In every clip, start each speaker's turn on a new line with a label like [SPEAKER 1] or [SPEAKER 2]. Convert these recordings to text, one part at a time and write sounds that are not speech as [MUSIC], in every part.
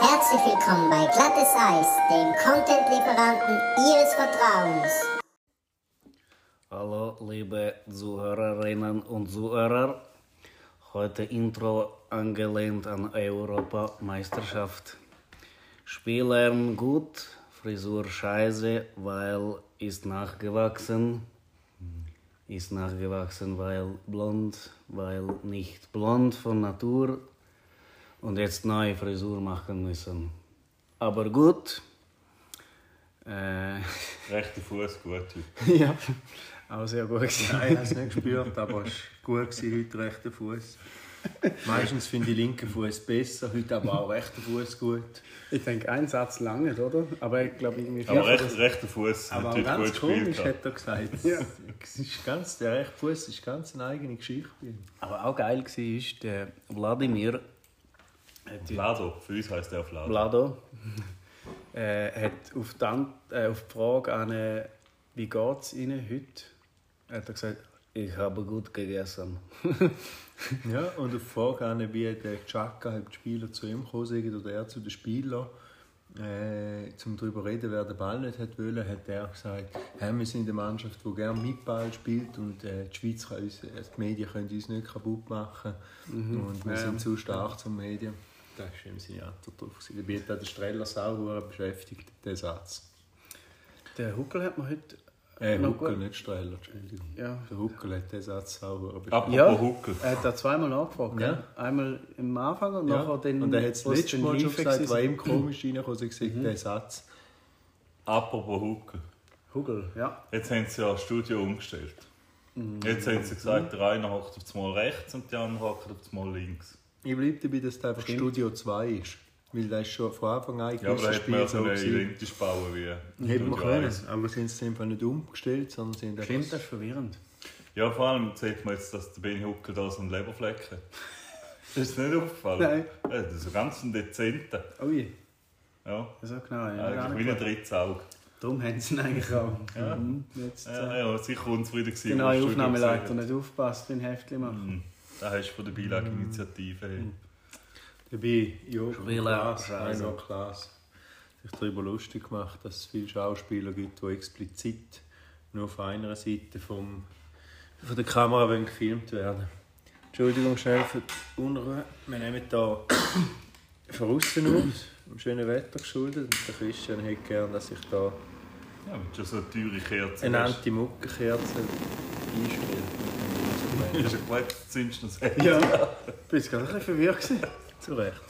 [SPEAKER 1] Herzlich willkommen bei Glattes Eis, dem Content-Lieferanten Ihres Vertrauens.
[SPEAKER 2] Hallo, liebe Zuhörerinnen und Zuhörer. Heute Intro angelehnt an Europameisterschaft. Spielern gut, Frisur scheiße, weil ist nachgewachsen. Ist nachgewachsen, weil blond, weil nicht blond von Natur. Und jetzt neue Frisur machen müssen. Aber gut. Äh, [LAUGHS]
[SPEAKER 3] Rechter Fuß, gut heute.
[SPEAKER 2] ja, auch sehr gut gewesen.
[SPEAKER 4] Nein, ich habe es nicht gespürt, aber es war gut gewesen, heute rechter Fuß. Meistens finde ich linken Fuß besser, heute aber auch rechter Fuß gut.
[SPEAKER 2] Ich denke, ein Satz lange, oder? Aber ich glaube, irgendwie
[SPEAKER 3] Aber
[SPEAKER 2] vier-
[SPEAKER 3] recht, rechter Fuß hat
[SPEAKER 4] Aber
[SPEAKER 3] heute gut
[SPEAKER 4] ganz
[SPEAKER 3] gespielt.
[SPEAKER 4] komisch,
[SPEAKER 3] gehabt.
[SPEAKER 4] hat er gesagt.
[SPEAKER 2] Ja.
[SPEAKER 4] Es ist ganz, der rechte Fuß ist ganz eine eigene Geschichte.
[SPEAKER 2] Aber auch geil war, ist, der Wladimir hat ja-
[SPEAKER 3] Lado, für uns heisst er auf Lado.
[SPEAKER 2] Vlado äh, hat auf die, Ant äh, auf die Frage an, äh, wie geht es Ihnen heute, hat er gesagt, ich habe gut gegessen.
[SPEAKER 4] Ja, und auf die Frage, an, wie der Chaka halt die Spieler zu ihm gekommen sind oder er zu den Spielern, äh, zum darüber reden, wer den Ball nicht hat wollen, hat er gesagt, hey, wir sind eine Mannschaft, die gerne mit Ball spielt und äh, die Schweiz kann uns, äh, die Medien können uns nicht kaputt machen und wir sind zu stark zum Medien. Das war eben seine Antwort drauf. gewesen. Da wird auch der Streller sauer beschäftigt, der Satz.
[SPEAKER 2] Der Huckel hat mir heute
[SPEAKER 4] Äh,
[SPEAKER 2] noch
[SPEAKER 4] Huckel,
[SPEAKER 2] gut-
[SPEAKER 4] nicht Streller, Entschuldigung.
[SPEAKER 2] Ja.
[SPEAKER 4] Der Huckel hat den Satz sauer beschäftigt.
[SPEAKER 3] Apropos
[SPEAKER 2] Ja,
[SPEAKER 3] Huckel.
[SPEAKER 2] er hat da zweimal nachgefragt.
[SPEAKER 4] Ja.
[SPEAKER 2] gell? Einmal im Anfang und
[SPEAKER 4] Ja.
[SPEAKER 2] nachher den
[SPEAKER 4] und er hat das
[SPEAKER 2] wo es
[SPEAKER 4] letzte
[SPEAKER 2] dann Mhm.
[SPEAKER 4] Mal schon
[SPEAKER 2] live
[SPEAKER 4] gesagt,
[SPEAKER 2] war.
[SPEAKER 4] war
[SPEAKER 2] [CLEARS THROAT]
[SPEAKER 4] ihm komisch reingekommen, ich gesagt, der Satz.
[SPEAKER 3] Apropos Huckel.
[SPEAKER 2] Huckel, ja.
[SPEAKER 3] Jetzt haben sie ja das Studio umgestellt. Jetzt haben sie gesagt, der eine hockt auf einmal rechts und der andere hockt auf einmal links.
[SPEAKER 4] Ich bleibe dabei, dass das einfach Studio 2 ist. Weil das ist schon von Anfang an ein
[SPEAKER 3] Ja, aber da
[SPEAKER 4] gewisses
[SPEAKER 3] hätte man ja
[SPEAKER 4] so
[SPEAKER 3] können
[SPEAKER 4] gewesen.
[SPEAKER 3] identisch bauen wie
[SPEAKER 4] Hätten
[SPEAKER 3] Studio
[SPEAKER 4] wir können,
[SPEAKER 3] eins.
[SPEAKER 4] aber sind es einfach nicht umgestellt, sondern sind einfach...
[SPEAKER 2] Stimmt, das ist verwirrend.
[SPEAKER 3] Ja, vor allem sieht man jetzt, dass der Benny Huckel da so einen Leberfleck hat. Ist dir nicht aufgefallen?
[SPEAKER 2] Nein.
[SPEAKER 3] Ja, das ist ein ganz ein dezenter.
[SPEAKER 2] Ui,
[SPEAKER 3] Ja.
[SPEAKER 2] so genau. Ja, gar
[SPEAKER 3] Eigentlich
[SPEAKER 2] nicht
[SPEAKER 3] wie ein
[SPEAKER 2] gut.
[SPEAKER 3] Dritzauge.
[SPEAKER 2] Darum haben sie ihn eigentlich auch. Mhm. Jetzt,
[SPEAKER 3] Ja,
[SPEAKER 2] äh,
[SPEAKER 3] ja, sicher unzufrieden gewesen.
[SPEAKER 2] die
[SPEAKER 3] wo das
[SPEAKER 2] neue
[SPEAKER 3] Studio
[SPEAKER 2] Aufnahmeleiter
[SPEAKER 3] gesehen hat.
[SPEAKER 2] nicht aufpasst, den Heftchen
[SPEAKER 3] Mhm.
[SPEAKER 2] machen.
[SPEAKER 3] Da hast du von der Beilag-Initiative. hey.
[SPEAKER 4] Dabei, ja,
[SPEAKER 2] Schwiller,
[SPEAKER 4] Klaas,
[SPEAKER 2] Scheiße.
[SPEAKER 4] Heino Klaas, sich darüber lustig gemacht, dass es viele Schauspieler gibt, die explizit nur auf einer Seite vom, von der Kamera wollen gefilmt werden Entschuldigung schnell für die Unruhe. Wir nehmen hier [COUGHS] von außen aus, im schönen Wetter geschuldet. Und der Christian hätte gern, dass ich da
[SPEAKER 3] Ja, mit schon so eine teure Kerze.
[SPEAKER 4] eine
[SPEAKER 3] hast.
[SPEAKER 4] Anti-Mucke-Kerze einspiele.
[SPEAKER 3] [LAUGHS] Ist ja geweckt, zündest du es an.
[SPEAKER 2] Ja, ich bin jetzt gerade ein bisschen verwirrt. gewesen.
[SPEAKER 4] Zu Recht.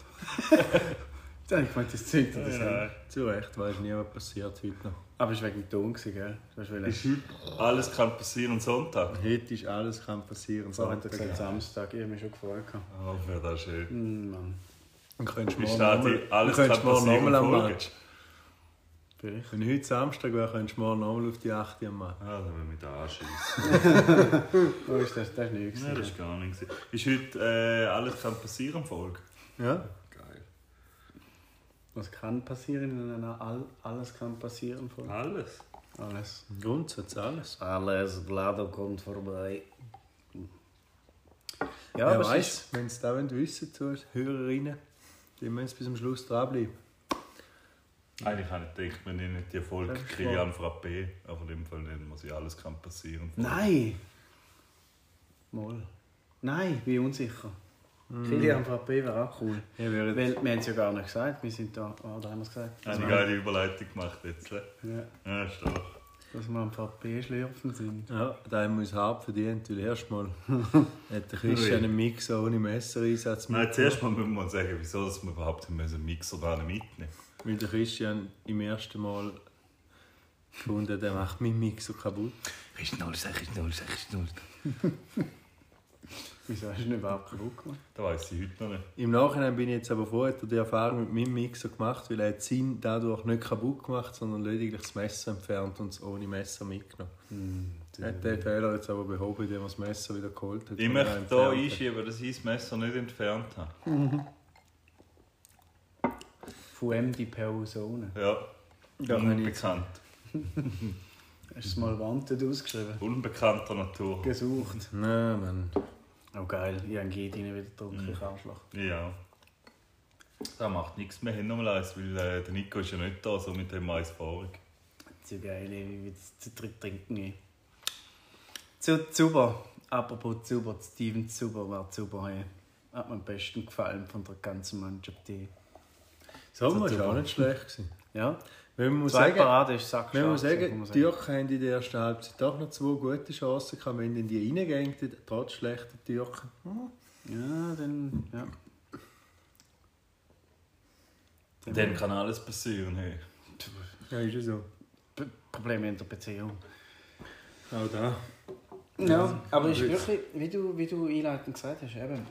[SPEAKER 2] Ich dachte, ich meinte, das zündet
[SPEAKER 3] Ja,
[SPEAKER 2] das
[SPEAKER 3] ja.
[SPEAKER 2] an.
[SPEAKER 4] Zu Recht, weiß nie, was passiert heute noch.
[SPEAKER 2] Aber es war wegen dem Ton, gewesen, gell? Das war vielleicht.
[SPEAKER 3] Alles kann passieren Sonntag.
[SPEAKER 4] Heute ist alles kann passieren.
[SPEAKER 2] Vorher hat er
[SPEAKER 4] Sonntag.
[SPEAKER 2] gesagt, Samstag. Ich habe mich schon gefreut. gehabt.
[SPEAKER 3] Oh, wäre das schön.
[SPEAKER 2] Hm, Mann,
[SPEAKER 4] Dann könntest du
[SPEAKER 3] Wie
[SPEAKER 4] morgen
[SPEAKER 3] steht die
[SPEAKER 4] nochmal-
[SPEAKER 3] Alles
[SPEAKER 4] dann
[SPEAKER 3] kann
[SPEAKER 4] könntest Mm. du morgen
[SPEAKER 3] passieren
[SPEAKER 4] nochmal am
[SPEAKER 3] Folge?
[SPEAKER 4] Match.
[SPEAKER 2] vielleicht.
[SPEAKER 4] Wenn heute Samstag wäre, könntest du morgen nochmal auf die 8 Uhr machen.
[SPEAKER 3] Ja, Ah, da will mich da anschiessen.
[SPEAKER 2] Oh, ist das, das ist nichts.
[SPEAKER 3] Nein, das ist gar nichts. Ist heute äh, Alles kann passieren Folge?
[SPEAKER 4] Ja?
[SPEAKER 3] Geil.
[SPEAKER 2] Was kann passieren in einer All Alles kann passieren Folge?
[SPEAKER 3] Alles?
[SPEAKER 2] Alles.
[SPEAKER 4] Im Grundsatz alles.
[SPEAKER 2] Alles, Glado kommt vorbei. Ja,
[SPEAKER 4] Ja, Wer
[SPEAKER 2] aber es ist,
[SPEAKER 4] weiß, wenn es da wollen wissen zu Hörerinnen, die müssen bis zum Schluss dranbleiben.
[SPEAKER 3] Eigentlich habe ich gedacht, wenn ich nicht die Folge
[SPEAKER 4] Das ist
[SPEAKER 3] kriege, ich
[SPEAKER 4] wahr.
[SPEAKER 3] einen Frappé. Aber in dem Fall nennen wir sie Alles kann passieren Folge.
[SPEAKER 2] Nein! Moll. Nein, bin unsicher. Kilian Frappé wäre auch cool.
[SPEAKER 4] Ja, wäre
[SPEAKER 2] Weil, wir haben es Mhm. ja gar nicht gesagt, wir sind da, ah, da haben wir es gesagt.
[SPEAKER 3] Eine geile Überleitung gemacht jetzt. ne?
[SPEAKER 2] Ja,
[SPEAKER 3] Ja, ist doch.
[SPEAKER 2] dass wir am Frappé schlürfen sind.
[SPEAKER 4] Ja, da haben wir uns hart verdient, weil [LAUGHS] erstmal hat der Christian
[SPEAKER 3] Ui.
[SPEAKER 4] einen Mix ohne Messereinsatz
[SPEAKER 3] Nein, zuerst mal müssen wir mal sagen, wieso dass wir überhaupt haben müssen einen Mixer da nicht mitnehmen
[SPEAKER 4] Weil der Christian im ersten Mal gefunden hat, der macht meinen Mixer kaputt.
[SPEAKER 3] Ist 06, ist 06, ist 06.
[SPEAKER 2] Wieso hast du nicht überhaupt kaputt gemacht?
[SPEAKER 3] Das weiss ich heute noch nicht.
[SPEAKER 4] Im Nachhinein bin ich jetzt aber froh, hat er die Erfahrung mit meinem Mixer gemacht, weil er hat Sinn dadurch nicht kaputt gemacht, sondern lediglich das Messer entfernt und es ohne Messer mitgenommen. Er hat den Fehler jetzt aber behoben, indem er das Messer wieder geholt hat.
[SPEAKER 3] Ich
[SPEAKER 4] und
[SPEAKER 3] möchte
[SPEAKER 4] entfernt
[SPEAKER 3] hier
[SPEAKER 4] hat.
[SPEAKER 3] einschieben, dass ich das Messer nicht entfernt habe.
[SPEAKER 2] Fuem di Persone.
[SPEAKER 3] Ja. Unbekannt.
[SPEAKER 2] Hast du mal Wanted ausgeschrieben?
[SPEAKER 3] Unbekannter Natur.
[SPEAKER 2] Gesucht.
[SPEAKER 4] Nein, Mann.
[SPEAKER 2] Mhm. Oh geil, ich habe G wieder getrunken, ich Arschloch.
[SPEAKER 3] Ja. Das macht nichts mehr hin nochmal eins, weil äh, der Nico ist ja nicht da, somit haben wir eins vorig.
[SPEAKER 2] Zu geil, wie wir das zu dritt trinken. Zu Zuber. Apropos Zuber, Steven Zuber war Zuber. Hey. Hat mir am besten gefallen von der ganzen Mannschaft. Die.
[SPEAKER 4] Sommer war
[SPEAKER 2] super.
[SPEAKER 4] auch nicht schlecht. Gewesen.
[SPEAKER 2] Ja.
[SPEAKER 4] Wenn man muss
[SPEAKER 2] Zwei
[SPEAKER 4] sagen,
[SPEAKER 2] Parade ist sackscharf.
[SPEAKER 4] wenn man
[SPEAKER 2] gewesen,
[SPEAKER 4] sagen,
[SPEAKER 2] muss
[SPEAKER 4] die
[SPEAKER 2] man
[SPEAKER 4] Türken haben in der ersten Halbzeit doch noch zwei gute Chancen gehabt, wenn dann die reingegangen trotz schlechter Türken. Hm.
[SPEAKER 2] Ja, dann. Ja.
[SPEAKER 3] Dann kann alles passieren. Hey.
[SPEAKER 4] Ja, ist ja so.
[SPEAKER 2] P Probleme in der Beziehung.
[SPEAKER 4] Auch da.
[SPEAKER 2] Ja, aber ist wirklich, wie du, wie du einleitend gesagt hast, eben.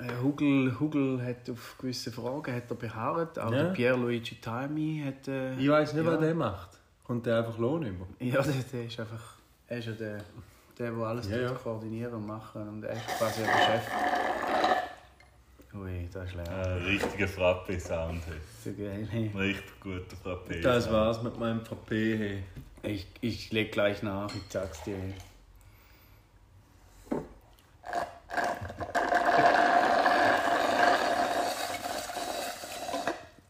[SPEAKER 2] äh, Hugel, Hugel hat auf gewisse Fragen hat er beharrt, auch
[SPEAKER 4] Ja.
[SPEAKER 2] der Pierluigi Taimi hat... Äh,
[SPEAKER 4] Ich weiß nicht,
[SPEAKER 2] ja.
[SPEAKER 4] was der macht. Kommt der einfach Lohn über?
[SPEAKER 2] Ja, [LAUGHS] der, der ist einfach... Er ist ja der, der, der alles
[SPEAKER 4] Ja,
[SPEAKER 2] tut,
[SPEAKER 4] ja.
[SPEAKER 2] koordinieren und machen und er ist quasi der Chef. Ui, das ist
[SPEAKER 3] Äh,
[SPEAKER 2] leer.
[SPEAKER 3] richtiger Frappe-Sound. Hey.
[SPEAKER 2] So geil, hey.
[SPEAKER 3] Ein Richtig guter Frappe.
[SPEAKER 4] Das war's mit meinem Frappé. Hey.
[SPEAKER 2] Ich, ich leg gleich nach, ich sag's dir. hey.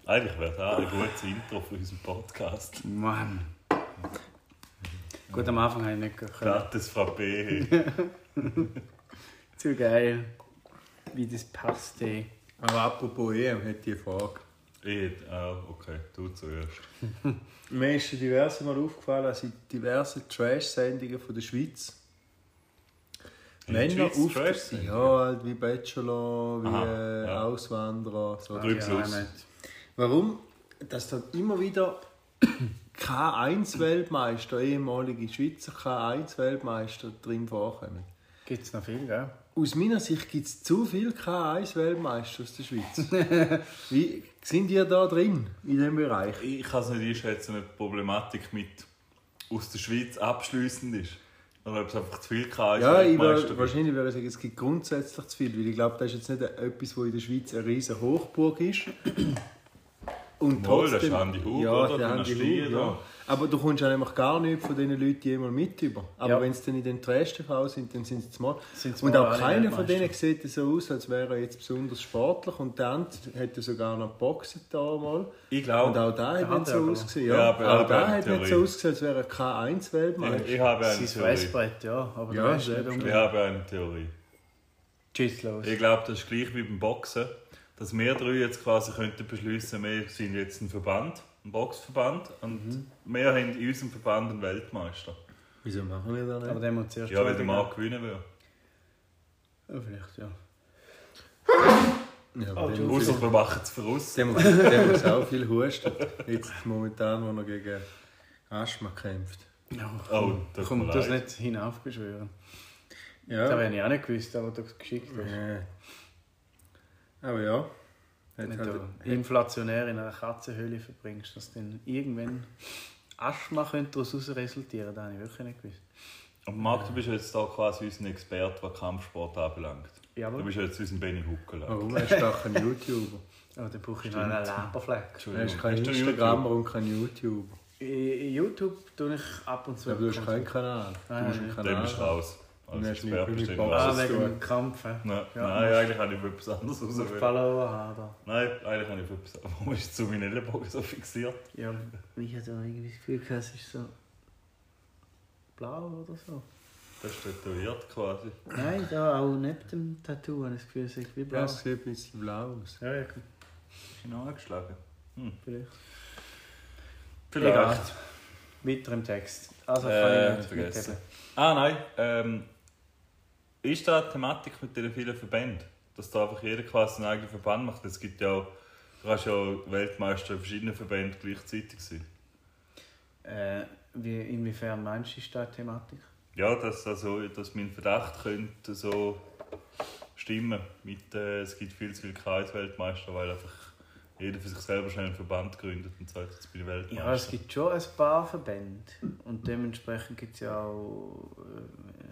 [SPEAKER 3] Eigentlich wäre das auch ein gutes Intro für unseren Podcast.
[SPEAKER 2] Mann. Gut, am Anfang habe ich nicht gehört.
[SPEAKER 3] Glattes Frappé. Hey.
[SPEAKER 2] Zu geil, wie eh. das passt, hey.
[SPEAKER 4] Aber apropos EM, hätte ich eine Frage.
[SPEAKER 3] Ich, ah, okay, du zuerst.
[SPEAKER 4] Mir ist schon diverse Mal aufgefallen, dass in diversen Trash-Sendungen von der Schweiz
[SPEAKER 3] In
[SPEAKER 4] Männer
[SPEAKER 3] der Schweiz
[SPEAKER 4] auf
[SPEAKER 3] Trash-Sendungen?
[SPEAKER 4] Ja, halt wie Bachelor, wie
[SPEAKER 3] Aha,
[SPEAKER 4] äh,
[SPEAKER 3] ja.
[SPEAKER 4] Auswanderer. So.
[SPEAKER 3] Drück's
[SPEAKER 2] Ja,
[SPEAKER 3] aus.
[SPEAKER 2] nicht.
[SPEAKER 4] Warum? Dass dann immer wieder [COUGHS] K1-Weltmeister, ehemalige Schweizer K1-Weltmeister drin vorkommen.
[SPEAKER 2] Gibt's noch viel, gell?
[SPEAKER 4] Aus meiner Sicht gibt es zu viele K1-Weltmeister aus der Schweiz.
[SPEAKER 3] [LAUGHS]
[SPEAKER 4] wie sind ihr da drin, in dem Bereich?
[SPEAKER 3] Ich kann es nicht einschätzen, ob die Problematik mit aus der Schweiz abschliessend ist. Oder ob es einfach zu viel kann.
[SPEAKER 4] Ja, ich würde, wahrscheinlich würde ich sagen, es gibt grundsätzlich zu viel, weil ich glaube, das ist jetzt nicht etwas, wo in der Schweiz eine riesige Hochburg ist.
[SPEAKER 3] [CLEARS THROAT]
[SPEAKER 4] Und
[SPEAKER 3] Wohl, das ist Andi Hug,
[SPEAKER 4] ja,
[SPEAKER 3] oder?
[SPEAKER 4] Der
[SPEAKER 3] Von
[SPEAKER 4] Andi
[SPEAKER 3] Asti,
[SPEAKER 4] Hug,
[SPEAKER 3] ja.
[SPEAKER 4] ja. Aber du kommst ja nämlich gar nicht von diesen Leuten jemals mit über. Aber
[SPEAKER 2] Ja.
[SPEAKER 4] wenn sie dann in den Trash-TV sind, dann sind sie mal.
[SPEAKER 2] Sind's
[SPEAKER 4] Und
[SPEAKER 2] mal
[SPEAKER 4] auch
[SPEAKER 2] alle
[SPEAKER 4] keiner von denen
[SPEAKER 2] Weltmeister.
[SPEAKER 4] sieht so aus, als wäre er jetzt besonders sportlich. Und dann hätte er sogar noch geboxen da mal.
[SPEAKER 3] Ich
[SPEAKER 4] Und
[SPEAKER 3] glaube,
[SPEAKER 4] auch da
[SPEAKER 2] hat
[SPEAKER 4] hat nicht
[SPEAKER 2] er
[SPEAKER 4] so
[SPEAKER 2] aber.
[SPEAKER 4] ausgesehen.
[SPEAKER 3] Ja,
[SPEAKER 4] Ja,
[SPEAKER 3] aber er
[SPEAKER 4] auch
[SPEAKER 3] hat
[SPEAKER 4] da
[SPEAKER 3] eine
[SPEAKER 4] hat nicht so
[SPEAKER 3] Theorie.
[SPEAKER 4] ausgesehen, als wäre er kein 1 Weltmeister.
[SPEAKER 3] ich, ich habe eine
[SPEAKER 2] Sein
[SPEAKER 3] Theorie.
[SPEAKER 2] Fressbrett, ja. Aber
[SPEAKER 4] Ja,
[SPEAKER 2] der Rest
[SPEAKER 4] selbst.
[SPEAKER 2] nicht
[SPEAKER 3] Ich
[SPEAKER 2] unbedingt.
[SPEAKER 3] habe eine Theorie.
[SPEAKER 2] Tschüss, los.
[SPEAKER 3] Ich glaube, das ist gleich wie beim Boxen, dass wir drei jetzt quasi könnten beschließen, wir sind jetzt ein Verband, ein Boxverband und
[SPEAKER 4] Mhm.
[SPEAKER 3] wir haben in unserem Verband einen Weltmeister.
[SPEAKER 4] Wieso machen wir das nicht?
[SPEAKER 2] Aber den muss zuerst
[SPEAKER 3] Ja, weil der
[SPEAKER 2] zeigen.
[SPEAKER 3] Mann gewinnen will.
[SPEAKER 2] Ja, vielleicht, Oh, ja.
[SPEAKER 4] Oh,
[SPEAKER 2] [LAUGHS]
[SPEAKER 3] Ah,
[SPEAKER 4] Ja, aber dem,
[SPEAKER 3] Außer wir machen es voraus.
[SPEAKER 4] dem, dem muss auch viel husten. Jetzt momentan, wo er gegen Asthma kämpft.
[SPEAKER 2] ja
[SPEAKER 3] Oh,
[SPEAKER 2] komm,
[SPEAKER 3] tut mir
[SPEAKER 2] komm, das
[SPEAKER 3] leid.
[SPEAKER 2] nicht hinaufbeschwören. Das
[SPEAKER 4] Ja.
[SPEAKER 2] habe ich auch nicht gewusst, aber du geschickt hast.
[SPEAKER 4] Äh. Aber ja. Hat
[SPEAKER 2] Wenn
[SPEAKER 4] halt,
[SPEAKER 2] du inflationär in einer Katzenhöhle verbringst, dass dann irgendwann Asthma könnte daraus resultieren, das habe ich wirklich nicht gewusst.
[SPEAKER 3] Aber Marc, du bist jetzt da quasi unser Experte, was Kampfsport anbelangt.
[SPEAKER 2] Jawohl.
[SPEAKER 3] Du bist jetzt unser Benny Huckel.
[SPEAKER 4] warum? Er ist doch kein YouTuber.
[SPEAKER 2] Aber dann brauche ich noch einen Leberfleck.
[SPEAKER 4] Er ist kein
[SPEAKER 3] Hast du
[SPEAKER 4] Instagrammer und kein YouTuber.
[SPEAKER 2] In YouTube tue ich ab und zu.
[SPEAKER 4] Aber du Ah, hast keinen Kanal. Du
[SPEAKER 2] Nein,
[SPEAKER 4] musst
[SPEAKER 2] nein, nein.
[SPEAKER 3] Dann
[SPEAKER 4] einen Kanal
[SPEAKER 3] bist du
[SPEAKER 4] haben.
[SPEAKER 3] raus. Als
[SPEAKER 4] Dann hast du nicht
[SPEAKER 3] Experte bist du
[SPEAKER 4] genug
[SPEAKER 3] raus.
[SPEAKER 2] ah,
[SPEAKER 4] Was
[SPEAKER 2] wegen
[SPEAKER 4] tun?
[SPEAKER 2] dem Kampf. hä?
[SPEAKER 3] Nein,
[SPEAKER 2] Ah. Ja,
[SPEAKER 3] nein eigentlich habe ich auf etwas anderes raus.
[SPEAKER 2] Muss
[SPEAKER 3] wollen.
[SPEAKER 2] Follower haben. da.
[SPEAKER 3] Nein, eigentlich habe ich auf etwas [LAUGHS] Warum bist du zu meinen Ellenbogen so fixiert?
[SPEAKER 2] Ja, ich hatte auch irgendwie das Gefühl, gehabt, es ist so blau oder so.
[SPEAKER 3] Das ist tätowiert quasi.
[SPEAKER 2] Nein, da auch neben dem Tattoo habe ich das Gefühl, es ist wie
[SPEAKER 4] Ja,
[SPEAKER 2] blau.
[SPEAKER 4] es sieht ein bisschen blau aus.
[SPEAKER 2] Ja, ja, komm,
[SPEAKER 3] Ich bin angeschlagen.
[SPEAKER 2] vielleicht.
[SPEAKER 3] Vielleicht.
[SPEAKER 2] Egal. Weiter im Text. Also
[SPEAKER 3] Äh,
[SPEAKER 2] kann ich nicht
[SPEAKER 3] vergessen.
[SPEAKER 2] mitheben.
[SPEAKER 3] Ah nein, ähm, ist da die Thematik mit den vielen Verbänden? Dass da einfach jeder quasi einen eigenen Verband macht? Es gibt ja auch, du kannst ja auch Weltmeister in verschiedenen Verbänden gleichzeitig sein.
[SPEAKER 2] Äh, wie, inwiefern meinst du, ist da die Thematik?
[SPEAKER 3] Ja, dass, also, dass mein Verdacht könnte so stimmen. Mit, äh, es gibt viel zu viele Kreisweltmeister, weil einfach jeder für sich selber schnell einen Verband gründet und sagt, jetzt bin ich Weltmeister.
[SPEAKER 2] Ja, es gibt schon ein paar Verbände. Und dementsprechend gibt es ja auch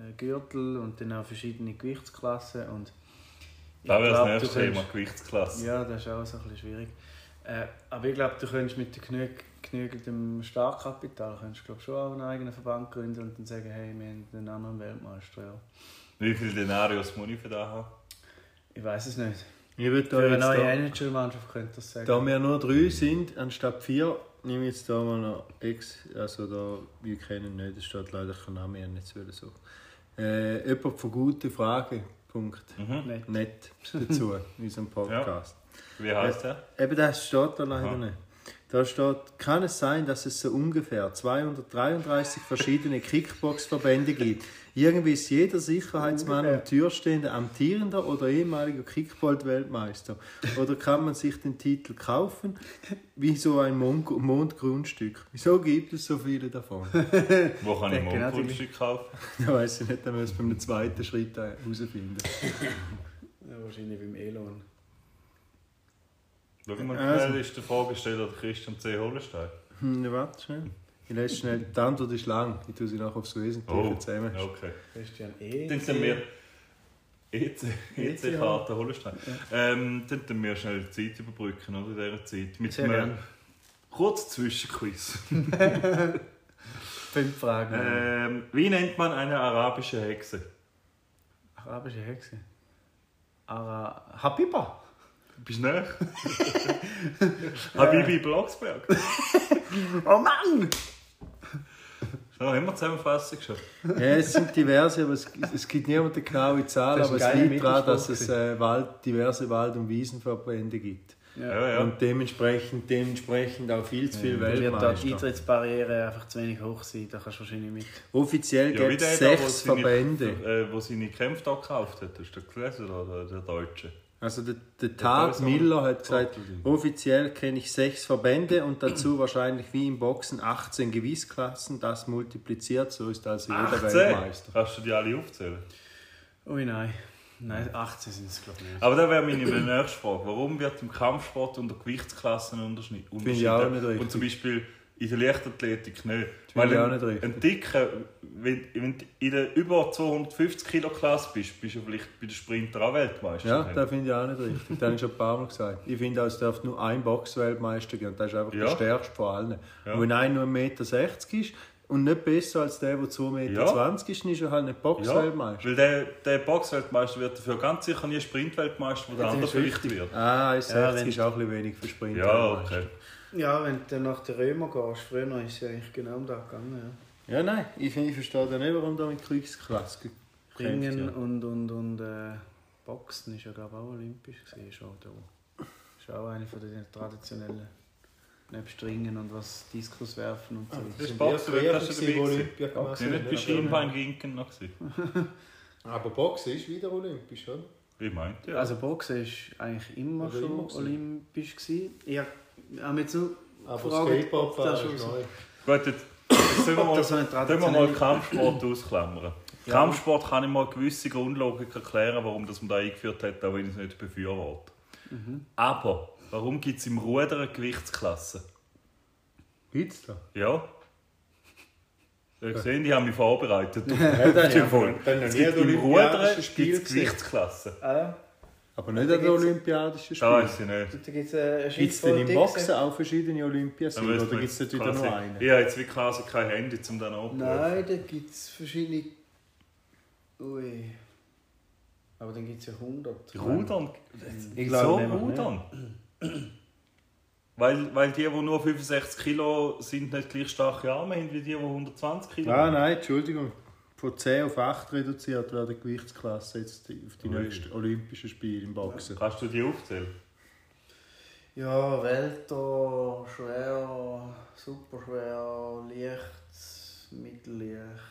[SPEAKER 2] äh, Gürtel und dann auch verschiedene Gewichtsklassen. Und ich
[SPEAKER 3] da wäre das
[SPEAKER 2] glaub, du
[SPEAKER 3] nächste
[SPEAKER 2] könntest-
[SPEAKER 3] Thema, Gewichtsklasse.
[SPEAKER 2] Ja, das ist auch so ein bisschen schwierig. Äh, aber ich glaube, du könntest mit genüg- genügendem Startkapital könntest, glaub, schon auch einen eigenen Verband gründen und dann sagen, hey, wir haben einen anderen Weltmeister. Ja.
[SPEAKER 3] Wie viel Denarius muss ich für das haben?
[SPEAKER 2] Ich weiß es nicht.
[SPEAKER 4] Ich würde da
[SPEAKER 2] Für eine
[SPEAKER 4] jetzt
[SPEAKER 2] neue
[SPEAKER 4] da,
[SPEAKER 2] NHL-Mannschaft könnte das sagen.
[SPEAKER 4] da wir nur drei sind, anstatt vier, nehme ich jetzt da mal noch Ex. Also da, wir kennen ihn nicht, da steht leider kein Name, ich habe nicht so suchen. Äh, jemand von gute Fragen. Punkt.
[SPEAKER 2] Nicht.
[SPEAKER 4] Nett dazu in unserem Podcast.
[SPEAKER 3] Wie heißt er?
[SPEAKER 4] Eben das steht da leider
[SPEAKER 3] Aha.
[SPEAKER 4] nicht. Da steht, kann es sein, dass es so ungefähr 233 verschiedene Kickbox-Verbände gibt? Irgendwie ist jeder Sicherheitsmann am Türstehende amtierender oder ehemaliger Kickbold-Weltmeister. Oder kann man sich den Titel kaufen? Wie so ein Mond Mondgrundstück. Wieso gibt es so viele [LAUGHS] davon?
[SPEAKER 3] Wo kann ich
[SPEAKER 2] Genau
[SPEAKER 3] mal ein Kunststück kaufen?
[SPEAKER 4] Da weiss ich nicht, dann müssen wir beim zweiten Schritt äh, herausfinden.
[SPEAKER 2] Ja, wahrscheinlich beim Elon.
[SPEAKER 3] Schau mal,
[SPEAKER 4] Also.
[SPEAKER 3] schnell ist der Fragesteller der Christian C. Holenstein.
[SPEAKER 4] Hm, na, warte schnell. Ich lese schnell. Die Antwort ist lang. Ich tue sie nachher aufs Wesentliche zusammen.
[SPEAKER 3] okay.
[SPEAKER 2] Christian E.
[SPEAKER 3] Dann sind wir. E EC-Karte Holenstein. Ähm, dann tun wir schnell die Zeit überbrücken, oder? In dieser Zeit. Mit
[SPEAKER 2] Sehr
[SPEAKER 3] einem
[SPEAKER 2] gern.
[SPEAKER 3] kurzen Zwischenquiz.
[SPEAKER 2] Fünf Fragen.
[SPEAKER 3] Ähm, wie nennt man eine arabische Hexe?
[SPEAKER 2] Arabische Hexe. Ara Habiba.
[SPEAKER 3] Bist du näher? [LAUGHS] Habibi Blocksberg. Hast
[SPEAKER 2] Oh Mann!
[SPEAKER 3] du noch immer zusammenfassen geschafft?
[SPEAKER 4] Ja, es sind diverse, aber es, es gibt niemanden eine genaue Zahl,
[SPEAKER 2] Das
[SPEAKER 4] aber
[SPEAKER 2] ist
[SPEAKER 4] es
[SPEAKER 2] ein geiler
[SPEAKER 4] liegt daran, dass
[SPEAKER 2] Mittelspruch
[SPEAKER 4] es äh, Wald, diverse Wald- und Wiesenverbände gibt.
[SPEAKER 3] Ja, ja.
[SPEAKER 4] Und dementsprechend, dementsprechend auch viel zu viel
[SPEAKER 2] Wird da die
[SPEAKER 4] Weltmeister.
[SPEAKER 2] Eintrittsbarriere einfach zu wenig hoch sein, da kannst du wahrscheinlich mit.
[SPEAKER 4] Offiziell
[SPEAKER 3] Ja, wie
[SPEAKER 4] gibt
[SPEAKER 3] der,
[SPEAKER 4] es
[SPEAKER 3] da, wo
[SPEAKER 4] sechs
[SPEAKER 3] seine-
[SPEAKER 4] Verbände.
[SPEAKER 3] äh, Wo seine Kämpfe da gekauft hat, hast du das gelesen, oder der Deutsche?
[SPEAKER 4] Also der, der Tag
[SPEAKER 3] ist noch-
[SPEAKER 4] Miller hat gesagt,
[SPEAKER 3] Oh,
[SPEAKER 4] offiziell kenne ich sechs Verbände und dazu wahrscheinlich wie im Boxen 18 Gewissklassen, das multipliziert, so ist also jeder
[SPEAKER 3] 18?
[SPEAKER 4] Weltmeister.
[SPEAKER 3] Kannst du die alle aufzählen?
[SPEAKER 2] Ui, nein. Nein, 18 sind es, glaube ich, nicht.
[SPEAKER 3] Aber da wäre meine nächste Frage. Warum wird im Kampfsport unter Gewichtsklassen unterschieden? Finde
[SPEAKER 4] ich auch nicht richtig.
[SPEAKER 3] Und zum Beispiel in der Leichtathletik nicht.
[SPEAKER 4] ich auch
[SPEAKER 3] ein-
[SPEAKER 4] nicht richtig.
[SPEAKER 3] Ein Dicker, wenn, wenn du in der über 250 Kilo Klasse bist, bist du vielleicht bei den Sprinter auch Weltmeister.
[SPEAKER 4] Ja, das finde ich auch nicht richtig. Das habe ich schon ein paar Mal gesagt. Ich finde, auch, es darf nur ein Boxweltmeister geben. Und Das ist einfach
[SPEAKER 3] Ja.
[SPEAKER 4] der stärkste von allen.
[SPEAKER 3] Ja.
[SPEAKER 4] Und wenn einer nur 1,60 Meter ist und nicht besser als der, der 2,20 Meter ist, dann ist er halt nicht
[SPEAKER 3] ja,
[SPEAKER 4] Boxweltmeister.
[SPEAKER 3] weil der, der Boxweltmeister wird dafür ganz sicher nie Sprintweltmeister, wo der andere vielleicht wird.
[SPEAKER 4] Ah, 1,60
[SPEAKER 2] Ja, wenn-
[SPEAKER 4] ist auch ein bisschen wenig für Sprinter.
[SPEAKER 3] Ja, okay.
[SPEAKER 2] Ja, wenn du nach den Römer gehst, früher ist es ja eigentlich genau um das gegangen.
[SPEAKER 4] Ja, nein, ich, finde, ich verstehe da nicht, warum da mit Kriegsklasse
[SPEAKER 2] Ja. Ringen
[SPEAKER 4] gekämpft wird.
[SPEAKER 2] und, und, und äh, Boxen ist ja, glaube ich, auch olympisch gesehen. Ist auch, da. ist auch eine von den traditionellen. Nebst Ringen und was Diskus werfen
[SPEAKER 4] Ah,
[SPEAKER 2] und so.
[SPEAKER 3] Das ist
[SPEAKER 4] Sind wir
[SPEAKER 3] Boxen,
[SPEAKER 4] früher
[SPEAKER 3] das ist
[SPEAKER 4] gewesen,
[SPEAKER 3] dabei
[SPEAKER 4] wo
[SPEAKER 3] gewesen.
[SPEAKER 4] Olympia gemacht
[SPEAKER 3] Sind nicht bei
[SPEAKER 4] hat, oder?
[SPEAKER 3] Schienbeinginken noch gewesen?
[SPEAKER 4] Aber Boxen ist wieder olympisch, oder?
[SPEAKER 3] Ich meinte, ja.
[SPEAKER 2] Also Boxen ist eigentlich immer
[SPEAKER 4] Oder
[SPEAKER 2] schon
[SPEAKER 4] immer gewesen.
[SPEAKER 2] olympisch gewesen. Ja, haben jetzt nur
[SPEAKER 4] Aber
[SPEAKER 2] Frage, ob
[SPEAKER 4] Skateboard
[SPEAKER 2] das
[SPEAKER 4] das
[SPEAKER 2] schon
[SPEAKER 4] ist
[SPEAKER 2] so-
[SPEAKER 4] neu.
[SPEAKER 3] Gut, jetzt jetzt tun wir mal,
[SPEAKER 2] das so eine
[SPEAKER 3] tun wir mal
[SPEAKER 2] traditionelle- [CLEARS THROAT]
[SPEAKER 3] Kampfsport ausklammern. Kampfsport kann ich mal gewisse Grundlogik erklären, warum das man da eingeführt hat, auch wenn ich es nicht befürworte.
[SPEAKER 2] Mhm.
[SPEAKER 3] Aber warum gibt es im Ruder eine Gewichtsklasse?
[SPEAKER 4] Gibt's da?
[SPEAKER 3] Ja? Ihr gesehen, ich habe mich
[SPEAKER 2] [LAUGHS]
[SPEAKER 3] vorbereitet.
[SPEAKER 4] das
[SPEAKER 3] Ja, voll.
[SPEAKER 4] dann noch
[SPEAKER 3] Es
[SPEAKER 4] nie
[SPEAKER 3] gibt
[SPEAKER 4] ein
[SPEAKER 3] im Ruder
[SPEAKER 4] olympianisches
[SPEAKER 3] gibt's
[SPEAKER 4] Spiel gesehen.
[SPEAKER 3] Gewichtsklassen.
[SPEAKER 2] Ah
[SPEAKER 4] Aber nicht an den Olympischen
[SPEAKER 3] Das
[SPEAKER 4] Spielen.
[SPEAKER 3] weiß ich nicht.
[SPEAKER 2] Da gibt es eine
[SPEAKER 4] Gibt es denn im Boxen auch verschiedene Olympiasiege oder gibt es dort wieder
[SPEAKER 3] quasi-
[SPEAKER 4] nur einen?
[SPEAKER 3] Ich habe jetzt wie quasi kein Handy, um dann anzurufen.
[SPEAKER 2] Nein, da gibt es verschiedene. Ui. Aber dann gibt es ja 100.
[SPEAKER 3] Rudern?
[SPEAKER 4] Ich
[SPEAKER 3] so
[SPEAKER 4] glaube nicht mehr,
[SPEAKER 3] rudern? Weil, weil die, die nur 65 Kilo sind, nicht gleich starke Arme haben wie die, die 120 Kilo
[SPEAKER 4] Ah,
[SPEAKER 3] haben.
[SPEAKER 4] nein, Entschuldigung. Von 10 auf 8 reduziert werden die Gewichtsklasse jetzt auf die
[SPEAKER 3] Ui.
[SPEAKER 4] nächsten Olympischen Spiele im Boxen.
[SPEAKER 3] Kannst du die aufzählen?
[SPEAKER 2] Ja, Welter, schwer, superschwer, leicht, mittelleicht,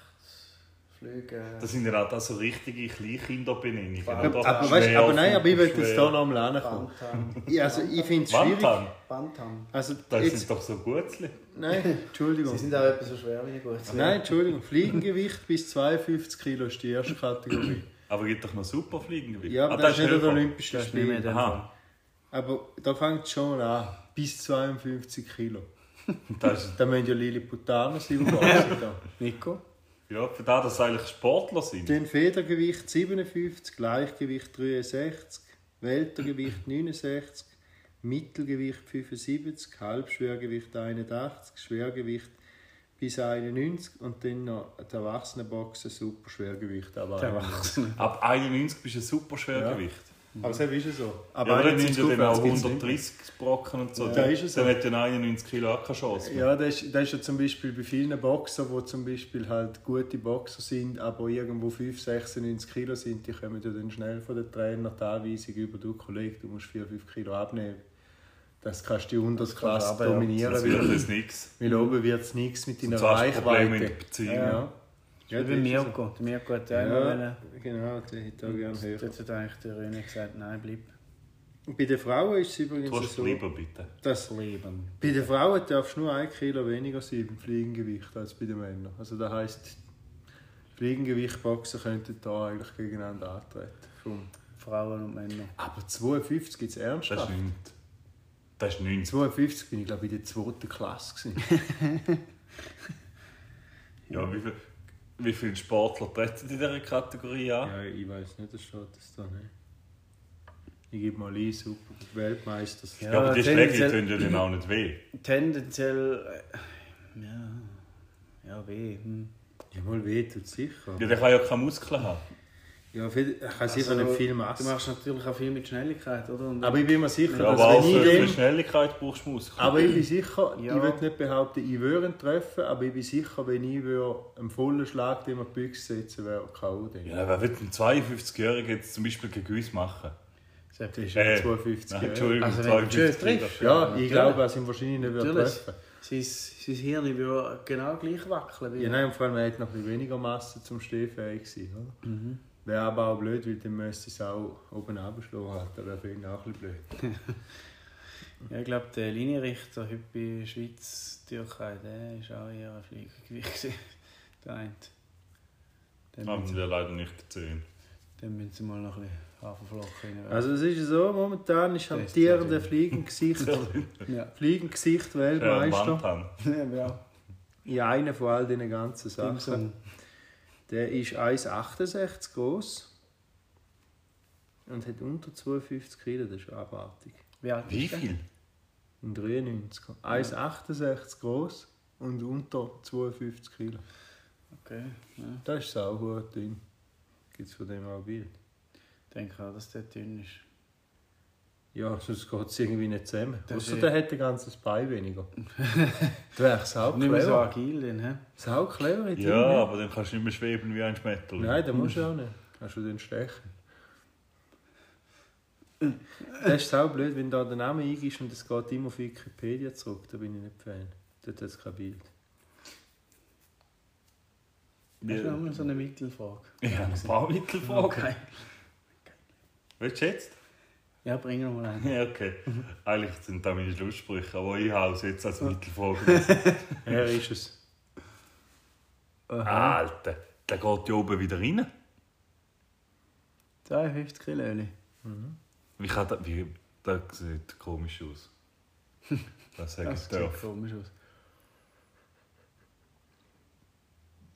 [SPEAKER 2] Flüge.
[SPEAKER 3] Das sind ja auch das so richtige Kleinkinderbenennungen.
[SPEAKER 2] Aber-
[SPEAKER 3] oder?
[SPEAKER 4] Aber, weißt,
[SPEAKER 3] Schwer,
[SPEAKER 4] aber nein, aber ich will jetzt
[SPEAKER 3] schwer.
[SPEAKER 4] hier nochmal ankommen.
[SPEAKER 2] Bantam.
[SPEAKER 4] Also ich finde es schwierig.
[SPEAKER 3] Wantan,
[SPEAKER 2] [LAUGHS] Bantam.
[SPEAKER 4] Also
[SPEAKER 3] das
[SPEAKER 4] jetzt,
[SPEAKER 3] sind doch so Gutzli.
[SPEAKER 4] nein,
[SPEAKER 2] Sie
[SPEAKER 4] Entschuldigung.
[SPEAKER 2] sind auch etwas so schwer wie die Gurzen.
[SPEAKER 4] Nein, Entschuldigung. Fliegengewicht bis 52 Kilo ist die erste Kategorie.
[SPEAKER 3] Aber gibt doch noch Superfliegen. Ah,
[SPEAKER 4] Ja, aber das, ist nicht
[SPEAKER 3] höher.
[SPEAKER 4] ein Olympisches
[SPEAKER 2] Das ist nicht mehr
[SPEAKER 4] Spiel.
[SPEAKER 2] der
[SPEAKER 3] Aha,
[SPEAKER 4] Aber da fängt es schon mal an. Bis 52 Kilo.
[SPEAKER 3] das ist,
[SPEAKER 4] Da müssen ja Lilliputaner sein,
[SPEAKER 3] um
[SPEAKER 4] die wachsen da. Nico?
[SPEAKER 3] ja, für das, dass sie eigentlich Sportler sind.
[SPEAKER 4] Dann Federgewicht 57, Leichtgewicht 63, Weltergewicht 69, Mittelgewicht 75, Halbschwergewicht 81, Schwergewicht bis 91 und dann noch die Erwachsenenboxen, Superschwergewicht. Aber
[SPEAKER 2] Der Erwachsene.
[SPEAKER 3] Ab 91 bist du ein Superschwergewicht.
[SPEAKER 4] Aber selber ist es so.
[SPEAKER 3] Aber ja, aber dann
[SPEAKER 4] jetzt
[SPEAKER 3] sind
[SPEAKER 4] ins
[SPEAKER 3] ja dann
[SPEAKER 4] Aufwärts
[SPEAKER 3] auch
[SPEAKER 4] geht's nicht.
[SPEAKER 3] 130 Brocken und so.
[SPEAKER 4] Ja, ist es
[SPEAKER 3] dann
[SPEAKER 4] so.
[SPEAKER 3] hat ja 91 Kilo auch keine Chance. mehr.
[SPEAKER 4] Ja, das ist, das ist ja zum Beispiel bei vielen Boxern, die zum Beispiel halt gute Boxer sind, aber irgendwo 5, 96 Kilo sind, die kommen ja dann schnell von den Trainer die Anweisung über du Kollege, du musst 4, 5 Kilo abnehmen. Das kannst du die Unterklasse
[SPEAKER 2] Das kann man aber, ja.
[SPEAKER 4] dominieren,
[SPEAKER 3] Das wird
[SPEAKER 4] weil,
[SPEAKER 3] jetzt nichts.
[SPEAKER 4] weil oben wird es nichts mit deiner
[SPEAKER 3] Das hast du Probleme in der
[SPEAKER 4] Reichweite.
[SPEAKER 3] Beziehung.
[SPEAKER 4] Ja,
[SPEAKER 2] Ja,
[SPEAKER 4] das
[SPEAKER 2] wie
[SPEAKER 4] ist
[SPEAKER 2] Mirko. Der Mirko hat ja
[SPEAKER 4] so.
[SPEAKER 2] immer wollen.
[SPEAKER 4] Ja, genau, der hätte auch gerne höher.
[SPEAKER 2] Jetzt hat eigentlich der Röne gesagt, nein, bleib.
[SPEAKER 4] Und Bei den Frauen ist es übrigens
[SPEAKER 3] Du hast
[SPEAKER 4] so,
[SPEAKER 3] lieber bitte.
[SPEAKER 4] dass
[SPEAKER 2] Leben.
[SPEAKER 4] bei den Frauen darfst du nur ein Kilo weniger sein im Fliegengewicht als bei den Männern. Also das heisst, Fliegengewichtboxen könnten da eigentlich gegeneinander antreten. Vom-
[SPEAKER 2] Frauen und Männer.
[SPEAKER 4] Aber 52 gibt es
[SPEAKER 3] Das ist
[SPEAKER 4] ernsthaft.
[SPEAKER 3] nichts. Das ist nichts.
[SPEAKER 4] 52 bin ich glaube ich in der zweiten Klasse. Gewesen.
[SPEAKER 3] Ja, wie, viel, wie viele Sportler treten in dieser Kategorie an?
[SPEAKER 4] [LAUGHS] Ja, ich weiß nicht, das steht das da nicht. Ich gebe mal ein, super Weltmeister.
[SPEAKER 3] Ja, aber die Schläge
[SPEAKER 2] tendenziell-
[SPEAKER 3] tun ja dann auch nicht weh.
[SPEAKER 2] Tendenziell. äh, Ja. Ja, weh. Hm.
[SPEAKER 4] Ja, mal weh tut sicher.
[SPEAKER 3] Ja, der kann ja keine Muskeln haben.
[SPEAKER 4] Ja, viel, ich kann sicher nicht viel
[SPEAKER 2] Du
[SPEAKER 4] Masse.
[SPEAKER 2] machst natürlich auch viel mit Schnelligkeit, oder? Und
[SPEAKER 4] Also, Aber ich bin mir sicher,
[SPEAKER 3] Ja,
[SPEAKER 4] dass
[SPEAKER 3] aber auch
[SPEAKER 4] wenn ich
[SPEAKER 3] für, für
[SPEAKER 4] dem
[SPEAKER 3] Schnelligkeit brauchst du Muskeln.
[SPEAKER 4] Aber ich bin sicher,
[SPEAKER 2] Ja.
[SPEAKER 4] ich würde nicht behaupten, ich würde ihn treffen, aber ich bin sicher, wenn ich würde einen vollen Schlag, den man Büchse setzen würde, K.O. dann.
[SPEAKER 3] ja, wer wird ein 52-Jähriger jetzt zum Beispiel gegen uns machen?
[SPEAKER 2] Das
[SPEAKER 4] Das ist
[SPEAKER 2] ist-
[SPEAKER 4] ja
[SPEAKER 3] Äh,
[SPEAKER 4] 52
[SPEAKER 3] Nein,
[SPEAKER 4] Jahre.
[SPEAKER 3] Entschuldigung,
[SPEAKER 2] Also, wenn du schön
[SPEAKER 3] 52
[SPEAKER 2] triffst.
[SPEAKER 4] Ja, ich
[SPEAKER 2] Natürlich.
[SPEAKER 4] glaube, er ihn wahrscheinlich nicht würde
[SPEAKER 2] Natürlich.
[SPEAKER 4] treffen.
[SPEAKER 2] Sein, sein Hirn würde genau gleich wackeln. wie-
[SPEAKER 4] Ja, nein, und vor allem, er hätte noch ein bisschen weniger Masse zum Stehfähig gewesen. Oder?
[SPEAKER 2] Mhm.
[SPEAKER 4] Wäre aber auch blöd, weil dann müsste es auch oben abschlagen. halt. Das wäre für ihn auch ein bisschen blöd.
[SPEAKER 2] Ja, ich glaube, der Linienrichter heute bei Schweiz-Türkei, der ist auch eher ein Fliegergewicht. gewesen. [LAUGHS] der eine. Den,
[SPEAKER 3] Haben sie
[SPEAKER 2] müssen,
[SPEAKER 3] ja leider nicht gesehen.
[SPEAKER 2] den müssen sie mal noch ein bisschen Haferflocken rein.
[SPEAKER 4] Also, es ist so, momentan ist am
[SPEAKER 2] Das ist
[SPEAKER 4] tierende
[SPEAKER 2] natürlich- [LAUGHS]
[SPEAKER 4] Fliegengesicht,
[SPEAKER 3] Ah,
[SPEAKER 2] ja.
[SPEAKER 4] Fliegengesicht
[SPEAKER 3] Der
[SPEAKER 4] Weltmeister.
[SPEAKER 3] Mantan.
[SPEAKER 2] ja, ja.
[SPEAKER 4] in einer von all diesen ganzen
[SPEAKER 2] Tim
[SPEAKER 4] Sachen.
[SPEAKER 2] Sung.
[SPEAKER 4] Der ist 1,68 groß und hat unter 52 Kilo, das ist abartig.
[SPEAKER 2] Wie alt
[SPEAKER 3] Wie
[SPEAKER 2] ist der?
[SPEAKER 3] viel?
[SPEAKER 4] In 93. 1,68 groß und unter 52 Kilo.
[SPEAKER 2] Okay, ja.
[SPEAKER 4] Das ist saugut dünn. Gibt es von dem auch ein Bild?
[SPEAKER 2] Ich denke auch, dass der dünn ist.
[SPEAKER 4] Ja, sonst geht es irgendwie nicht zusammen.
[SPEAKER 2] Das
[SPEAKER 4] Außer
[SPEAKER 2] ist-
[SPEAKER 4] der hätte ein ganzes
[SPEAKER 2] [LAUGHS]
[SPEAKER 4] Bein weniger. das wäre sau
[SPEAKER 2] Nicht mehr so
[SPEAKER 4] clever.
[SPEAKER 2] agil, dann, hä?
[SPEAKER 4] Sau clever in
[SPEAKER 3] Ja, aber dann kannst du nicht mehr schweben wie ein Schmetterling.
[SPEAKER 4] ne? Nein, den musst du auch nicht. Kannst du den stechen. Das ist auch blöd, wenn da der Name eingibst und es geht immer auf Wikipedia zurück. Da bin ich nicht Fan. Dort hat es kein Bild.
[SPEAKER 2] Das ist
[SPEAKER 3] Ja.
[SPEAKER 2] nochmal so eine Mittelfrage.
[SPEAKER 3] [LAUGHS] Ich habe ein paar
[SPEAKER 4] [LAUGHS]
[SPEAKER 3] Mittelfragen.
[SPEAKER 2] Okay.
[SPEAKER 3] Willst du jetzt?
[SPEAKER 2] Ja, bring noch mal einen.
[SPEAKER 3] Ja, okay. Eigentlich sind das meine Schlusssprüche, aber ich habe es jetzt als
[SPEAKER 4] [LAUGHS]
[SPEAKER 3] Mittelfrage.
[SPEAKER 4] Er ist es.
[SPEAKER 3] Alter, der geht ja oben wieder rein.
[SPEAKER 2] 52 Kilo, Öli.
[SPEAKER 3] Wie kann das, wie, das sieht komisch aus. Das sage ich
[SPEAKER 2] Das sieht
[SPEAKER 3] darf.
[SPEAKER 2] komisch aus.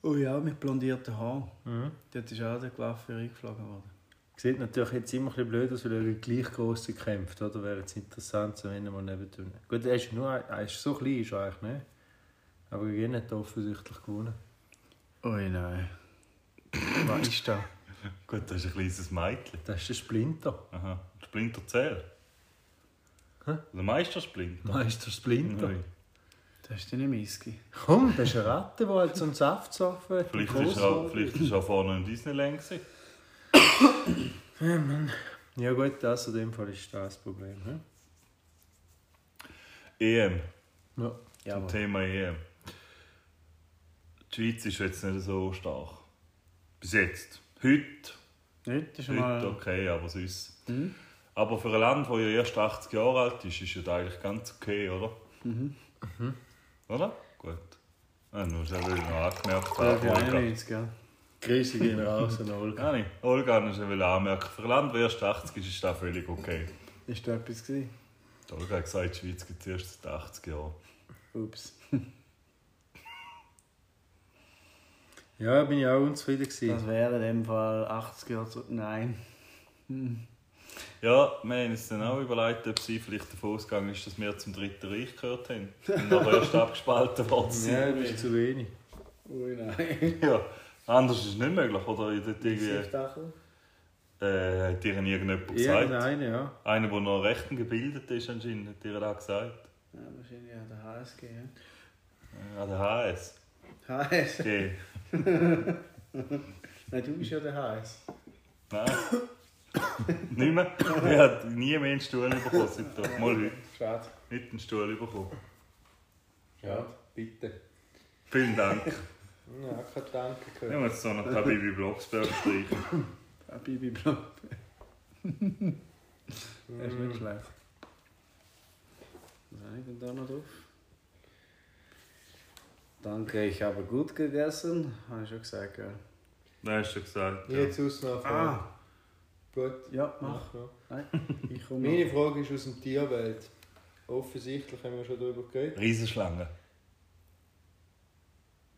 [SPEAKER 2] Oh ja, mit blondierten Haaren.
[SPEAKER 3] Mhm.
[SPEAKER 2] Dort ist auch der Waffe reingeflogen worden.
[SPEAKER 4] Sieht natürlich jetzt immer ein bisschen blöd aus, weil er gegen gleich große kämpft. Oder wäre jetzt interessant, so wenn er mal neben tun. Gut, er ist nur ein- er ist so klein, ist er eigentlich, ne? Aber gegen ihn hat er offensichtlich gewonnen.
[SPEAKER 2] Ui nein. Was ist da?
[SPEAKER 3] Gut, das ist ein kleines Mädchen.
[SPEAKER 4] Das ist der Splinter.
[SPEAKER 3] Aha. Splinter Zell.
[SPEAKER 4] Hä?
[SPEAKER 3] Der Meister Splinter.
[SPEAKER 4] Meister Splinter.
[SPEAKER 3] Nein.
[SPEAKER 2] Das ist deine Miski.
[SPEAKER 4] Komm, das ist eine Ratte, die halt so einen Saft saufen hat.
[SPEAKER 3] Vielleicht
[SPEAKER 4] Gross
[SPEAKER 3] ist er auch,
[SPEAKER 4] geworden.
[SPEAKER 3] vielleicht ist er auch vorne in Disneyland. gewesen.
[SPEAKER 4] Ja gut, das in dem Fall ist das Problem. He?
[SPEAKER 3] EM.
[SPEAKER 4] Ja.
[SPEAKER 2] Ja,
[SPEAKER 3] Zum
[SPEAKER 2] aber
[SPEAKER 3] Thema EM. Die Schweiz ist jetzt nicht so stark. Bis jetzt. Heute.
[SPEAKER 2] heute ist
[SPEAKER 3] Heute
[SPEAKER 2] mal...
[SPEAKER 3] okay, aber sonst. Aber für ein Land, das ja erst 80 Jahre alt ist, ist ja das eigentlich ganz okay, oder? Oder? Gut. Ja, nur schon, weil ich noch angemerkt habe. Olga.
[SPEAKER 2] 91, ja.
[SPEAKER 4] Grüße gehen raus an Olga.
[SPEAKER 3] Gar nicht. Olga hat schon will anmerken. Für ein Land, das erst 80 ist, ist das völlig okay.
[SPEAKER 2] [LAUGHS] Ist da etwas gewesen?
[SPEAKER 3] Die Olga hat gesagt, die Schweiz gibt es erst seit 80 Jahren.
[SPEAKER 2] Ups.
[SPEAKER 4] Ja, bin ich auch unzufrieden gewesen.
[SPEAKER 2] Das wäre in dem Fall 80 Jahre zurück. Nein.
[SPEAKER 3] Ja, wir haben uns dann auch überlegt, ob sie vielleicht davon ausgegangen ist, dass wir zum Dritten Reich gehört haben. Und aber erst abgespalten worden sind.
[SPEAKER 4] Ja, das ist zu wenig.
[SPEAKER 2] Ui nein.
[SPEAKER 3] Ja, anders ist es nicht möglich, oder? In der Dinge.
[SPEAKER 2] Siebtachel?
[SPEAKER 3] Äh, hat dir irgendjemand gesagt?
[SPEAKER 4] Irgendeine, ja.
[SPEAKER 3] Einer, der noch rechten gebildet ist anscheinend, hat dir da gesagt. Äh,
[SPEAKER 2] Ja, wahrscheinlich an der HSG, ja.
[SPEAKER 3] An der HS.
[SPEAKER 2] HS.
[SPEAKER 3] Okay.
[SPEAKER 2] Nein, du bist ja der HS.
[SPEAKER 3] Nein. nicht mehr. Ich habe nie mehr einen Stuhl bekommen seitdem. Mal heute.
[SPEAKER 2] Schade.
[SPEAKER 3] Nicht einen Stuhl bekommen.
[SPEAKER 4] Ja, bitte.
[SPEAKER 3] Vielen Dank.
[SPEAKER 4] Ja, kein Danke
[SPEAKER 3] Ich
[SPEAKER 4] gehört.
[SPEAKER 3] muss jetzt noch ein paar Bibi Blocksberg streichen.
[SPEAKER 2] Ah, Bibi Blob. [LAUGHS] das ist nicht schlecht. Was habe Mhm. ich denn da noch drauf? Danke, ich habe gut gegessen. Habe ich schon gesagt, gell?
[SPEAKER 3] Nein, hast du gesagt. Ja.
[SPEAKER 4] Jetzt aus einer Frage. Gut.
[SPEAKER 2] Ah, ja,
[SPEAKER 4] Ah. Mach noch.
[SPEAKER 2] Nein, ich komme
[SPEAKER 4] Meine Frage ist aus der Tierwelt. Offensichtlich haben wir schon darüber geredet.
[SPEAKER 3] Riesenschlange.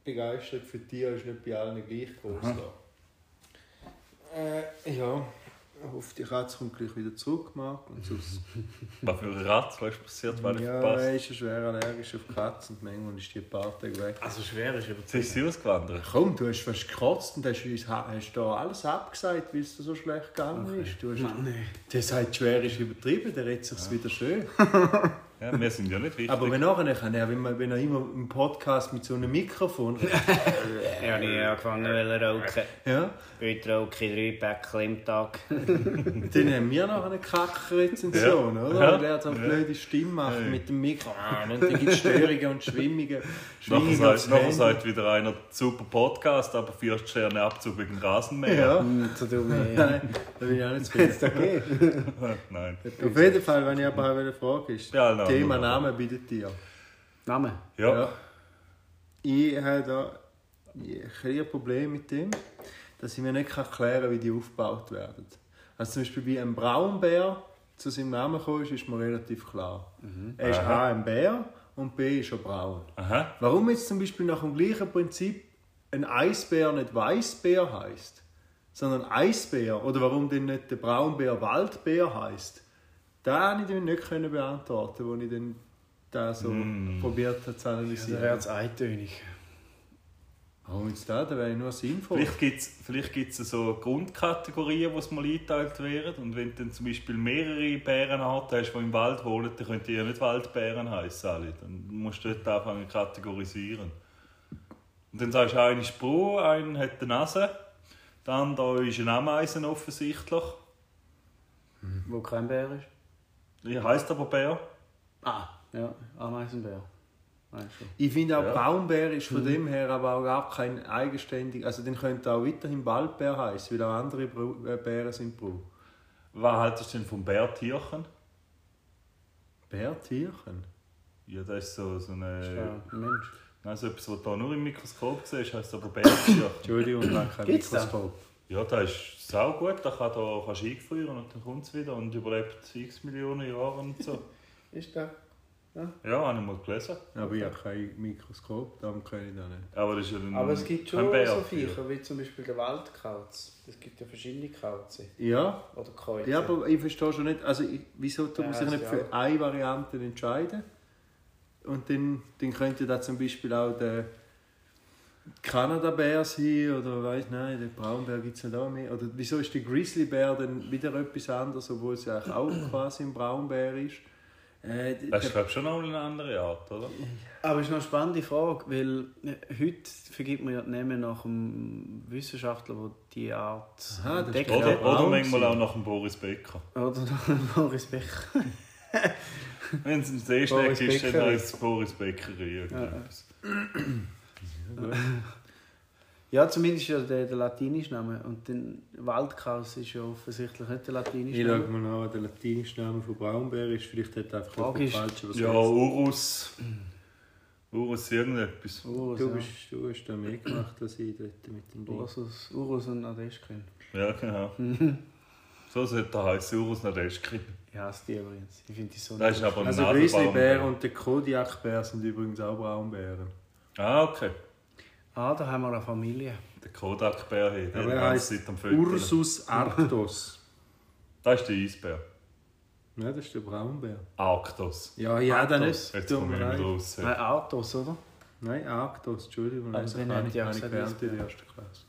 [SPEAKER 4] Begeisterung für Tiere ist nicht bei allen gleich groß. Äh, ja, ich hoffe, die Katze kommt gleich wieder zurück, Marc. Und sonst
[SPEAKER 3] Was für ein Ratz, was ist passiert, weil ich
[SPEAKER 4] ja,
[SPEAKER 3] verpasst
[SPEAKER 4] er ist ja schwer allergisch auf Katzen und manchmal ist die ein paar Tage weg.
[SPEAKER 2] Also schwer ist aber
[SPEAKER 3] Jetzt ist sie ausgewandert.
[SPEAKER 4] Komm, du hast fast gekotzt und hast, uns- hast da alles abgesagt, weil es dir so schlecht gegangen ist. Du hast,
[SPEAKER 2] Mann, ey.
[SPEAKER 4] der sagt, schwer ist übertrieben, der redet sich wieder schön.
[SPEAKER 3] Ja, wir sind ja nicht wichtig.
[SPEAKER 4] Aber wenn nachher kann er, wenn, man, wenn er immer im Podcast mit so einem Mikrofon redet,
[SPEAKER 5] Ja, ich habe angefangen zu rauchen.
[SPEAKER 4] ja,
[SPEAKER 5] Heute rauche ich drei Päckchen am Tag.
[SPEAKER 4] dann haben wir nachher eine Kackrezension,
[SPEAKER 3] Ja.
[SPEAKER 4] oder? Und er hat so eine blöde Stimme machen mit dem Mikrofon und dann gibt es Störungen
[SPEAKER 3] [LAUGHS]
[SPEAKER 4] und Schwimmungen.
[SPEAKER 3] Nachher
[SPEAKER 4] Schwimmungen aufs
[SPEAKER 3] sagt, nachher
[SPEAKER 4] Handy.
[SPEAKER 3] sagt wieder einer, super Podcast, aber vier Sterne Abzug wegen Rasenmäher.
[SPEAKER 4] Ja,
[SPEAKER 2] Zu [LAUGHS] dumm, ey.
[SPEAKER 4] nein, da bin ich auch nicht zufrieden.
[SPEAKER 3] [LAUGHS] Nein.
[SPEAKER 4] Auf jeden Fall, wenn ich aber auch eine Frage ist,
[SPEAKER 3] Ja, genau. nein,
[SPEAKER 4] Thema
[SPEAKER 3] wunderbar.
[SPEAKER 4] Name bei den Tieren.
[SPEAKER 2] Name?
[SPEAKER 3] Ja.
[SPEAKER 4] Ja. Ich habe da ein kleines Problem mit dem, dass ich mir nicht erklären kann, wie die aufgebaut werden. Also zum Beispiel, wie ein Braunbär zu seinem Namen gekommen ist, ist mir relativ klar. Er ist A ein Bär und B ist er braun.
[SPEAKER 3] Aha.
[SPEAKER 4] Warum jetzt zum Beispiel nach dem gleichen Prinzip ein Eisbär nicht Weißbär heißt, sondern Eisbär oder warum denn nicht der Braunbär Waldbär heißt, da konnte ich dann nicht können beantworten, als ich dann da so probiert habe zu
[SPEAKER 2] Da
[SPEAKER 4] analysieren.
[SPEAKER 2] wäre es eintönig.
[SPEAKER 4] Warum jetzt da? Da wäre ich nur sinnvoll.
[SPEAKER 3] Vielleicht gibt es vielleicht gibt's so Grundkategorien, die mal eingeteilt werden. Und wenn du dann zum Beispiel mehrere Bärenarten hast, die im Wald wohnen, dann könnt ihr ja nicht Waldbären heißen alle. Dann musst du dort anfangen zu kategorisieren. Und dann sagst du, einer ist Brau, einer hat eine Nase, der andere ist ein Ameisen offensichtlich.
[SPEAKER 2] Wo kein Bär ist?
[SPEAKER 3] Er heisst aber Bär.
[SPEAKER 2] Ah, ja, Ameisenbär. Weißt du.
[SPEAKER 4] Ich finde auch
[SPEAKER 3] Ja. Mhm.
[SPEAKER 4] Braunbär ist von dem her aber auch gar kein eigenständig. Also den könnte er auch weiterhin Waldbär heißen, weil auch andere Bru- äh, Bären sind Brau.
[SPEAKER 3] Was haltest du denn vom Bärtierchen?
[SPEAKER 4] Bärtierchen?
[SPEAKER 3] Ja, das ist so, so eine.
[SPEAKER 2] Ja, Mensch.
[SPEAKER 3] Nein, so etwas, was du nur im Mikroskop siehst, heisst aber Bärtierchen.
[SPEAKER 4] Entschuldigung, da kein
[SPEAKER 2] Gibt's da?
[SPEAKER 4] Mikroskop.
[SPEAKER 3] Ja, das ist sau gut. Da kann da, kannst du eingefrieren und dann kommt es wieder und überlebt x Millionen Jahre und so.
[SPEAKER 2] Ist da?
[SPEAKER 3] Ja, habe ich mal gelesen.
[SPEAKER 4] Aber ich habe kein Mikroskop, darum kann ich das nicht.
[SPEAKER 3] Aber das ist ja ein,
[SPEAKER 2] Aber es gibt schon
[SPEAKER 3] kein Bär.
[SPEAKER 2] so Viecher, wie zum Beispiel der Waldkauz. Es gibt ja verschiedene Kauze.
[SPEAKER 4] Ja,
[SPEAKER 2] Oder Käuze.
[SPEAKER 4] ja aber ich verstehe schon nicht, also ich, wieso tut man
[SPEAKER 2] Ja,
[SPEAKER 4] sich
[SPEAKER 2] das
[SPEAKER 4] nicht
[SPEAKER 2] ist
[SPEAKER 4] für eine Variante entscheiden? Und dann, dann könnte da zum Beispiel auch der Kanadabär sein oder weiß nein, der Braunbär gibt es nicht auch mehr. Oder wieso ist der Grizzlybär dann wieder etwas anderes, obwohl es eigentlich auch
[SPEAKER 3] [CLEARS THROAT]
[SPEAKER 4] quasi ein Braunbär ist? Äh, d-
[SPEAKER 3] Das ist,
[SPEAKER 4] der,
[SPEAKER 3] glaube ich, schon noch eine andere Art, oder?
[SPEAKER 2] Aber es ist noch eine spannende Frage, weil äh, heute vergibt man ja die Namen nach einem Wissenschaftler, der die Art
[SPEAKER 4] Aha, das
[SPEAKER 2] entdeckt
[SPEAKER 4] stimmt.
[SPEAKER 3] Oder,
[SPEAKER 2] hat.
[SPEAKER 4] Ja,
[SPEAKER 3] oder
[SPEAKER 4] Braun
[SPEAKER 3] manchmal
[SPEAKER 4] sein.
[SPEAKER 3] auch nach dem Boris Becker. [LAUGHS]
[SPEAKER 2] Oder [LAUGHS] nach dem Boris Becher.
[SPEAKER 3] Wenn es ein Seeschneck
[SPEAKER 2] Boris
[SPEAKER 3] ist, dann
[SPEAKER 2] Becker.
[SPEAKER 3] heisst es Boris Becker. irgendetwas.
[SPEAKER 2] Ja, zumindest ja der, der latinische Name. Und den Waldkauz ist ja offensichtlich nicht der latinische
[SPEAKER 4] ich schaue
[SPEAKER 2] Name.
[SPEAKER 4] mal nach, was der latinische Name von Braunbär ist. Vielleicht hat er einfach
[SPEAKER 2] Logisch.
[SPEAKER 4] falsch
[SPEAKER 3] Ja, Urus. Urus irgendetwas.
[SPEAKER 2] Urus,
[SPEAKER 4] Du
[SPEAKER 2] ja.
[SPEAKER 4] bist, du hast da mehr gemacht als ich dort mit dem Ding.
[SPEAKER 2] Ursus, Urus und Nadeschkin.
[SPEAKER 3] Ja,
[SPEAKER 4] [LAUGHS]
[SPEAKER 3] genau. so sollte er heißen, Urus Nadeschkin.
[SPEAKER 2] Ich hasse die übrigens. Ich finde die so
[SPEAKER 3] Das ist aber ein
[SPEAKER 4] Also
[SPEAKER 3] Nadelbaum.
[SPEAKER 4] Grizzlybär und der Kodiakbär sind übrigens auch Braunbären.
[SPEAKER 3] Ah, okay.
[SPEAKER 2] Ah, da haben wir eine Familie.
[SPEAKER 3] Der Kodak-Bär hier, der
[SPEAKER 4] Aber er
[SPEAKER 3] ganze
[SPEAKER 4] heißt
[SPEAKER 3] Zeit am Föteln.
[SPEAKER 4] Ursus Arctos. [LAUGHS]
[SPEAKER 3] Das ist der Eisbär.
[SPEAKER 4] ja, das ist der Braunbär.
[SPEAKER 3] Arctos.
[SPEAKER 4] Ja, ja, dann ist
[SPEAKER 3] Jetzt
[SPEAKER 4] tut mir
[SPEAKER 3] kommen wir nicht
[SPEAKER 4] leid.
[SPEAKER 3] raus.
[SPEAKER 2] Nein, Arthos, oder?
[SPEAKER 4] Nein, Arctos, Entschuldigung.
[SPEAKER 2] Aber
[SPEAKER 4] Also
[SPEAKER 2] dann
[SPEAKER 4] kann
[SPEAKER 2] hat
[SPEAKER 4] ich
[SPEAKER 2] ja
[SPEAKER 4] kann ich
[SPEAKER 2] gesagt,
[SPEAKER 4] gelernt in
[SPEAKER 2] Eisbär.
[SPEAKER 4] der ersten Klasse.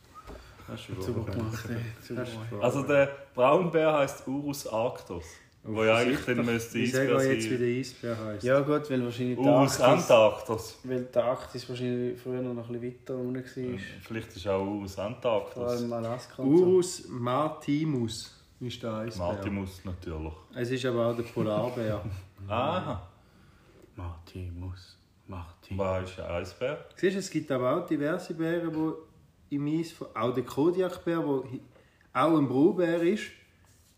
[SPEAKER 2] Hast du super
[SPEAKER 4] [LAUGHS]
[SPEAKER 2] gemacht. ey. Super gemacht.
[SPEAKER 3] Also der Braunbär heißt Urus Arctos. Wo ja eigentlich dann müsste
[SPEAKER 4] Ich sage
[SPEAKER 3] Eisbär
[SPEAKER 4] euch jetzt, wie
[SPEAKER 3] sein.
[SPEAKER 4] der Eisbär heißt.
[SPEAKER 2] Ja gut, weil wahrscheinlich der
[SPEAKER 3] Urus
[SPEAKER 2] Arktis,
[SPEAKER 3] Antarktis.
[SPEAKER 2] weil der Arktis wahrscheinlich früher noch ein bisschen weiter rum war.
[SPEAKER 3] Vielleicht ist auch Urus
[SPEAKER 2] Vor allem
[SPEAKER 3] Antarktis.
[SPEAKER 2] Alaska und so.
[SPEAKER 4] Urus Martimus ist der Eisbär.
[SPEAKER 3] Martimus natürlich.
[SPEAKER 4] Es ist aber auch der Polarbär. [LAUGHS]
[SPEAKER 3] Aha.
[SPEAKER 2] Martimus. Martimus.
[SPEAKER 3] Was ist ein Eisbär?
[SPEAKER 4] Siehst du, es gibt aber auch diverse Bären, die im Eis, von- auch der Kodiakbär, der hi- auch ein Braubär ist,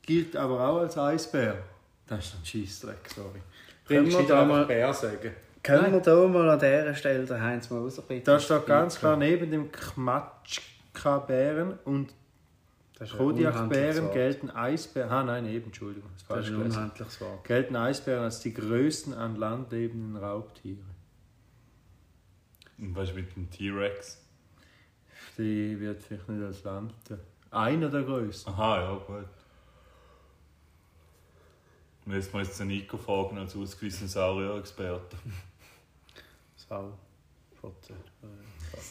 [SPEAKER 4] gilt aber auch als Eisbär. Das ist ein Scheissdreck, sorry.
[SPEAKER 2] Können wir
[SPEAKER 4] Kannst
[SPEAKER 2] da
[SPEAKER 4] da mal
[SPEAKER 2] mal-
[SPEAKER 4] Bär sagen?
[SPEAKER 2] Können wir da mal an dieser Stelle den Heinz mal rausbitten?
[SPEAKER 4] Da steht ganz klar neben dem Kmatschka-Bären und
[SPEAKER 2] Das ist ein unhandliches
[SPEAKER 4] Kodiakbären
[SPEAKER 2] Wort.
[SPEAKER 4] gelten Eisbären. Ah nein, eben, Entschuldigung, das ist
[SPEAKER 2] Das
[SPEAKER 4] falsch
[SPEAKER 2] ist ein
[SPEAKER 4] gelesen.
[SPEAKER 2] unhandliches Wort.
[SPEAKER 4] Gelten Eisbären als die größten an Land lebenden Raubtiere.
[SPEAKER 3] Und was ist mit dem T-Rex?
[SPEAKER 4] Die wird vielleicht nicht als Land. Einer der größten.
[SPEAKER 3] Aha, ja, gut. Müssen wir jetzt den Nico fragen als ausgewiesener
[SPEAKER 4] [LAUGHS]
[SPEAKER 3] Saurier-Experte.
[SPEAKER 2] Sau. Fotze.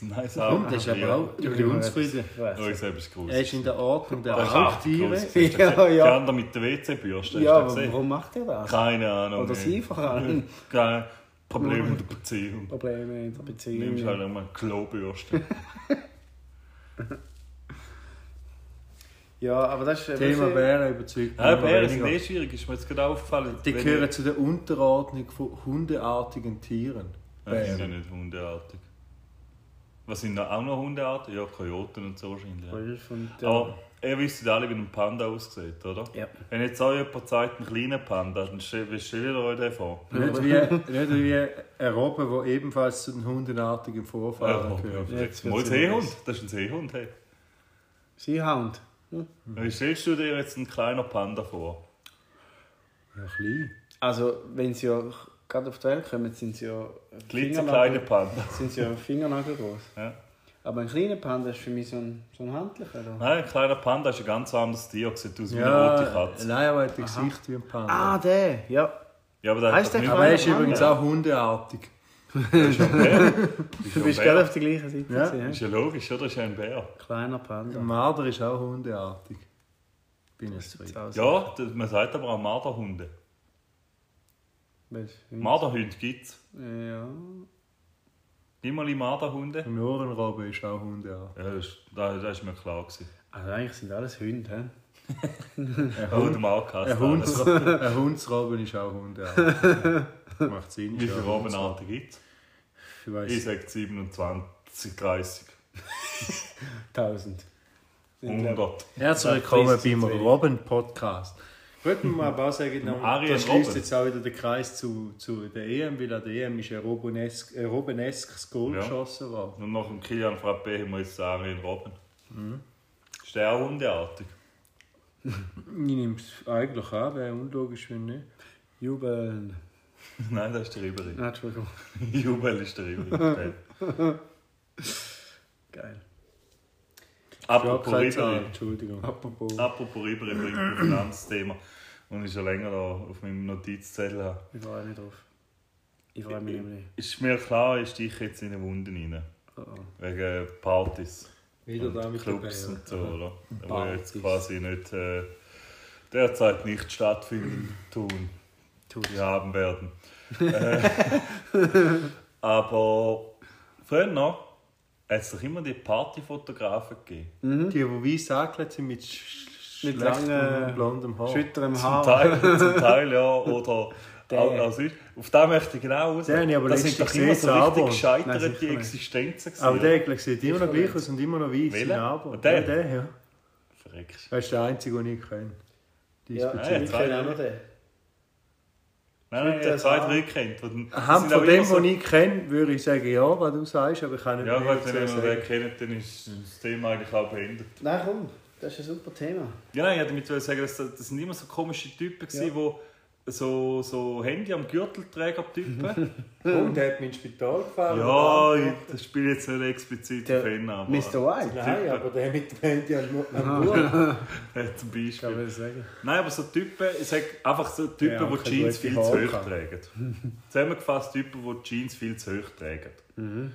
[SPEAKER 3] Nein,
[SPEAKER 4] Und das ist aber auch
[SPEAKER 2] Entschuldigung,
[SPEAKER 4] unzufrieden.
[SPEAKER 3] Nur Oh, ich selbst gruselig.
[SPEAKER 4] Er ist in der Ordnung der
[SPEAKER 3] Das ist auch
[SPEAKER 4] Raubtiere. [LAUGHS]
[SPEAKER 3] gruselig. Hast du
[SPEAKER 2] Ja,
[SPEAKER 3] gesehen?
[SPEAKER 2] ja.
[SPEAKER 3] Die anderen mit der WC-Bürste,
[SPEAKER 2] Ja,
[SPEAKER 3] hast
[SPEAKER 2] aber
[SPEAKER 3] du gesehen?
[SPEAKER 2] warum macht ihr das?
[SPEAKER 3] Keine Ahnung.
[SPEAKER 2] Oder
[SPEAKER 3] ey.
[SPEAKER 2] sie vor allem.
[SPEAKER 3] Keine Probleme mit der
[SPEAKER 4] [LAUGHS]
[SPEAKER 3] Beziehung.
[SPEAKER 2] Probleme in der
[SPEAKER 3] Nimmst
[SPEAKER 2] Beziehung.
[SPEAKER 3] halt einmal eine Klobürste.
[SPEAKER 2] Ja, aber das ist ein
[SPEAKER 4] Thema
[SPEAKER 2] bisschen-
[SPEAKER 4] Bären überzeugt
[SPEAKER 3] Ja,
[SPEAKER 4] mich
[SPEAKER 3] Bären sind
[SPEAKER 4] weniger.
[SPEAKER 3] eh schwierig, ist mir jetzt gerade aufgefallen.
[SPEAKER 4] Die
[SPEAKER 3] Wenn-
[SPEAKER 4] gehören zu der Unterordnung von hundeartigen Tieren.
[SPEAKER 3] Ja, die sind ja
[SPEAKER 4] Bären.
[SPEAKER 3] nicht hundeartig. Was sind da auch noch hundeartig? Ja, Kojoten und so wahrscheinlich. ja.
[SPEAKER 2] Wolf und äh,
[SPEAKER 3] Aber ihr wisst alle, wie ein Panda aussieht, oder?
[SPEAKER 2] Ja.
[SPEAKER 3] Wenn jetzt auch jemand zeigt, einen kleinen Panda, dann stell- wie stellt ihr euch den vor?
[SPEAKER 4] Nicht wie, nicht wie ein Robben, der ebenfalls zu den hundenartigen Vorfahren
[SPEAKER 3] Ja,
[SPEAKER 4] gehört.
[SPEAKER 2] Ah, also jetzt
[SPEAKER 3] Mal ein
[SPEAKER 2] wird's
[SPEAKER 3] Seehund, das ist ein Seehund. Hey.
[SPEAKER 2] Seehound. Mhm.
[SPEAKER 3] Wie stellst du dir jetzt einen kleinen Panda vor?
[SPEAKER 4] Ja, klein.
[SPEAKER 2] Also, wenn sie ja gerade auf die Welt kommen, sind sie ja Fingernagel-
[SPEAKER 3] Klitzekleine Panda.
[SPEAKER 2] sind sie ja Fingernagel groß.
[SPEAKER 3] Ja.
[SPEAKER 2] Aber ein kleiner Panda ist für mich so ein, so ein handlicher. Oder?
[SPEAKER 3] Nein, ein kleiner Panda ist ein ganz anderes Tier, sieht aus wie eine rote
[SPEAKER 4] Ja,
[SPEAKER 3] Katze.
[SPEAKER 4] Äh, nein, aber er hat ein Gesicht wie ein Panda.
[SPEAKER 2] Ah, der, ja.
[SPEAKER 3] Ja, aber der
[SPEAKER 2] Heißt
[SPEAKER 3] doch
[SPEAKER 2] der
[SPEAKER 3] nicht-
[SPEAKER 4] aber er ist
[SPEAKER 2] Panda.
[SPEAKER 4] übrigens auch hundeartig.
[SPEAKER 2] Du bist gerade auf der gleichen Seite.
[SPEAKER 4] Ja.
[SPEAKER 2] gewesen,
[SPEAKER 3] Ist ja logisch, oder? Ist ja ein Bär.
[SPEAKER 2] Kleiner
[SPEAKER 4] Der
[SPEAKER 2] Panda.
[SPEAKER 4] Marder ist auch hundeartig. Bin ich zufrieden.
[SPEAKER 2] Also,
[SPEAKER 3] Ja, das- man sagt aber auch Marderhunde.
[SPEAKER 2] weißt du,
[SPEAKER 3] Marderhunde gibt's.
[SPEAKER 2] Ja.
[SPEAKER 3] Immer die
[SPEAKER 2] Mhm.
[SPEAKER 3] Marderhunde.
[SPEAKER 4] Ein Ohrenrobbe ist auch hundeartig.
[SPEAKER 3] Ja, das, ist- das, das ist mir klar gewesen.
[SPEAKER 2] Also eigentlich sind alles Hunde, hä?
[SPEAKER 3] Oh, der Mark hasst
[SPEAKER 4] Ein,
[SPEAKER 3] [LAUGHS]
[SPEAKER 4] Hunds
[SPEAKER 3] alles.
[SPEAKER 4] ein Hundsrobben ist auch hundeartig. Macht Sinn.
[SPEAKER 3] Wie
[SPEAKER 4] ist ja
[SPEAKER 3] viele
[SPEAKER 4] ein
[SPEAKER 3] Rabenarten gibt's?
[SPEAKER 4] Ich weiss
[SPEAKER 3] Ich sage 27, 30,
[SPEAKER 2] 1000.
[SPEAKER 3] 100.
[SPEAKER 4] Herzlich willkommen beim Robben-Podcast. Wollten wir mal ein paar sagen,
[SPEAKER 3] Arjen
[SPEAKER 4] das schließt
[SPEAKER 3] Robben.
[SPEAKER 4] jetzt auch wieder den Kreis zu, zu der EM, weil an der EM ist ein Robbenesk- ein robbeneskes Goal
[SPEAKER 3] Ja.
[SPEAKER 4] geschossen worden.
[SPEAKER 3] Und nach dem Kilian Frappé haben wir jetzt den Arjen Robben.
[SPEAKER 4] Mhm.
[SPEAKER 3] Ist der auch hundeartig? [LAUGHS]
[SPEAKER 4] Ich nehme es eigentlich an, wäre unlogisch, wenn nicht.
[SPEAKER 2] Jubeln.
[SPEAKER 3] Nein, das ist der Ribery.
[SPEAKER 2] Ah, Entschuldigung.
[SPEAKER 3] [LAUGHS] Jubel ist der
[SPEAKER 4] [LAUGHS]
[SPEAKER 3] Ribery.
[SPEAKER 2] Geil.
[SPEAKER 4] Ja,
[SPEAKER 3] Apropos
[SPEAKER 4] keine
[SPEAKER 3] Ribery.
[SPEAKER 4] Zahl, Entschuldigung.
[SPEAKER 2] Apropos.
[SPEAKER 3] Apropos Ribery bringt ein Finanzthema. Und ist ja länger da auf meinem Notizzettel. habe.
[SPEAKER 2] Ich freue mich drauf. Ich freue mich nämlich.
[SPEAKER 3] Ist mir klar, ich steche jetzt in die Wunden rein.
[SPEAKER 2] Oh, oh.
[SPEAKER 3] Wegen Partys.
[SPEAKER 4] Wieder da mit äh, den
[SPEAKER 3] Clubs
[SPEAKER 4] Bayern.
[SPEAKER 3] und so, oder? Die
[SPEAKER 2] Partys.
[SPEAKER 3] jetzt quasi nicht äh, derzeit nicht
[SPEAKER 4] [CLEARS THROAT]
[SPEAKER 3] stattfinden tun,
[SPEAKER 2] Tut.
[SPEAKER 3] die haben werden. äh, [LAUGHS] aber früher noch hat es doch immer die Partyfotografen gegeben.
[SPEAKER 4] Die, die weiss angelegt sind mit, sch
[SPEAKER 2] Mit
[SPEAKER 4] schlechtem
[SPEAKER 2] langen-
[SPEAKER 4] blondem Haar.
[SPEAKER 2] Schütter im
[SPEAKER 3] Oh.
[SPEAKER 4] Ah.
[SPEAKER 3] Zum
[SPEAKER 2] Haar.
[SPEAKER 3] Teil, zum Teil ja,
[SPEAKER 4] [LAUGHS]
[SPEAKER 3] oder auch,
[SPEAKER 2] Der.
[SPEAKER 3] auch sonst. Auf den möchte ich genau raus.
[SPEAKER 4] Den habe ich aber
[SPEAKER 3] das sind
[SPEAKER 4] letztens
[SPEAKER 3] doch immer
[SPEAKER 4] gesehen,
[SPEAKER 3] so
[SPEAKER 4] so
[SPEAKER 3] richtig
[SPEAKER 4] Abo.
[SPEAKER 2] Nein, sicher
[SPEAKER 3] gescheiterte
[SPEAKER 2] nicht.
[SPEAKER 3] Existenzen gewesen.
[SPEAKER 4] Aber der der sieht immer noch gleich aus und immer noch weiß.
[SPEAKER 3] Welcher?
[SPEAKER 4] in Abo.
[SPEAKER 3] Der?
[SPEAKER 4] Ja, der, ja.
[SPEAKER 3] Verreckst.
[SPEAKER 4] Das ist der einzige, den ich kenne.
[SPEAKER 3] Ah, ja,
[SPEAKER 2] ich
[SPEAKER 3] zwei.
[SPEAKER 2] kenne auch noch den.
[SPEAKER 3] Nein, nein,
[SPEAKER 2] Schütter
[SPEAKER 3] der
[SPEAKER 2] im
[SPEAKER 3] hat zwei,
[SPEAKER 2] Haar.
[SPEAKER 3] drei kennt. Und
[SPEAKER 4] Anhand
[SPEAKER 3] sind auch
[SPEAKER 4] von
[SPEAKER 3] immer
[SPEAKER 4] dem,
[SPEAKER 3] so-
[SPEAKER 4] was ich kenne, würde ich sagen, ja, was du sagst, aber ich kann nicht
[SPEAKER 3] Ja,
[SPEAKER 4] mehr
[SPEAKER 3] gut, wenn ihr
[SPEAKER 4] dazu
[SPEAKER 3] noch den
[SPEAKER 4] sagen.
[SPEAKER 3] kennt, dann ist das Thema eigentlich auch beendet.
[SPEAKER 2] Nein, komm. Das ist ein super Thema.
[SPEAKER 3] Ja, nein, ich wollte damit will sagen, dass das das sind immer so komische Typen, ja. die so, so Handy am Gürtelträger-Typen.
[SPEAKER 4] Und der hat mich ins Spital gefahren.
[SPEAKER 3] ja, ich das spiele jetzt nicht explizit auf ihn, aber
[SPEAKER 2] Mr. White.
[SPEAKER 4] Nein, aber der mit dem Handy am am Mund.
[SPEAKER 3] äh, [LAUGHS]
[SPEAKER 2] Kann
[SPEAKER 3] zum Beispiel.
[SPEAKER 2] man das
[SPEAKER 3] [LAUGHS]
[SPEAKER 2] sagen?
[SPEAKER 3] Nein, aber so Typen, ich sage einfach so Typen,
[SPEAKER 4] Ja,
[SPEAKER 3] die
[SPEAKER 4] keine
[SPEAKER 3] Jeans
[SPEAKER 4] gute
[SPEAKER 3] viel zu hoch
[SPEAKER 4] Haare. Mhm.
[SPEAKER 3] tragen. Zusammengefasst Typen, die Jeans viel zu hoch tragen.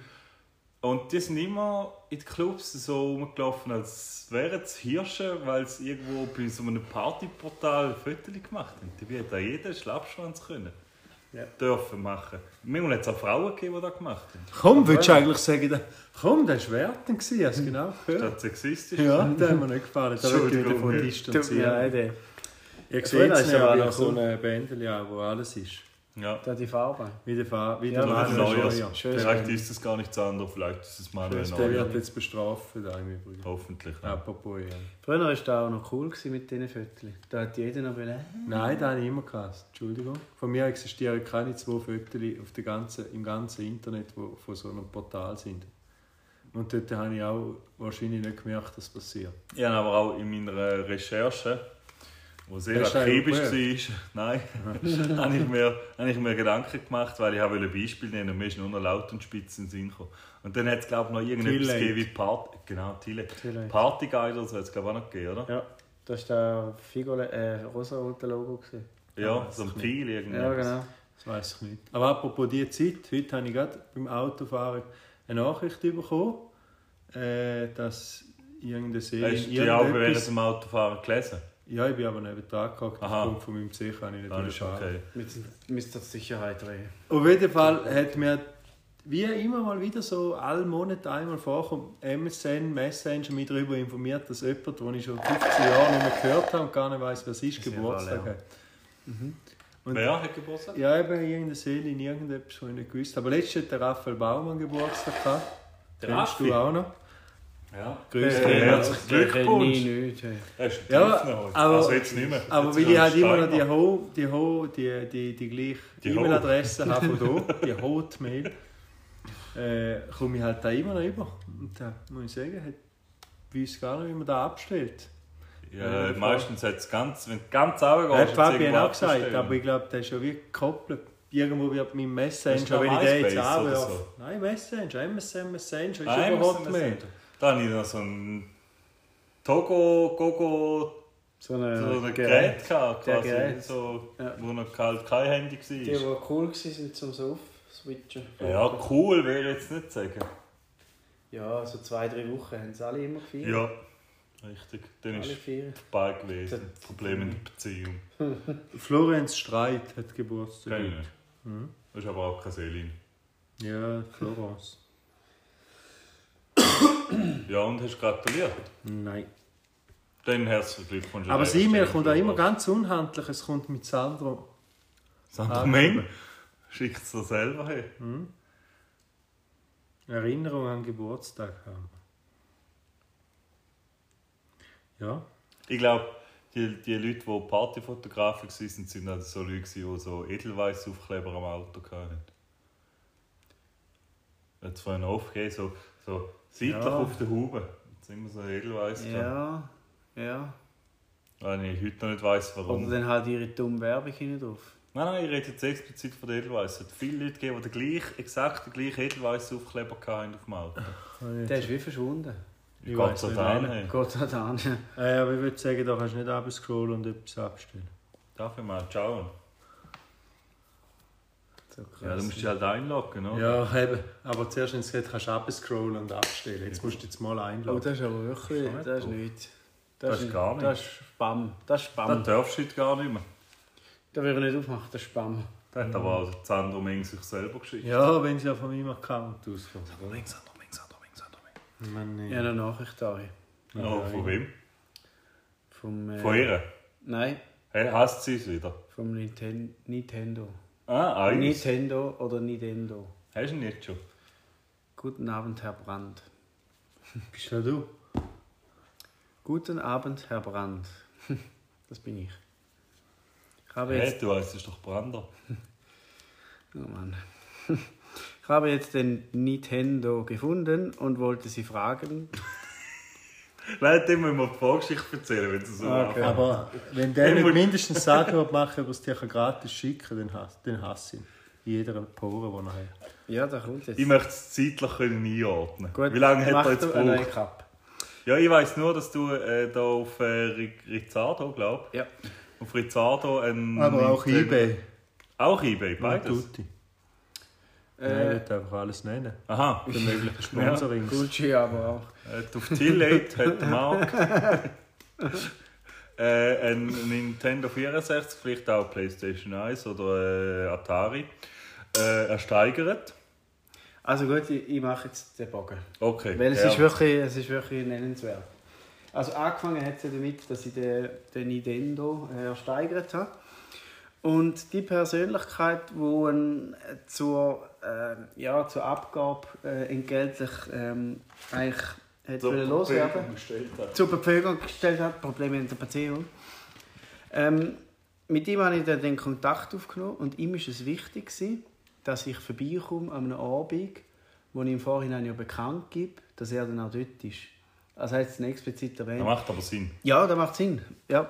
[SPEAKER 3] Und die sind immer in den Clubs so rumgelaufen, als wären es Hirsche, weil sie irgendwo bei so einem Partyportal Fotos gemacht haben. Die hätten auch jeden Schlappschwanz können. Dürfen machen. Manchmal hat es auch Frauen gegeben, die das gemacht haben.
[SPEAKER 4] Komm, willst du eigentlich sagen, da- komm, das war Werten, hast du genau
[SPEAKER 3] Das
[SPEAKER 4] gehört?
[SPEAKER 3] ist sexistisch.
[SPEAKER 4] Ja, der hat mir nicht gefallen. Da würde ich mich davon
[SPEAKER 2] Tut mir
[SPEAKER 4] distanzieren.
[SPEAKER 2] leid, ey.
[SPEAKER 4] Ihr seht
[SPEAKER 2] Früher ist
[SPEAKER 4] es
[SPEAKER 2] aber
[SPEAKER 4] ja, wie
[SPEAKER 2] noch
[SPEAKER 4] so
[SPEAKER 2] cool.
[SPEAKER 4] ein Bändel, ja, wo alles ist.
[SPEAKER 3] ja.
[SPEAKER 2] Da die Farbe.
[SPEAKER 4] Wie der Fahr, wie
[SPEAKER 2] Ja,
[SPEAKER 4] der
[SPEAKER 2] das
[SPEAKER 4] Manuel
[SPEAKER 2] ist
[SPEAKER 3] Neuer.
[SPEAKER 4] Neuer.
[SPEAKER 2] Schön.
[SPEAKER 3] Vielleicht ist das gar nichts anderes, vielleicht ist es Manuel
[SPEAKER 4] Das Der wird
[SPEAKER 3] Neuer.
[SPEAKER 4] jetzt bestraft, einem übrigens.
[SPEAKER 3] Hoffentlich.
[SPEAKER 4] Apropos, ja.
[SPEAKER 2] Früher war das auch noch cool gewesen mit diesen Fotos. Da hat jeder noch wollen.
[SPEAKER 4] Nein, das habe ich immer gehasst. Entschuldigung. Von mir existieren keine zwei Fotos auf der ganzen, im ganzen Internet, die von so einem Portal sind. Und dort habe ich auch wahrscheinlich nicht gemerkt, dass passiert.
[SPEAKER 3] Ich habe aber auch in meiner Recherche, die sehr
[SPEAKER 4] Hast du einen
[SPEAKER 3] akribisch
[SPEAKER 4] geprüft?
[SPEAKER 3] war, [LAUGHS] nein, habe, ich mir, habe ich mir Gedanken gemacht, weil ich habe ein Beispiel nennen und mir ist nur noch laut und spitz in den Sinn gekommen. Und dann hat es, glaube ich, noch irgendetwas
[SPEAKER 4] Tillate.
[SPEAKER 3] gegeben wie Party, genau, Tille.
[SPEAKER 2] Tillate.
[SPEAKER 3] Party Guide oder so hat es, glaube ich, auch noch gegeben, oder?
[SPEAKER 2] Ja, das war der Figole, äh, rosa-rote Logo. gewesen.
[SPEAKER 3] Ja, so ein Pfeil irgendwie.
[SPEAKER 2] Ja, genau.
[SPEAKER 4] Das weiß ich nicht. Aber apropos die Zeit, heute habe ich gerade beim Autofahren eine Nachricht bekommen, äh, dass irgendeine Serie.
[SPEAKER 3] Hast du die auch während dem Autofahren gelesen?
[SPEAKER 4] ja, ich bin aber neben dran gehockt,
[SPEAKER 3] Aha.
[SPEAKER 4] aufgrund von meinem Gesicht kann ich nicht
[SPEAKER 3] Dann ist
[SPEAKER 2] Genau.
[SPEAKER 4] durchschauen.
[SPEAKER 3] okay.
[SPEAKER 2] Mit, mit der Sicherheit reden.
[SPEAKER 4] Auf jeden Fall hat mir, wie immer mal wieder so, alle Monate einmal vorkommt, MSN, Messenger mich darüber informiert, dass jemand, den ich schon 15 Jahre nicht mehr gehört habe und gar nicht weiß, was ist, Geburtstag
[SPEAKER 2] alle,
[SPEAKER 4] hat. Und-
[SPEAKER 3] Wer hat Geburtstag?
[SPEAKER 4] Ja, eben irgendeine Seele in irgendetwas, was ich nicht gewusst habe. Aber letztes hat der Raphael Baumann Geburtstag gehabt.
[SPEAKER 3] Der
[SPEAKER 4] Kennst
[SPEAKER 3] Raffi?
[SPEAKER 4] du auch noch? Äh,
[SPEAKER 3] Ja.
[SPEAKER 4] Grüß
[SPEAKER 3] Hey,
[SPEAKER 4] dich.
[SPEAKER 3] herzlichen
[SPEAKER 2] Ich
[SPEAKER 3] Glückwunsch.
[SPEAKER 2] nicht. Hey.
[SPEAKER 3] Hast du
[SPEAKER 4] Ja,
[SPEAKER 3] ja, heute?
[SPEAKER 4] aber-
[SPEAKER 3] also jetzt nicht mehr.
[SPEAKER 4] Aber
[SPEAKER 3] Jetzt
[SPEAKER 4] weil ich
[SPEAKER 3] kommt
[SPEAKER 4] halt immer noch die
[SPEAKER 3] Steiner.
[SPEAKER 4] Ho, die Ho, die, die, die gleiche
[SPEAKER 3] Die [LAUGHS]
[SPEAKER 4] E-Mail-Adresse habe von da, die Hotmail, äh, komme ich halt da immer noch über. Und da muss ich sagen, hat, weiß gar nicht, wie man da abstellt.
[SPEAKER 3] Ja, meistens hat es ganz, wenn du ganz Augen
[SPEAKER 4] Hat Fabian auch gesagt, aber ich glaube, der ist ja wie gekoppelt. Irgendwo wird mein
[SPEAKER 3] Hast du
[SPEAKER 4] Messenger,
[SPEAKER 3] noch
[SPEAKER 4] wenn ich den jetzt
[SPEAKER 3] MySpace oder
[SPEAKER 4] anwerfe.
[SPEAKER 3] so? Ah,
[SPEAKER 4] Nein, Messenger, MSN, Messenger, ist
[SPEAKER 3] Nein,
[SPEAKER 4] über
[SPEAKER 3] wir sind- wir
[SPEAKER 4] Hotmail.
[SPEAKER 3] sind- Da habe ich noch so ein Togo, Gogo,
[SPEAKER 2] So
[SPEAKER 4] Äh,
[SPEAKER 3] so ein
[SPEAKER 2] ein
[SPEAKER 3] Gerät gehabt,
[SPEAKER 2] Der
[SPEAKER 3] quasi,
[SPEAKER 2] Gerät.
[SPEAKER 3] so,
[SPEAKER 2] Ja.
[SPEAKER 3] wo noch halt kein Handy
[SPEAKER 2] Die, die
[SPEAKER 3] war.
[SPEAKER 2] cool waren zum Sauf, switchen.
[SPEAKER 3] Ja, cool, will ich jetzt nicht sagen.
[SPEAKER 2] Ja, so zwei, drei Wochen haben sie alle immer gefeiert.
[SPEAKER 3] Ja, richtig. Dann
[SPEAKER 2] Alle
[SPEAKER 3] ist
[SPEAKER 2] vier.
[SPEAKER 3] vorbei gewesen. Problem in der Beziehung.
[SPEAKER 4] Florenz Streit hat Geburtstag.
[SPEAKER 3] Kenn ich nicht.
[SPEAKER 4] Mhm.
[SPEAKER 3] Das ist aber auch keine Seelin.
[SPEAKER 4] Ja, Florence.
[SPEAKER 3] Ja, und hast gratuliert.
[SPEAKER 4] Nein.
[SPEAKER 3] Dann herzlichen Glückwunsch. an
[SPEAKER 4] Aber das
[SPEAKER 3] dieser
[SPEAKER 4] E-Mail
[SPEAKER 3] Stelle.
[SPEAKER 4] kommt auch immer ganz unhandlich. Es kommt mit Sandro.
[SPEAKER 3] Sandra Meng schickt es Ah, dir selber hin.
[SPEAKER 4] Erinnerung an Geburtstag haben. Ja.
[SPEAKER 3] Ich glaube, die, die Leute, die Partyfotografen waren, sind auch so Leute, gewesen, die so Edelweißaufkleber am Auto hatten. Jetzt vorhin aufgegeben, so, so seitlich
[SPEAKER 2] Ja.
[SPEAKER 3] auf der Haube. Jetzt sind wir so Edelweiß. Ja.
[SPEAKER 2] Ja, ja.
[SPEAKER 3] Wenn ich heute noch nicht weiss, warum.
[SPEAKER 2] Oder dann halt ihre dumme Werbung hinten drauf.
[SPEAKER 3] Nein, nein, ich rede jetzt explizit von den Edelweiss. Es hat viele Leute gegeben, die den gleich, exakt den gleichen Edelweißaufkleber hatten auf dem Auto.
[SPEAKER 4] Äh,
[SPEAKER 2] Der ist wie verschwunden.
[SPEAKER 4] Ich
[SPEAKER 3] Gott
[SPEAKER 4] weiss
[SPEAKER 3] sei
[SPEAKER 4] nicht,
[SPEAKER 3] Dank.
[SPEAKER 4] welcher.
[SPEAKER 3] hey.
[SPEAKER 2] Gott sei Dank.
[SPEAKER 4] Äh, aber ich würde sagen, da kannst du nicht abscrollen und etwas abstellen.
[SPEAKER 3] Darf ich mal schauen?
[SPEAKER 2] So krass.
[SPEAKER 3] Ja, du musst dich halt einloggen, oder?
[SPEAKER 4] Ja, eben. Aber zuerst, wenn es geht, kannst du abscrollen und abstellen. Jetzt musst du jetzt mal
[SPEAKER 2] Oh,
[SPEAKER 4] einloggen.
[SPEAKER 2] das ist aber wirklich. Das ist nichts. Das,
[SPEAKER 3] ist gar nicht.
[SPEAKER 2] Das ist Spam. Das ist
[SPEAKER 3] Dann
[SPEAKER 2] Spam.
[SPEAKER 3] darfst du heute gar nicht mehr.
[SPEAKER 2] Da würde ich nicht aufmachen, das ist Spam.
[SPEAKER 3] Da hat aber auch Sandro Meng sich selber geschickt.
[SPEAKER 4] Ja, wenn es ja von meinem Account auskommt.
[SPEAKER 3] Links, Sandro Meng, Sandro Meng, Sandro Meng.
[SPEAKER 4] Mann, nee.
[SPEAKER 2] Ich habe eine Nachricht da.
[SPEAKER 3] Oh, von wem?
[SPEAKER 2] Vom, äh,
[SPEAKER 3] Von ihr?
[SPEAKER 2] Nein,
[SPEAKER 3] Hey, hasst sie es wieder?
[SPEAKER 2] vom Ninten Nintendo.
[SPEAKER 3] Ah, eins.
[SPEAKER 2] Nintendo oder Nintendo.
[SPEAKER 3] Hast du ihn nicht schon?
[SPEAKER 2] Guten Abend, Herr Brandt.
[SPEAKER 4] Bist ja du?
[SPEAKER 2] Guten Abend, Herr Brandt. [LAUGHS] Das bin ich. Ich habe jetzt
[SPEAKER 3] Hey, du weißt, es ist doch Brander.
[SPEAKER 2] Oh Mann. [LAUGHS] Ich habe jetzt den Nintendo gefunden und wollte Sie fragen.
[SPEAKER 3] Nein, dem müssen wir die Vorgeschichte erzählen, wenn sie so
[SPEAKER 4] Ah,
[SPEAKER 3] okay.
[SPEAKER 4] Aber wenn der
[SPEAKER 3] muss-
[SPEAKER 4] nicht mindestens sagen würde, machen, ob es dir gratis schicken kann, dann hasse, dann hasse ich ihn. In jeder Pore, die er hat.
[SPEAKER 2] Ja, da kommt jetzt.
[SPEAKER 3] Ich möchte es zeitlich können einordnen
[SPEAKER 2] Gut,
[SPEAKER 3] Wie lange hat
[SPEAKER 2] macht
[SPEAKER 3] er jetzt
[SPEAKER 2] einen neuen
[SPEAKER 3] gebraucht?
[SPEAKER 2] Cup.
[SPEAKER 3] Ja, ich weiss nur, dass du äh, da auf äh, Ri- Rizzardo, glaube
[SPEAKER 2] Ja.
[SPEAKER 3] ich, auf Rizzardo ein...
[SPEAKER 4] Aber auch
[SPEAKER 3] ein-
[SPEAKER 4] eBay.
[SPEAKER 3] Auch eBay,
[SPEAKER 4] Beides.
[SPEAKER 3] beides.
[SPEAKER 4] Tutti.
[SPEAKER 2] Äh,
[SPEAKER 4] Nein, ich würde einfach alles nennen.
[SPEAKER 3] Aha,
[SPEAKER 4] Für mögliche Sponsorings.
[SPEAKER 2] Gucci aber auch.
[SPEAKER 3] äh, auf Tillate hat der
[SPEAKER 6] [LAUGHS]
[SPEAKER 3] Marc äh, ein Nintendo 64, vielleicht auch PlayStation 1 oder äh, Atari äh, ersteigert.
[SPEAKER 2] Also gut, ich, ich mache jetzt den Bogen.
[SPEAKER 3] Okay.
[SPEAKER 2] Weil es,
[SPEAKER 3] ja.
[SPEAKER 2] ist wirklich, es ist wirklich nennenswert. Also angefangen hat es ja damit, dass ich den, den Nintendo äh, ersteigert habe. Und die Persönlichkeit, die ein, zur, äh, ja, zur Abgabe äh, entgeltlich ähm, eigentlich hätte
[SPEAKER 3] So,
[SPEAKER 2] wollen loswerden
[SPEAKER 3] bestellt hat.
[SPEAKER 2] zur Verfügung gestellt hat, Probleme in der Beziehung. Ähm, mit ihm habe ich dann den Kontakt aufgenommen und ihm war es wichtig, gewesen, dass ich vorbeikomme an einem Abend, wo ich im Vorhinein ja bekannt gebe, dass er dann auch dort ist. Also hat es ihn explizit
[SPEAKER 3] Das
[SPEAKER 2] erwähnt.
[SPEAKER 3] macht aber Sinn.
[SPEAKER 2] Ja, das macht Sinn. Ja.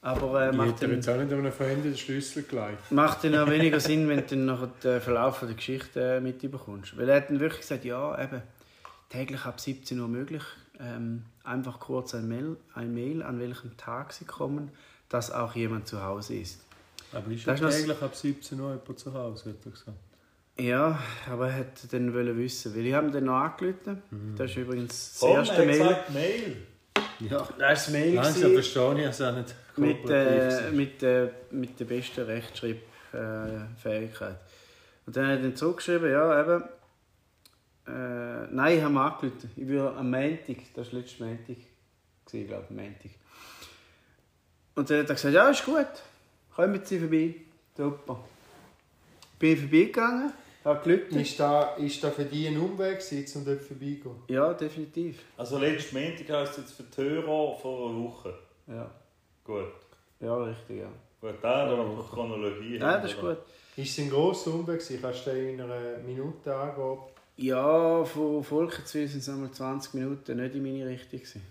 [SPEAKER 2] Aber äh,
[SPEAKER 4] Ich
[SPEAKER 2] macht,
[SPEAKER 4] hätte
[SPEAKER 2] dann,
[SPEAKER 4] jetzt auch nicht an einen veränderten Schlüssel gelegt.
[SPEAKER 2] macht dann auch weniger Sinn, wenn du dann nachher den Verlauf der Geschichte äh, mitbekommst. Weil er hat dann wirklich gesagt, ja, eben, täglich ab 17 Uhr möglich. Ähm, einfach kurz ein Mail, ein Mail, an welchem Tag sie kommen, dass auch jemand zu Hause ist.
[SPEAKER 4] Aber ist
[SPEAKER 2] Das
[SPEAKER 4] das
[SPEAKER 2] ist noch-
[SPEAKER 4] täglich ab 17 Uhr jemand zu Hause, hat er gesagt.
[SPEAKER 2] Ja, aber er hätte dann wollen wissen, weil ich habe ihn dann noch angerufen. Das ist übrigens das erste
[SPEAKER 3] Mhm. er
[SPEAKER 2] Mail.
[SPEAKER 3] hat gesagt, Mail.
[SPEAKER 2] Ja, das war das
[SPEAKER 4] Langsam
[SPEAKER 2] Mail gewesen,
[SPEAKER 4] verstehe ich es auch nicht.
[SPEAKER 2] mit,
[SPEAKER 4] kooperativ
[SPEAKER 2] äh, mit, äh, mit der besten Rechtschreibfähigkeit. Äh, Fähigkeit. Und dann hat er zurückgeschrieben, ja eben, äh, nein, ich habe ihn angerufen. Ich würde am Montag, das war letztes Montag, gewesen, glaube ich, Montag. Und dann hat er gesagt, ja ist gut, kommen Sie vorbei, super. Bin ich vorbeigegangen, habe gerufen.
[SPEAKER 6] Ist da, ist da für dich ein Umweg, gewesen, um dort vorbeigehen?
[SPEAKER 2] Ja, definitiv.
[SPEAKER 3] Also letztes Montag heisst jetzt für die Hörer vor einer Woche.
[SPEAKER 2] Ja,
[SPEAKER 3] Gut.
[SPEAKER 2] ja richtig, ja.
[SPEAKER 3] Gut, da haben wir Chronologie.
[SPEAKER 2] Nein, das ist gut.
[SPEAKER 6] Ist es ein grosser Umweg? gewesen? Kannst du den in einer Minute angehen?
[SPEAKER 2] Ja, von Volker zu uns sind es einmal 20 Minuten nicht in meine Richtung. gewesen.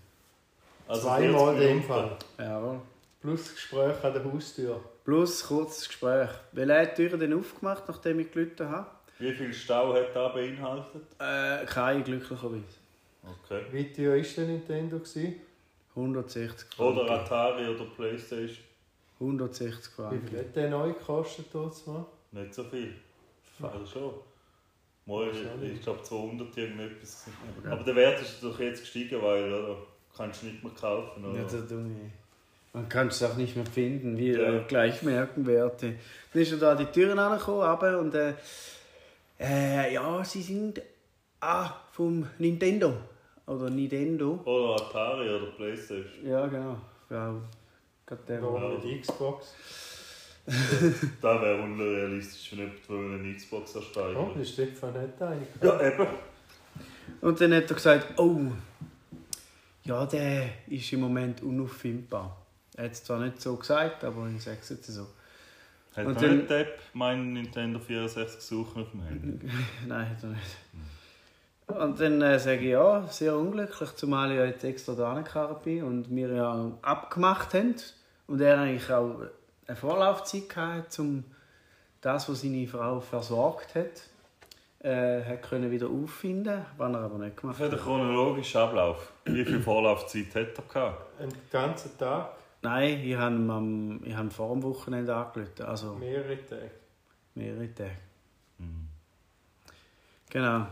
[SPEAKER 3] Also
[SPEAKER 6] Zweimal in
[SPEAKER 3] 40
[SPEAKER 6] dem
[SPEAKER 3] Minuten.
[SPEAKER 6] Fall.
[SPEAKER 2] Jawohl.
[SPEAKER 6] Plus Gespräch an der Haustür.
[SPEAKER 2] Plus kurzes Gespräch. Weil er hat die Türen dann aufgemacht, nachdem ich gelitten habe.
[SPEAKER 3] Wie viel Stau hat da beinhaltet?
[SPEAKER 2] Äh, keine glücklicherweise.
[SPEAKER 3] Okay.
[SPEAKER 6] Wie teuer war der Nintendo? Gewesen?
[SPEAKER 2] 160
[SPEAKER 3] Oder Atari oder Playstation?
[SPEAKER 2] 160
[SPEAKER 6] Wie viel
[SPEAKER 2] Franken.
[SPEAKER 6] hat der neu gekostet? trotzdem mal?
[SPEAKER 3] Nicht so viel. Also schon. Mal, ich glaube 200 irgendetwas. Aber der Wert ist doch jetzt gestiegen, weil oder? kannst du nicht mehr kaufen. Oder?
[SPEAKER 2] Ja, das dumme. Man kann es auch nicht mehr finden, wie
[SPEAKER 3] Ja.
[SPEAKER 2] äh, gleich merken Werte. Dann ist er da an die Türen angekommen, aber und äh, äh, ja, sie sind ah, vom Nintendo. Oder Nintendo.
[SPEAKER 3] Oder Atari oder
[SPEAKER 2] [LAUGHS]
[SPEAKER 3] Playstation.
[SPEAKER 2] Ja, genau. Ja, gerade der.
[SPEAKER 6] Warum nicht Xbox?
[SPEAKER 3] Das wäre unrealistisch, wenn jemand will eine Xbox
[SPEAKER 6] Oh,
[SPEAKER 3] ersteigern
[SPEAKER 6] das ist einfach nicht einig.
[SPEAKER 3] Ja, eben.
[SPEAKER 2] Und dann hat er gesagt, oh, ja, der ist im Moment unauffindbar. Er hat es zwar nicht so gesagt, aber ich sage es jetzt so. [LAUGHS]
[SPEAKER 3] Hat
[SPEAKER 2] Und
[SPEAKER 3] Und
[SPEAKER 2] dann-
[SPEAKER 3] nicht die App meinen Nintendo 64 gesucht auf dem Handy?
[SPEAKER 2] Nein, hat er nicht. Und dann äh, sage ich, ja, sehr unglücklich, zumal ich ja jetzt extra da angekarrt bin und wir ja abgemacht haben. Und er eigentlich auch eine Vorlaufzeit hatte, um das, was seine Frau versorgt hat, äh, hat können wieder auffinden, was er aber nicht gemacht
[SPEAKER 3] Für den
[SPEAKER 2] hat.
[SPEAKER 3] chronologischen Ablauf. Wie viel Vorlaufzeit hat er gehabt?
[SPEAKER 6] Einen ganzen Tag,
[SPEAKER 2] Nein, ich habe ihn am- ich habe ihn vor dem Wochenende angerufen, also
[SPEAKER 6] mehrere Tage.
[SPEAKER 2] mehrere Tage.
[SPEAKER 3] Mhm.
[SPEAKER 2] Genau.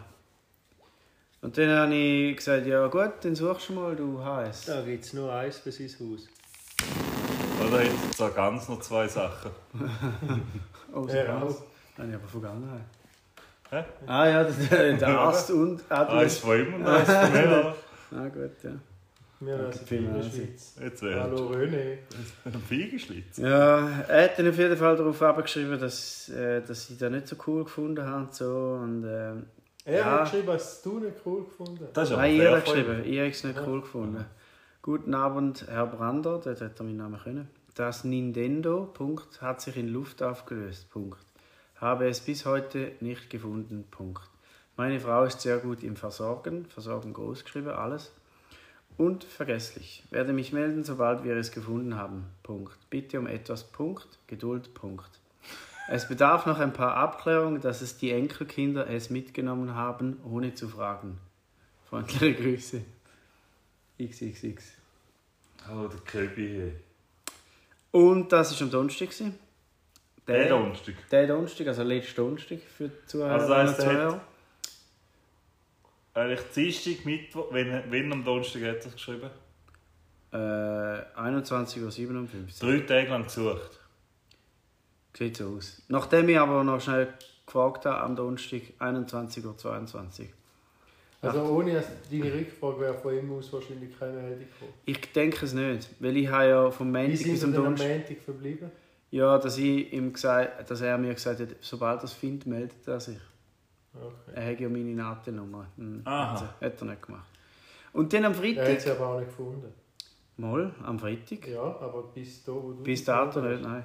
[SPEAKER 2] Und dann habe ich gesagt, ja gut, dann suchst du mal, du HS.
[SPEAKER 4] Da gibt es nur eins für sein Haus.
[SPEAKER 3] Oder hat er zwar ganz noch zwei Sachen?
[SPEAKER 2] Oh,
[SPEAKER 6] Ja,
[SPEAKER 2] ja,
[SPEAKER 6] auch.
[SPEAKER 2] Arzt. Habe ich aber vergangen.
[SPEAKER 3] Hä?
[SPEAKER 2] Ah ja, [LAUGHS] der, der Arzt und
[SPEAKER 3] Eins
[SPEAKER 2] Adler.
[SPEAKER 3] von ihm und eins von mir.
[SPEAKER 2] Ah gut, ja.
[SPEAKER 6] Wir
[SPEAKER 2] Danke
[SPEAKER 6] lassen in der
[SPEAKER 2] vielmals.
[SPEAKER 6] Schweiz.
[SPEAKER 3] Jetzt wäre
[SPEAKER 6] Hallo René.
[SPEAKER 3] [LAUGHS] ein Fliegenschlitz.
[SPEAKER 2] Ja, er hat dann auf jeden Fall darauf abgeschrieben, dass, äh, dass ich das nicht so cool gefunden habe und so. Und, ähm,
[SPEAKER 6] Er
[SPEAKER 2] Ja.
[SPEAKER 6] hat geschrieben, hast du nicht cool gefunden.
[SPEAKER 3] Das ist aber
[SPEAKER 2] nein, ich
[SPEAKER 3] fair
[SPEAKER 2] habe
[SPEAKER 3] von ihm.
[SPEAKER 2] geschrieben, ich habe es nicht cool gefunden. Guten Abend, Herr Brander, dort hätte er meinen Namen können. Das Nintendo, Punkt, hat sich in Luft aufgelöst, Punkt. Habe es bis heute nicht gefunden, Punkt. Meine Frau ist sehr gut im Versorgen, Versorgen groß geschrieben, alles. Und vergesslich. Werde mich melden, sobald wir es gefunden haben. Punkt. Bitte um etwas. Punkt. Geduld. Punkt. Es bedarf noch ein paar Abklärungen, dass es die Enkelkinder es mitgenommen haben, ohne zu fragen. Freundliche Grüße. XXX.
[SPEAKER 3] Oh, der Köbi.
[SPEAKER 2] Und das war am Donnerstag. gewesen.
[SPEAKER 3] Der
[SPEAKER 2] der,
[SPEAKER 3] Donnerstag.
[SPEAKER 5] Der Donnerstag, also letzten Donnerstag für die Zuhörer.
[SPEAKER 3] Also das heisst,
[SPEAKER 5] und
[SPEAKER 3] er hat-
[SPEAKER 5] Zuhörer.
[SPEAKER 3] Eigentlich Dienstag, Mittwoch, wenn, wenn am Donnerstag hat er es geschrieben?
[SPEAKER 2] äh, 21.57 Uhr.
[SPEAKER 3] Drei Tage lang gesucht.
[SPEAKER 2] Sieht so aus. Nachdem ich aber noch schnell gefragt habe, am Donnerstag 21.22 Uhr.
[SPEAKER 6] Also ohne dass deine Rückfrage wäre von ihm aus wahrscheinlich keine hätte gekommen.
[SPEAKER 2] Ich denke es nicht, weil ich habe ja vom
[SPEAKER 6] Wie
[SPEAKER 2] Montag bis
[SPEAKER 6] sind
[SPEAKER 2] zum
[SPEAKER 6] wir denn am
[SPEAKER 2] Donnerstag...
[SPEAKER 6] Montag verblieben?
[SPEAKER 2] Ja, dass, ich ihm gesagt, dass er mir gesagt hat, sobald er es findet, meldet er sich.
[SPEAKER 6] Okay.
[SPEAKER 2] Er hat ja meine Natennummer. Hm,
[SPEAKER 3] Aha.
[SPEAKER 2] Hat er- hat er nicht gemacht. Und dann am
[SPEAKER 6] Er hat
[SPEAKER 2] Freitag...
[SPEAKER 6] sie aber auch nicht gefunden.
[SPEAKER 2] Mal, am Freitag.
[SPEAKER 6] Ja, aber bis da, wo du...
[SPEAKER 2] Bis dato nicht, nein.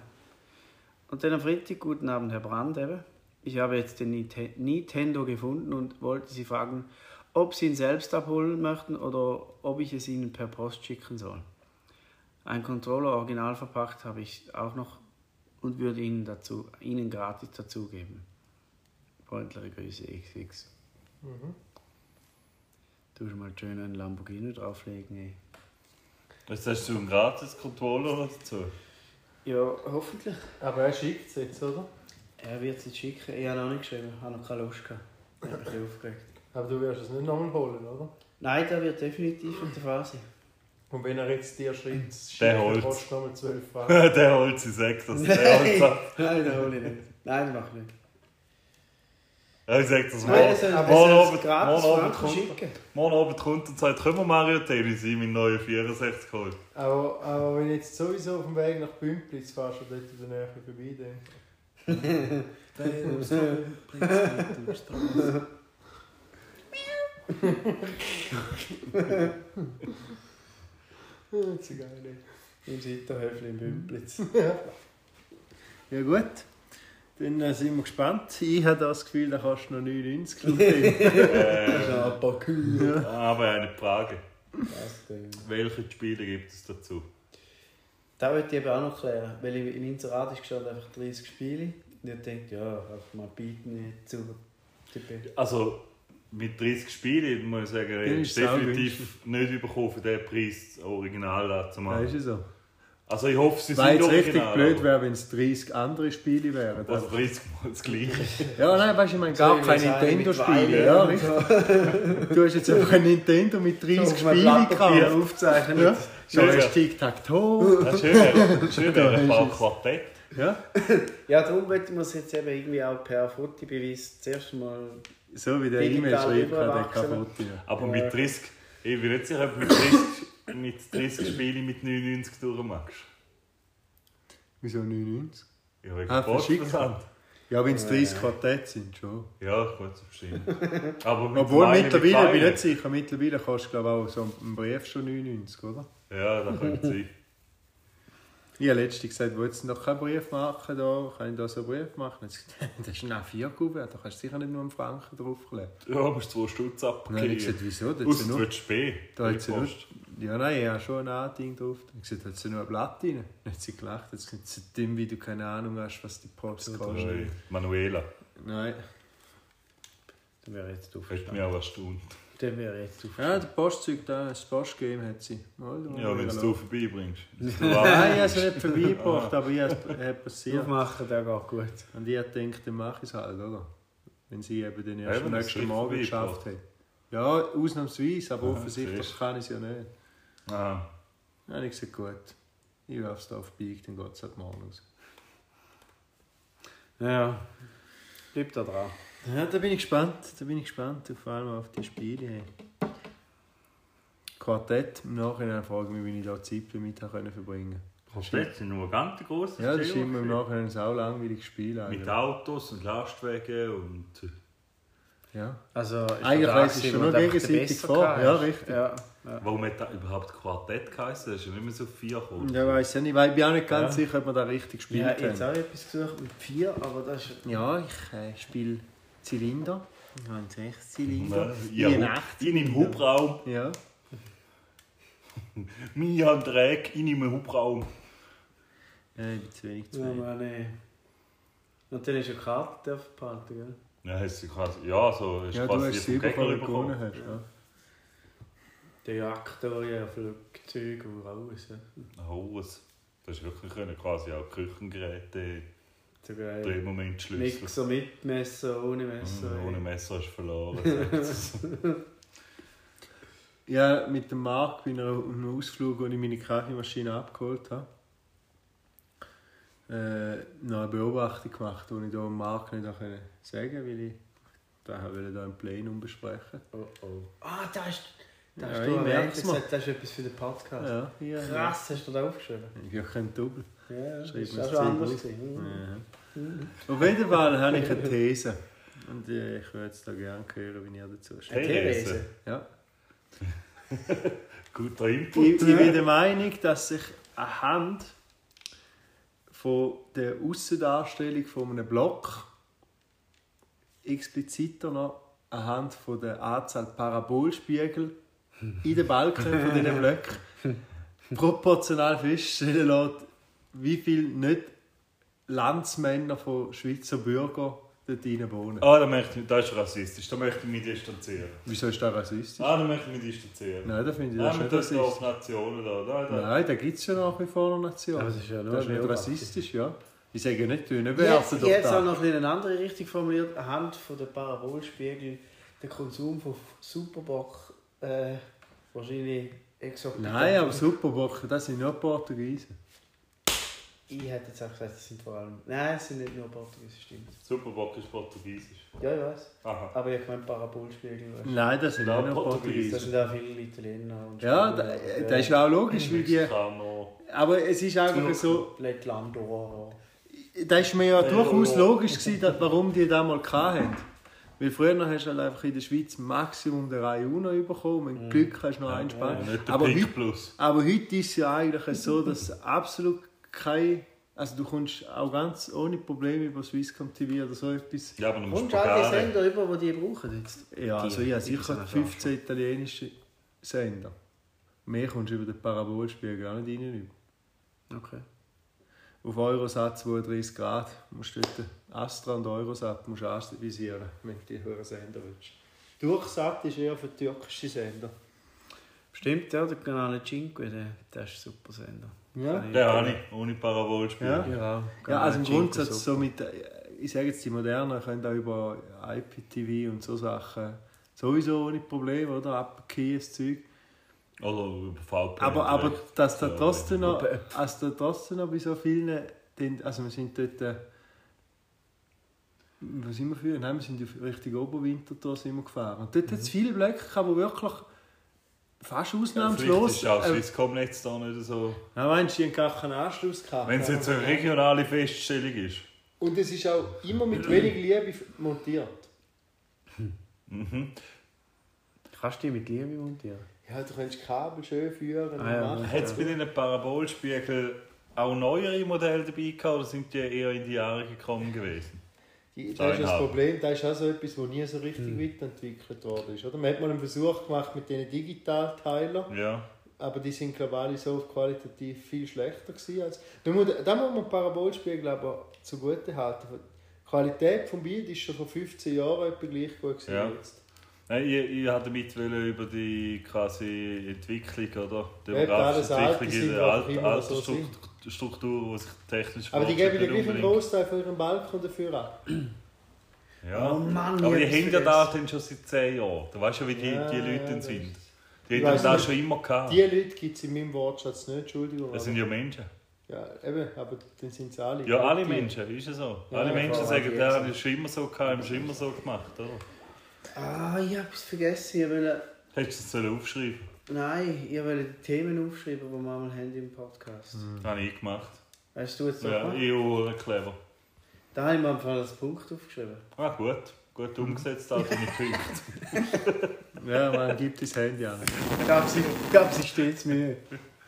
[SPEAKER 2] Und dann am Freitag, guten Abend, Herr Brand eben. Ich habe jetzt den Nite- Nintendo gefunden und wollte Sie fragen, ob Sie ihn selbst abholen möchten oder ob ich es Ihnen per Post schicken soll. Ein Controller original verpackt habe ich auch noch und würde Ihnen, dazu, Ihnen gratis dazugeben. Freundliche Grüße, XX.
[SPEAKER 6] Mhm.
[SPEAKER 2] Du musst mal schön einen Lamborghini drauflegen. Ey.
[SPEAKER 3] Jetzt hast du einen Gratis-Controller dazu.
[SPEAKER 2] Ja, hoffentlich.
[SPEAKER 6] Aber er schickt es jetzt, oder?
[SPEAKER 2] Er wird es jetzt schicken. Ich habe noch nicht geschrieben, ich habe noch keine Lust gehabt. Ich bin ein bisschen aufgeregt.
[SPEAKER 6] Aber du wirst es nicht nochmal holen, oder?
[SPEAKER 2] Nein, der wird definitiv in der Phase.
[SPEAKER 6] Und wenn er jetzt dir schreibt,
[SPEAKER 3] Der holt.
[SPEAKER 6] kostet nochmal 12
[SPEAKER 2] [LAUGHS]
[SPEAKER 6] Franken.
[SPEAKER 3] [LAUGHS] der holt sie sechs, dass der holt ab.
[SPEAKER 2] Nein, den hole ich nicht. Nein, den mach ich nicht.
[SPEAKER 3] Ja, ich sag das
[SPEAKER 2] Nein,
[SPEAKER 3] mal.
[SPEAKER 2] er soll, er
[SPEAKER 3] morgen
[SPEAKER 2] soll es
[SPEAKER 3] Abend-
[SPEAKER 2] gratis
[SPEAKER 3] morgen Abend
[SPEAKER 2] Franken
[SPEAKER 3] kommt-
[SPEAKER 2] schicken.
[SPEAKER 3] Morgen Abend kommt und sagt, können wir Mario Tennis in meinen neuen 64 holen?
[SPEAKER 6] Aber, aber wenn jetzt sowieso auf dem Weg nach Bümplitz fährst und dort in der Nähe vorbei, dann... [LAUGHS] Das ist egal, nicht.
[SPEAKER 2] Im Seitenhöfli in Bümplitz.
[SPEAKER 4] Ja gut, dann äh, sind wir gespannt. Ich habe das Gefühl, da kannst du noch 99 Leute.
[SPEAKER 3] Äh,
[SPEAKER 4] Ja, ein paar Kühe.
[SPEAKER 3] Ah, aber eine Frage.
[SPEAKER 2] Das, äh,
[SPEAKER 3] Welche Spiele gibt es dazu?
[SPEAKER 2] das wollte ich eben auch noch klären, weil ich im Inserat ist gestanden, einfach 30 Spiele. Und ich dachte, ja, einfach mal bieten, nicht zu. tippen.
[SPEAKER 3] Also, mit 30 Spielen muss ich sagen,
[SPEAKER 4] Dann
[SPEAKER 3] er
[SPEAKER 4] ist
[SPEAKER 3] ist
[SPEAKER 4] es auch
[SPEAKER 3] definitiv nicht überkommen für den Preis, das Original da zu
[SPEAKER 4] Ja, ist
[SPEAKER 3] machen.
[SPEAKER 4] ja so.
[SPEAKER 3] Also, ich hoffe, sie sind
[SPEAKER 4] Weil es richtig
[SPEAKER 3] original,
[SPEAKER 4] blöd
[SPEAKER 3] aber-
[SPEAKER 4] wäre, wenn es 30 andere Spiele wären.
[SPEAKER 3] Also 30 Mal das Gleiche.
[SPEAKER 4] [LAUGHS] Ja, nein, weißt du, ich meine gar
[SPEAKER 2] So,
[SPEAKER 4] keine
[SPEAKER 2] wie wir sagen, mit
[SPEAKER 4] Nintendo-Spiele.
[SPEAKER 2] Weilen
[SPEAKER 4] Ja,
[SPEAKER 2] und
[SPEAKER 4] richtig. [LAUGHS] Du hast jetzt einfach ein Nintendo mit 30
[SPEAKER 2] So, auf einem
[SPEAKER 4] Spielen
[SPEAKER 2] Blatt Papier
[SPEAKER 4] gekauft.
[SPEAKER 2] aufzeichnen.
[SPEAKER 4] Ja. So
[SPEAKER 3] Ja, ja.
[SPEAKER 4] ist Tic-Tac-Toe.
[SPEAKER 3] Das ist schön, wäre- schön wäre ein paar Quartett.
[SPEAKER 4] Ja,
[SPEAKER 2] Ja, darum wollte man es jetzt eben irgendwie auch per Fotobeweis zuerst mal.
[SPEAKER 4] so wie der
[SPEAKER 2] Digital
[SPEAKER 4] E-Mail schreibt, kann der
[SPEAKER 2] überwachsen.
[SPEAKER 4] kaputt. Ja.
[SPEAKER 3] Aber mit 30, ich bin nicht sicher, ob du mit 30, mit 30 Spielen mit 99 durchmachst.
[SPEAKER 4] Wieso 99?
[SPEAKER 3] Ja, wegen
[SPEAKER 4] Ah,
[SPEAKER 3] Postversand.
[SPEAKER 4] verschickt. Ja, wenn es 30 Quartette sind, schon.
[SPEAKER 3] Ja, gut, so bestimmt. Aber mit
[SPEAKER 4] Obwohl
[SPEAKER 3] meinen
[SPEAKER 4] mittlerweile, bin ich nicht
[SPEAKER 3] Beinen-
[SPEAKER 4] sicher, mittlerweile kostet glaube auch so ein Brief schon 99, oder?
[SPEAKER 3] Ja, das könnte sein.
[SPEAKER 4] [LAUGHS] Ich habe letztens gesagt, willst du noch keinen Brief machen? Da? Kann ich da so einen Brief machen? Dann hat sie [LAUGHS] gesagt, das ist ein A4-Gouverne, da kannst du sicher nicht nur einen Franken draufkleben.
[SPEAKER 3] Ja, du musst zwei Stutz
[SPEAKER 4] Dann habe ich gesagt,
[SPEAKER 3] abgeben.
[SPEAKER 4] wieso? Da hat
[SPEAKER 3] Aus
[SPEAKER 4] sie
[SPEAKER 3] du
[SPEAKER 4] nur,
[SPEAKER 3] willst B.
[SPEAKER 4] da hat sie nur, ja, nein, ich habe schon ein A-Ding drauf. Dann habe ich gesagt, da hat sie nur ein Blatt rein. Dann hat sie gelacht. Jetzt kommt sie dumm, wie du keine Ahnung hast, was die Post kostet.
[SPEAKER 3] Manuela,
[SPEAKER 4] Nein.
[SPEAKER 2] Dann wäre jetzt du
[SPEAKER 3] hat mich auch erstaunt.
[SPEAKER 2] Dann wäre jetzt du
[SPEAKER 4] Ja, der Postzeug da, das Postgame hat sie. Mal, da
[SPEAKER 3] Ja, wenn
[SPEAKER 4] mal
[SPEAKER 3] es
[SPEAKER 4] schauen.
[SPEAKER 3] du
[SPEAKER 4] [LAUGHS]
[SPEAKER 3] vorbeibringst.
[SPEAKER 4] Nein, ich
[SPEAKER 3] Nein,
[SPEAKER 4] habe sie nicht vorbeigebracht, aber ich habe es passiert.
[SPEAKER 2] Aufmachen, der geht gut.
[SPEAKER 4] Und ich denke, dann mache ich es halt, oder? Wenn sie eben den erst
[SPEAKER 3] Eben,
[SPEAKER 4] am
[SPEAKER 3] das
[SPEAKER 4] nächsten
[SPEAKER 3] ist
[SPEAKER 4] Morgen
[SPEAKER 3] vorbei,
[SPEAKER 4] geschafft hat. Ja, ausnahmsweise, aber
[SPEAKER 3] Ja,
[SPEAKER 4] offensichtlich
[SPEAKER 3] siehst.
[SPEAKER 4] kann ich es ja nicht.
[SPEAKER 3] ah,
[SPEAKER 4] Dann habe ich gesagt, gut, ich werfe es da auf die Bike, dann geht es halt morgen aus.
[SPEAKER 2] Ja, bleib da dran.
[SPEAKER 4] Ja, da bin ich gespannt, da bin ich gespannt, vor allem auf die Spiele. hey. Quartett, im Nachhinein frage ich mich, wie ich da Zeit damit habe können verbringen
[SPEAKER 3] Quartett sind nur ganz große
[SPEAKER 4] Ja, das ist immer im Nachhinein ein sau langweiliges Spiel
[SPEAKER 3] Mit
[SPEAKER 4] eigentlich.
[SPEAKER 3] Autos und Lastwagen und.
[SPEAKER 4] Ja.
[SPEAKER 2] Also, ist
[SPEAKER 4] Eigentlich
[SPEAKER 2] doch
[SPEAKER 4] weiss
[SPEAKER 2] da
[SPEAKER 4] ich
[SPEAKER 2] gewesen,
[SPEAKER 4] schon
[SPEAKER 2] wo
[SPEAKER 4] noch
[SPEAKER 2] du einfach
[SPEAKER 4] gegenseitig
[SPEAKER 2] den Besser
[SPEAKER 4] vor.
[SPEAKER 2] gehabt
[SPEAKER 4] Ja,
[SPEAKER 2] hast.
[SPEAKER 4] richtig.
[SPEAKER 2] Ja, ja.
[SPEAKER 3] Warum hat das überhaupt Quartett geheißen? Das ist ja nicht mehr so vier gekommen.
[SPEAKER 4] Ja, weiss ich nicht, weil ich bin auch nicht ganz
[SPEAKER 2] Ja.
[SPEAKER 4] sicher, ob wir da richtig
[SPEAKER 2] Ich
[SPEAKER 4] gespielt
[SPEAKER 2] habe
[SPEAKER 4] haben.
[SPEAKER 2] jetzt auch etwas gesucht mit vier, aber das ist...
[SPEAKER 4] Ja, ich äh, spiele Zylinder. Ich habe einen 6 Zylinder.
[SPEAKER 3] Ja,
[SPEAKER 4] Ich
[SPEAKER 3] Hub-
[SPEAKER 4] einen
[SPEAKER 3] ich im Hubraum.
[SPEAKER 4] Ja.
[SPEAKER 3] Mir ein Dreck, ich im Hubraum.
[SPEAKER 4] Äh, ich bin zu wenig zu
[SPEAKER 2] Ja,
[SPEAKER 4] wenig.
[SPEAKER 2] Mann, ey. Und dann ist ja Karte dürfen behalten, gell?
[SPEAKER 3] Ja, hast du quasi, ja, so ist
[SPEAKER 4] Ja, du
[SPEAKER 3] quasi
[SPEAKER 4] hast sie überall gewonnen. Hast, ja.
[SPEAKER 2] Der Reaktor, Flugzeug und alles. Ja.
[SPEAKER 3] Haus. Du hast wirklich können, quasi auch Küchengeräte,
[SPEAKER 5] So geil.
[SPEAKER 3] Drei Moment Schlüssel.
[SPEAKER 5] Mixer mit Messer, ohne Messer.
[SPEAKER 3] Mm,
[SPEAKER 5] ey.
[SPEAKER 3] Ohne Messer hast du verloren. sagt's.
[SPEAKER 4] [LAUGHS] Ja, mit dem Marc bin ich auf einem Ausflug, wo ich meine Kaffeemaschine abgeholt habe. Äh, noch eine Beobachtung gemacht, die ich hier Marc nicht auch können sagen konnte, weil ich da wollte hier im Plenum besprechen.
[SPEAKER 5] Oh oh. Ah, da ist. Da
[SPEAKER 4] Ja,
[SPEAKER 5] hast
[SPEAKER 4] ich
[SPEAKER 5] du
[SPEAKER 4] merk's
[SPEAKER 5] merkst
[SPEAKER 4] mal.
[SPEAKER 5] gesagt, das ist etwas für den Podcast.
[SPEAKER 4] Ja, ja.
[SPEAKER 5] Krass, hast du da aufgeschrieben?
[SPEAKER 4] Ja, kein Double.
[SPEAKER 5] Ja, das
[SPEAKER 4] Schreib
[SPEAKER 5] ist
[SPEAKER 4] mir
[SPEAKER 5] auch
[SPEAKER 4] das
[SPEAKER 5] schon
[SPEAKER 4] Ziel
[SPEAKER 5] anders.
[SPEAKER 4] auf.
[SPEAKER 5] gewesen.
[SPEAKER 4] Auf jeden Fall habe ich eine These. Und äh, ich würde es da gerne hören, wie ihr dazu steht.
[SPEAKER 3] Hey, These.
[SPEAKER 4] Ja.
[SPEAKER 3] Guter Input.
[SPEAKER 4] Ich, ich bin der Meinung, dass sich anhand von der Aussendarstellung von einem Block expliziter noch anhand von der Anzahl Parabolspiegel in den Balken von diesen Blöcken proportional feststellen lässt, wie viele nicht Landsmänner von Schweizer Bürgern dort drin wohnen.
[SPEAKER 3] Ah, da möchte ich, das ist rassistisch. Da möchte ich mich distanzieren.
[SPEAKER 4] Wieso ist das rassistisch?
[SPEAKER 3] Ah, da möchte ich mich distanzieren.
[SPEAKER 4] Nein, da finde ich das
[SPEAKER 3] Nein,
[SPEAKER 4] schon
[SPEAKER 3] mit das auf
[SPEAKER 4] rassistisch.
[SPEAKER 3] Nationen da. Nein, nein.
[SPEAKER 4] Nein, da gibt es ja nach wie vor noch Nationen.
[SPEAKER 5] Aber das ist ja nur
[SPEAKER 4] Das ist
[SPEAKER 5] eine
[SPEAKER 4] nicht
[SPEAKER 5] Beobachtung.
[SPEAKER 4] rassistisch, ja. Ich sage ja nicht, dünne
[SPEAKER 5] Jetzt,
[SPEAKER 4] Werte
[SPEAKER 5] jetzt auch
[SPEAKER 4] doch da.
[SPEAKER 5] noch ein bisschen in eine andere Richtung formuliert, anhand von der Parabolspiegel, der Konsum von Superbock äh, wahrscheinlich exorbitant.
[SPEAKER 4] Nein, aber Superbock, das sind nur Portugiesen.
[SPEAKER 5] Ich hätte jetzt auch gesagt, das sind vor allem... Nein, es sind nicht nur Portugiesen, stimmt.
[SPEAKER 3] Superbock ist portugiesisch.
[SPEAKER 5] Ja, ich weiß.
[SPEAKER 3] Aha.
[SPEAKER 5] Aber ich meine Parabolspiegel, weißt du.
[SPEAKER 4] Nein, das sind
[SPEAKER 3] Nein,
[SPEAKER 4] nicht nur
[SPEAKER 5] Das
[SPEAKER 4] Portugiesen.
[SPEAKER 5] sind auch viele Italiener und
[SPEAKER 4] Hm. Ja, da,
[SPEAKER 5] Spanier.
[SPEAKER 4] äh, das ist ja auch logisch, weil die...
[SPEAKER 3] Mexikaner.
[SPEAKER 4] Aber es ist einfach so...
[SPEAKER 5] Lettlander.
[SPEAKER 4] Das ist mir ja durchaus logisch gewesen, dass, warum die das mal hatten. Weil früher hast du halt einfach in der Schweiz Maximum der Reihe Uno bekommen. Mit Glück hast du noch einen
[SPEAKER 3] Ja,
[SPEAKER 4] Spanien.
[SPEAKER 3] Nicht der
[SPEAKER 4] Aber
[SPEAKER 3] Pink
[SPEAKER 4] heute,
[SPEAKER 3] Plus.
[SPEAKER 4] aber heute ist es ja eigentlich so, dass absolut kein... Also du kommst auch ganz ohne Probleme über Swisscom TV oder so etwas
[SPEAKER 3] Ja, aber du musst
[SPEAKER 5] Kommst du all die
[SPEAKER 3] Bulgarien.
[SPEAKER 5] Sender über, die die brauchen jetzt?
[SPEAKER 4] Ja, also ich habe sicher
[SPEAKER 2] gibt's
[SPEAKER 4] 15 italienische Sender. Mehr kommst du über den Parabolspiegel gar nicht rein.
[SPEAKER 2] Okay.
[SPEAKER 4] Auf Eurosat 32 Grad musst du dort Astra und Eurosat musst du anvisieren, wenn du die höheren Sender willst. Durchsat ist eher für türkische Sender.
[SPEAKER 2] Stimmt, ja, der Kanal Cinque, der, der ist ein super Sender.
[SPEAKER 4] Ja,
[SPEAKER 3] Ja, habe ich. Ohne Parabolspiel.
[SPEAKER 4] Ja.
[SPEAKER 2] Ja,
[SPEAKER 4] ja also im
[SPEAKER 2] Cinque,
[SPEAKER 4] Grundsatz
[SPEAKER 2] super.
[SPEAKER 4] so mit, äh, ich sage jetzt, die Modernen können da über IPTV und so Sachen sowieso ohne Probleme, oder? Abgekehres Zeug.
[SPEAKER 3] Oder über VPN.
[SPEAKER 4] Aber, aber
[SPEAKER 3] direkt.
[SPEAKER 4] dass da
[SPEAKER 3] Ja,
[SPEAKER 4] trotzdem noch, dass da trotzdem noch bei so vielen, den, also wir sind dort, äh, was sind wir für? Nein, wir sind auf richtig Oberwinterthur sind wir gefahren. Und dort hat
[SPEAKER 3] Mhm.
[SPEAKER 4] es viele Blöcke gehabt, die wirklich fast
[SPEAKER 3] Vielleicht
[SPEAKER 4] ausnahmslos...
[SPEAKER 3] ist auch
[SPEAKER 4] äh,
[SPEAKER 3] Swisscom-Netz da nicht so.
[SPEAKER 4] nein, meinst du, die haben gar keinen Anschluss gehabt?
[SPEAKER 3] Wenn es jetzt eine regionale Feststellung ist.
[SPEAKER 4] Und es ist auch immer mit wenig Liebe montiert.
[SPEAKER 2] Kannst du die mit Liebe montieren?
[SPEAKER 4] Ja, du kannst Kabel schön führen
[SPEAKER 2] Ah, ja.
[SPEAKER 4] und machen.
[SPEAKER 3] Hat es bei diesen Parabolspiegeln auch neuere Modelle dabei gehabt oder sind die eher in die Jahre gekommen gewesen?
[SPEAKER 4] Die- Das ist das
[SPEAKER 3] Dreieinhalb.
[SPEAKER 4] Problem, das ist auch so etwas, das nie so richtig
[SPEAKER 2] Hm.
[SPEAKER 4] weiterentwickelt worden ist. Oder? Man hat mal einen Versuch gemacht mit diesen Digitalteilern.
[SPEAKER 3] Ja.
[SPEAKER 4] Aber die sind, glaube ich, alle so qualitativ viel schlechter gewesen. Als da, muss, da muss man Parabolspiegel aber zugute halten. Die Qualität des Bild ist schon vor 15 Jahren etwa gleich gut gewesen.
[SPEAKER 3] Ja.
[SPEAKER 4] Jetzt.
[SPEAKER 3] Nein, ich, ich wollte damit wollen über die quasi Entwicklung oder
[SPEAKER 4] Eben, alles
[SPEAKER 3] demografische
[SPEAKER 4] alte
[SPEAKER 3] Entwicklung
[SPEAKER 4] sind,
[SPEAKER 3] in der
[SPEAKER 4] was auch
[SPEAKER 3] Alt-
[SPEAKER 4] immer so sind.
[SPEAKER 3] Altersstruktur, die sich technisch
[SPEAKER 4] Aber die
[SPEAKER 3] fortschritt
[SPEAKER 4] geben ja
[SPEAKER 3] nicht
[SPEAKER 4] gleich einen
[SPEAKER 3] unbedingt-
[SPEAKER 4] Großteil von ihrem Balken dafür ab.
[SPEAKER 3] Ja.
[SPEAKER 5] Oh Mann,
[SPEAKER 3] Aber
[SPEAKER 5] ich
[SPEAKER 3] die
[SPEAKER 5] hab's
[SPEAKER 3] haben ja
[SPEAKER 5] vergessen.
[SPEAKER 3] das dann schon seit 10 Jahren. Du weißt ja, wie die,
[SPEAKER 4] Ja,
[SPEAKER 3] die Leute
[SPEAKER 4] ja,
[SPEAKER 3] dann
[SPEAKER 4] das
[SPEAKER 3] sind.
[SPEAKER 4] ist-
[SPEAKER 3] Die
[SPEAKER 4] Ich
[SPEAKER 3] haben
[SPEAKER 4] weiss
[SPEAKER 3] das
[SPEAKER 4] nicht.
[SPEAKER 3] schon immer gehabt.
[SPEAKER 4] Die Leute gibt es in meinem Wortschatz nicht, Entschuldigung.
[SPEAKER 3] Ah. Das
[SPEAKER 4] aber-
[SPEAKER 3] sind ja Menschen.
[SPEAKER 4] ja, eben, aber dann sind es alle.
[SPEAKER 3] Ja, alle
[SPEAKER 4] Die-
[SPEAKER 3] Menschen, ist ja so.
[SPEAKER 4] Ja,
[SPEAKER 3] alle
[SPEAKER 4] ja,
[SPEAKER 3] Menschen
[SPEAKER 4] klar,
[SPEAKER 3] sagen,
[SPEAKER 4] jetzt.
[SPEAKER 3] der hat es schon immer so gehabt, schon immer so gemacht, oder?
[SPEAKER 5] Ah, ich habe etwas vergessen. Ich wollte...
[SPEAKER 3] Hättest du das sollen aufschreiben
[SPEAKER 5] Nein, ich wollte die Themen aufschreiben, die wir mal haben im Podcast.
[SPEAKER 4] Mhm.
[SPEAKER 3] sollen? Habe ich gemacht.
[SPEAKER 5] Hast du jetzt noch
[SPEAKER 3] Ja,
[SPEAKER 5] gemacht?
[SPEAKER 3] EU oder clever.
[SPEAKER 5] Da habe ich mir einfach als Punkt aufgeschrieben.
[SPEAKER 3] Ah, gut. Gut umgesetzt, also mit Punkten.
[SPEAKER 4] Ja, man gibt das Handy an.
[SPEAKER 2] Gab sie, gab sie stets Mühe.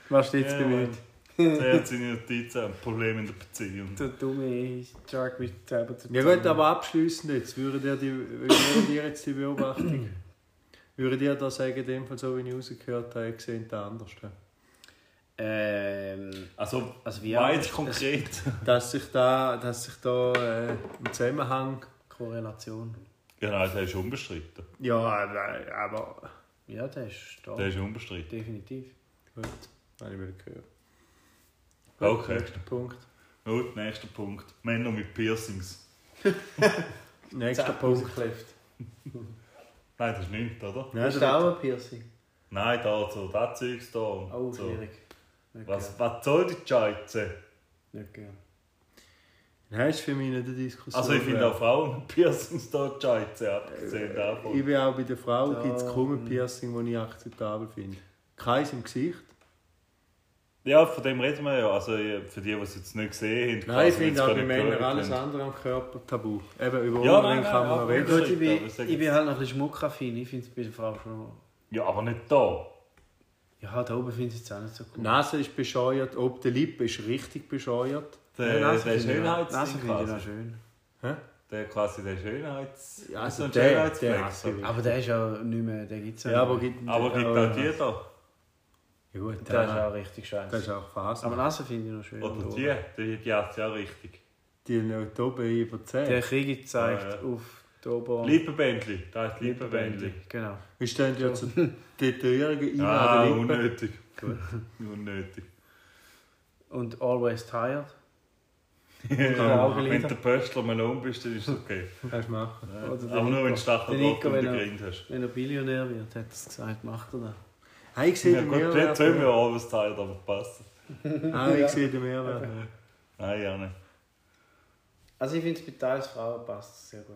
[SPEAKER 2] War stets
[SPEAKER 3] Ja,
[SPEAKER 2] bemüht.
[SPEAKER 3] Der hat seine Notizen, ein Problem in der Beziehung.
[SPEAKER 2] Der dumme Shark mit selber zu
[SPEAKER 4] Ja gut, aber abschließend jetzt, würdet ihr, die, würdet ihr jetzt die Beobachtung, würdet ihr da sagen, in dem Fall so wie ich rausgehört habe, ihr seht das anders? ja?
[SPEAKER 2] Ähm,
[SPEAKER 3] Also,
[SPEAKER 2] also wie
[SPEAKER 3] war jetzt
[SPEAKER 2] auch-
[SPEAKER 3] konkret.
[SPEAKER 4] Dass sich da, dass sich da äh, im Zusammenhang
[SPEAKER 2] Korrelation.
[SPEAKER 3] Ja, nein, der ist unbestritten.
[SPEAKER 4] Ja, aber, aber
[SPEAKER 2] Ja, der ist da.
[SPEAKER 3] Der ist unbestritten.
[SPEAKER 2] Definitiv.
[SPEAKER 4] gut, habe ich wieder gehört.
[SPEAKER 3] Okay.
[SPEAKER 4] Nächster Punkt.
[SPEAKER 3] Wir Gut, nächster Punkt. Männer mit Piercings.
[SPEAKER 4] Nächster Punkt.
[SPEAKER 3] Nein, das ist nichts, oder?
[SPEAKER 4] Nein,
[SPEAKER 5] ist
[SPEAKER 4] da-
[SPEAKER 5] auch ein Piercing?
[SPEAKER 3] Nein, da, so, das Zeugs da. Und
[SPEAKER 5] Oh,
[SPEAKER 3] so.
[SPEAKER 5] schwierig. Nicht
[SPEAKER 3] Was,
[SPEAKER 5] gern.
[SPEAKER 3] was soll die Scheiße?
[SPEAKER 5] Nicht gern.
[SPEAKER 4] Nein, ist für mich nicht eine Diskussion.
[SPEAKER 3] Also, ich finde
[SPEAKER 4] wert.
[SPEAKER 3] auch Frauen mit Piercings da die Scheiße, abgesehen davon.
[SPEAKER 4] Äh, Ich bin auch bei der Frau,
[SPEAKER 5] Da-
[SPEAKER 4] gibt es kaum ein Piercing, das ich akzeptabel finde. Keins im Gesicht.
[SPEAKER 3] Ja, von dem reden wir ja. Also, ich- für die, die es Also, jetzt nicht gesehen haben,
[SPEAKER 4] Nein, ich
[SPEAKER 3] quasi, wenn
[SPEAKER 4] finde
[SPEAKER 3] sie
[SPEAKER 4] auch
[SPEAKER 3] gar
[SPEAKER 4] bei
[SPEAKER 3] nicht
[SPEAKER 4] Männern
[SPEAKER 3] gehört
[SPEAKER 4] alles
[SPEAKER 3] haben.
[SPEAKER 4] andere am Körper tabu. Eben, über
[SPEAKER 3] Ja,
[SPEAKER 4] Ohren
[SPEAKER 3] nein,
[SPEAKER 4] kann
[SPEAKER 3] nein,
[SPEAKER 4] man
[SPEAKER 3] aber-
[SPEAKER 4] reden.
[SPEAKER 3] Gut,
[SPEAKER 2] ich,
[SPEAKER 3] aber
[SPEAKER 2] bin,
[SPEAKER 3] ich sag
[SPEAKER 2] ich bin
[SPEAKER 3] jetzt-
[SPEAKER 2] halt noch ein bisschen schmuckaffin. Ich finde es bei der Frau schon.
[SPEAKER 3] Ja, aber nicht da.
[SPEAKER 2] Ja, da oben finde ich es jetzt auch nicht so
[SPEAKER 4] Die
[SPEAKER 2] cool.
[SPEAKER 4] Nase ist bescheuert, ob der Lippe ist richtig bescheuert.
[SPEAKER 3] Der,
[SPEAKER 2] Nase
[SPEAKER 3] Äh,
[SPEAKER 2] finde
[SPEAKER 3] der
[SPEAKER 2] ich noch- Nase
[SPEAKER 3] Schönheitsding
[SPEAKER 2] finde ich noch
[SPEAKER 3] quasi.
[SPEAKER 2] schön.
[SPEAKER 3] Der quasi der Schönheits...
[SPEAKER 4] Ja, also
[SPEAKER 3] so ein
[SPEAKER 4] der-
[SPEAKER 3] Schönheitsfleck.
[SPEAKER 4] der hasse ich.
[SPEAKER 2] Aber der ist ja nicht mehr, der gibt es ja,
[SPEAKER 4] Ja, aber
[SPEAKER 2] nicht
[SPEAKER 4] gibt
[SPEAKER 3] Aber gibt auch die da.
[SPEAKER 4] Ja, gut,
[SPEAKER 2] mehr. Der ist
[SPEAKER 4] der,
[SPEAKER 2] auch richtig
[SPEAKER 4] der ist
[SPEAKER 2] scheiße.
[SPEAKER 4] auch fast.
[SPEAKER 2] Aber Nase finde ich noch schön.
[SPEAKER 3] Oder die, die, die hat es ja richtig.
[SPEAKER 4] Die nicht oben über 10.
[SPEAKER 2] Der Krieg zeigt
[SPEAKER 3] Ja, ja.
[SPEAKER 2] auf die Ober-
[SPEAKER 3] Lippenbändli, da heißt Lippenbändli.
[SPEAKER 2] Genau.
[SPEAKER 4] Wir stehen ja zu Tätowierungen ein
[SPEAKER 3] Ah,
[SPEAKER 4] an der Lippe.
[SPEAKER 3] unnötig. [LAUGHS] unnötig.
[SPEAKER 2] Und Always Tired.
[SPEAKER 3] wenn der Pöstler mal um bist, dann ist
[SPEAKER 2] [LAUGHS]
[SPEAKER 3] es okay.
[SPEAKER 4] Kannst du machen.
[SPEAKER 2] Oder Also der
[SPEAKER 3] Aber nur wenn du
[SPEAKER 2] Nico.
[SPEAKER 3] Stachel
[SPEAKER 2] Der
[SPEAKER 3] drauf
[SPEAKER 2] Nico,
[SPEAKER 3] und
[SPEAKER 2] wenn
[SPEAKER 3] den
[SPEAKER 2] er,
[SPEAKER 3] Grind hast.
[SPEAKER 2] wenn er Billionär wird, hat er es gesagt, macht er das.
[SPEAKER 4] Hey, ich sehe
[SPEAKER 3] Ja
[SPEAKER 4] den
[SPEAKER 3] gut, jetzt
[SPEAKER 4] Mehrwert.
[SPEAKER 3] haben wir auch was teilt, aber passt.
[SPEAKER 4] Ah, ich sehe den Mehrwert.
[SPEAKER 3] Nein, ja nicht.
[SPEAKER 5] Also ich finde es bei teils Frauen passt es sehr gut.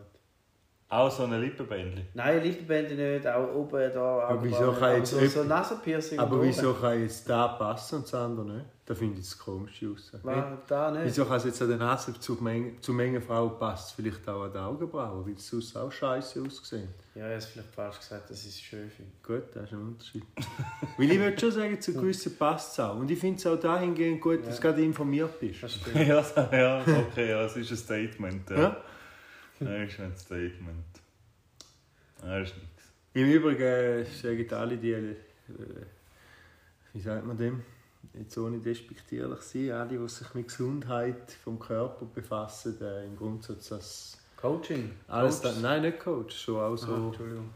[SPEAKER 3] Auch so eine Lippenbändli.
[SPEAKER 5] Nein, Lippenbänder nicht, auch oben da.
[SPEAKER 4] Aber wieso
[SPEAKER 5] Augenbrauen,
[SPEAKER 4] kann
[SPEAKER 5] aber
[SPEAKER 4] jetzt
[SPEAKER 5] so,
[SPEAKER 4] jemand-
[SPEAKER 5] so Nasenpiercing?
[SPEAKER 4] Aber
[SPEAKER 5] und
[SPEAKER 4] wieso
[SPEAKER 5] oben.
[SPEAKER 4] kann jetzt der passen und das andere nicht? Da finde ich das komisch aus.
[SPEAKER 5] Nein, da nicht.
[SPEAKER 4] Wieso kann es jetzt an den Nase zu Menge, zu Menge Frauen passt? Vielleicht auch an die Augenbrauen, weil es sonst auch scheiße aussehen.
[SPEAKER 5] Ja, ich habe vielleicht falsch gesagt, dass ich es schön finde.
[SPEAKER 4] Gut, das ist ein Unterschied. [LAUGHS] weil ich würde schon sagen, zu gewissen passt es auch. Und ich finde es auch dahingehend gut, dass du gerade informiert bist.
[SPEAKER 5] Das stimmt.
[SPEAKER 3] [LAUGHS] ja, so- ja, okay, ja, es ist ein Statement. Ja.
[SPEAKER 4] Ja?
[SPEAKER 3] Nein, ist nicht ein Statement. Nein, ist nichts.
[SPEAKER 4] Im Übrigen sagen alle die, äh, wie sagt man dem, jetzt ohne despektierlich sein, alle, die sich mit Gesundheit vom Körper befassen, äh, im Grundsatz, dass
[SPEAKER 5] Coaching.
[SPEAKER 4] alles
[SPEAKER 5] Coach.
[SPEAKER 4] da, nein, nicht Coach, schon auch so.
[SPEAKER 5] Aha, Entschuldigung.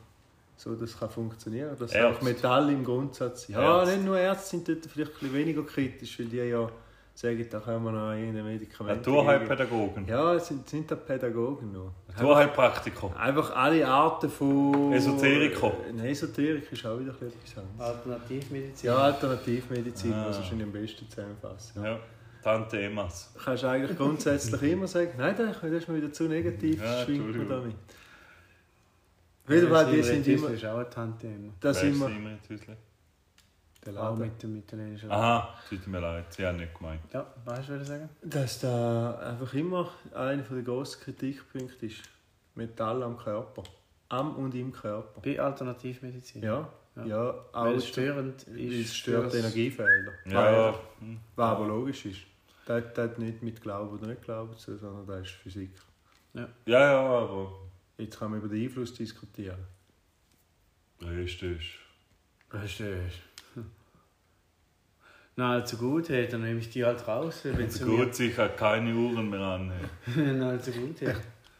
[SPEAKER 4] so das kann funktionieren. Das
[SPEAKER 3] Ärzte.
[SPEAKER 4] auch Metall im Grundsatz. Ja,
[SPEAKER 3] Ärzte.
[SPEAKER 4] nicht nur Ärzte sind dort vielleicht ein bisschen weniger kritisch, weil die ja sagen, da können wir noch irgendein Medikament. geben.
[SPEAKER 3] Naturheilpädagogen.
[SPEAKER 4] Ja, es sind, sind da Pädagogen noch.
[SPEAKER 3] Naturheilpraktiker.
[SPEAKER 4] Einfach alle Arten von.
[SPEAKER 3] Esoteriker.
[SPEAKER 4] Nein, Esoterik ist auch wieder ein bisschen etwas
[SPEAKER 2] Ah.
[SPEAKER 4] anderes.
[SPEAKER 5] Alternativmedizin.
[SPEAKER 4] Ja, Alternativmedizin,
[SPEAKER 3] Ah.
[SPEAKER 4] was wahrscheinlich am besten zusammenfasst. Ja.
[SPEAKER 3] Ja. Tante Emas.
[SPEAKER 4] Du kannst eigentlich grundsätzlich immer sagen, nein, da- das ist mir wieder zu negativ,
[SPEAKER 3] Ja,
[SPEAKER 4] schwingt man
[SPEAKER 3] Entschuldigung.
[SPEAKER 4] damit. Wieder weil die
[SPEAKER 2] Simrit
[SPEAKER 4] sind
[SPEAKER 2] Hüsli
[SPEAKER 4] immer.
[SPEAKER 2] ist auch eine Tante immer.
[SPEAKER 4] Da sind wir.
[SPEAKER 3] Simon Tüsli?
[SPEAKER 4] Der
[SPEAKER 2] Auch
[SPEAKER 4] Laden.
[SPEAKER 2] mit dem italienischen.
[SPEAKER 3] Aha, tut mir leid, sie haben nicht gemeint.
[SPEAKER 2] Ja, weißt du, was ich sagen?
[SPEAKER 4] dass da einfach immer einer der grossen Kritikpunkte ist. Metall am Körper. Am und im Körper.
[SPEAKER 2] Bei Alternativmedizin.
[SPEAKER 4] Ja,
[SPEAKER 2] Ja.
[SPEAKER 4] ja,
[SPEAKER 2] Weil
[SPEAKER 4] auch
[SPEAKER 2] es störend
[SPEAKER 4] weil
[SPEAKER 2] ist.
[SPEAKER 4] es stört
[SPEAKER 2] für's-
[SPEAKER 4] Energiefelder.
[SPEAKER 3] Ja,
[SPEAKER 4] Weil- Was aber logisch ist. Das, das hat nicht mit Glauben oder nicht Glauben zu tun, sondern das ist Physik.
[SPEAKER 3] ja, ja, aber
[SPEAKER 4] Jetzt kann man über den Einfluss diskutieren.
[SPEAKER 3] Richtig.
[SPEAKER 2] Weißt du, weißt du. Nein, zu gut, hey, dann nehme ich die halt raus. Wenn
[SPEAKER 3] Jetzt
[SPEAKER 2] sie mir- [LAUGHS]
[SPEAKER 3] gut, sich hat keine Uhren mehr an.
[SPEAKER 2] Nein, zu gut, hey.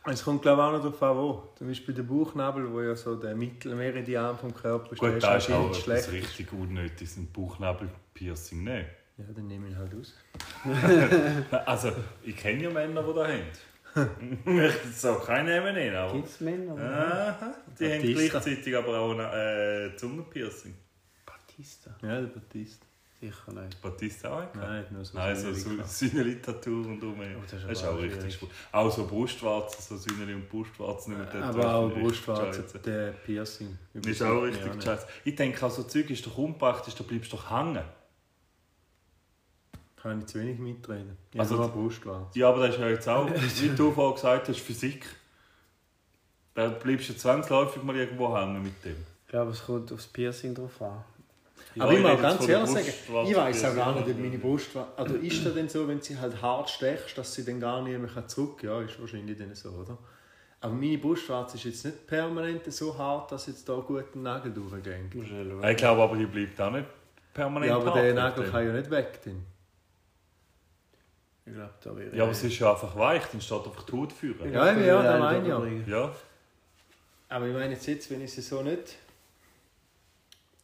[SPEAKER 4] Es kommt glaube ich auch noch darauf an, wo. Zum Beispiel der Bauchnabel, wo ja so der Mittelmeridian vom Körper ist, der
[SPEAKER 3] Gut, das ist auch
[SPEAKER 4] anscheinend
[SPEAKER 3] etwas richtig unnötig, ein Bauchnabelpiercing nicht.
[SPEAKER 4] Ja, dann nehme ich ihn halt aus.
[SPEAKER 3] Also, ich kenne ja Männer, die das haben. ich [LAUGHS] möchte jetzt auch keinen Namen nennen, aber...
[SPEAKER 5] Gibt es Männer? oder?
[SPEAKER 3] Aha, die haben
[SPEAKER 4] Batista.
[SPEAKER 3] gleichzeitig aber auch ein äh, Zungenpiercing.
[SPEAKER 2] Batista.
[SPEAKER 4] Ja, der Batist.
[SPEAKER 2] Sicher nicht.
[SPEAKER 3] Batista auch? gehabt?
[SPEAKER 4] Nein, nur so.
[SPEAKER 3] Nein, so
[SPEAKER 4] Süßigkeiten.
[SPEAKER 3] Sühneli-Tattoo und um.
[SPEAKER 2] Oh, das
[SPEAKER 3] das
[SPEAKER 2] ist
[SPEAKER 3] ist,
[SPEAKER 2] aber
[SPEAKER 3] auch
[SPEAKER 2] auch
[SPEAKER 3] richtig
[SPEAKER 2] schwierig.
[SPEAKER 3] schwul. Auch so Brustwarzen, so Sühneli und Brustwarzen. über den Tattoo
[SPEAKER 4] Aber auch
[SPEAKER 3] finde ich richtig scheiße.
[SPEAKER 4] Brustwarze, der Piercing.
[SPEAKER 3] Das ist auch
[SPEAKER 4] Ja,
[SPEAKER 3] richtig
[SPEAKER 4] nicht.
[SPEAKER 3] scheiße. Ich denke, auch so Zeug ist doch unpraktisch, da bleibst du doch hängen.
[SPEAKER 4] Kann ich zu wenig mitreden. Ich
[SPEAKER 3] Also
[SPEAKER 4] also nur
[SPEAKER 3] die-
[SPEAKER 4] Brustwarze.
[SPEAKER 3] Ja, aber das ist ja jetzt auch, wie du vorhin gesagt hast, Physik. Da bleibst du zwangsläufig mal irgendwo hängen mit dem.
[SPEAKER 2] Ich glaube, es kommt aufs Piercing drauf an.
[SPEAKER 3] Ja,
[SPEAKER 4] Aber ich muss
[SPEAKER 3] rede jetzt
[SPEAKER 4] ganz
[SPEAKER 3] von der
[SPEAKER 4] ehrlich sagen,
[SPEAKER 3] Brustwarze
[SPEAKER 4] ich weiß auch gar nicht,
[SPEAKER 3] Piercing.
[SPEAKER 4] ob meine Brustwarze. Also ist das denn so, wenn sie halt hart stechst, dass sie dann gar nicht mehr kann zurück Ja, ist wahrscheinlich dann so, oder? Aber meine Brustwarze ist jetzt nicht permanent so hart, dass jetzt da gut ein Nagel durchgeht.
[SPEAKER 3] Ich glaube aber, die bleibt auch nicht permanent
[SPEAKER 4] Ja, aber
[SPEAKER 3] hart
[SPEAKER 4] der
[SPEAKER 3] mit
[SPEAKER 4] Nagel
[SPEAKER 3] dem.
[SPEAKER 4] kann ja nicht weg. Dann.
[SPEAKER 2] Ich glaube, da wäre
[SPEAKER 3] Ja, aber es ist ja einfach weich, dann steht einfach die Haut führen.
[SPEAKER 4] Ja, ja, ja, da meine ich ja.
[SPEAKER 2] ja.
[SPEAKER 3] Ja,
[SPEAKER 4] Aber ich meine jetzt, jetzt wenn ich sie so nicht.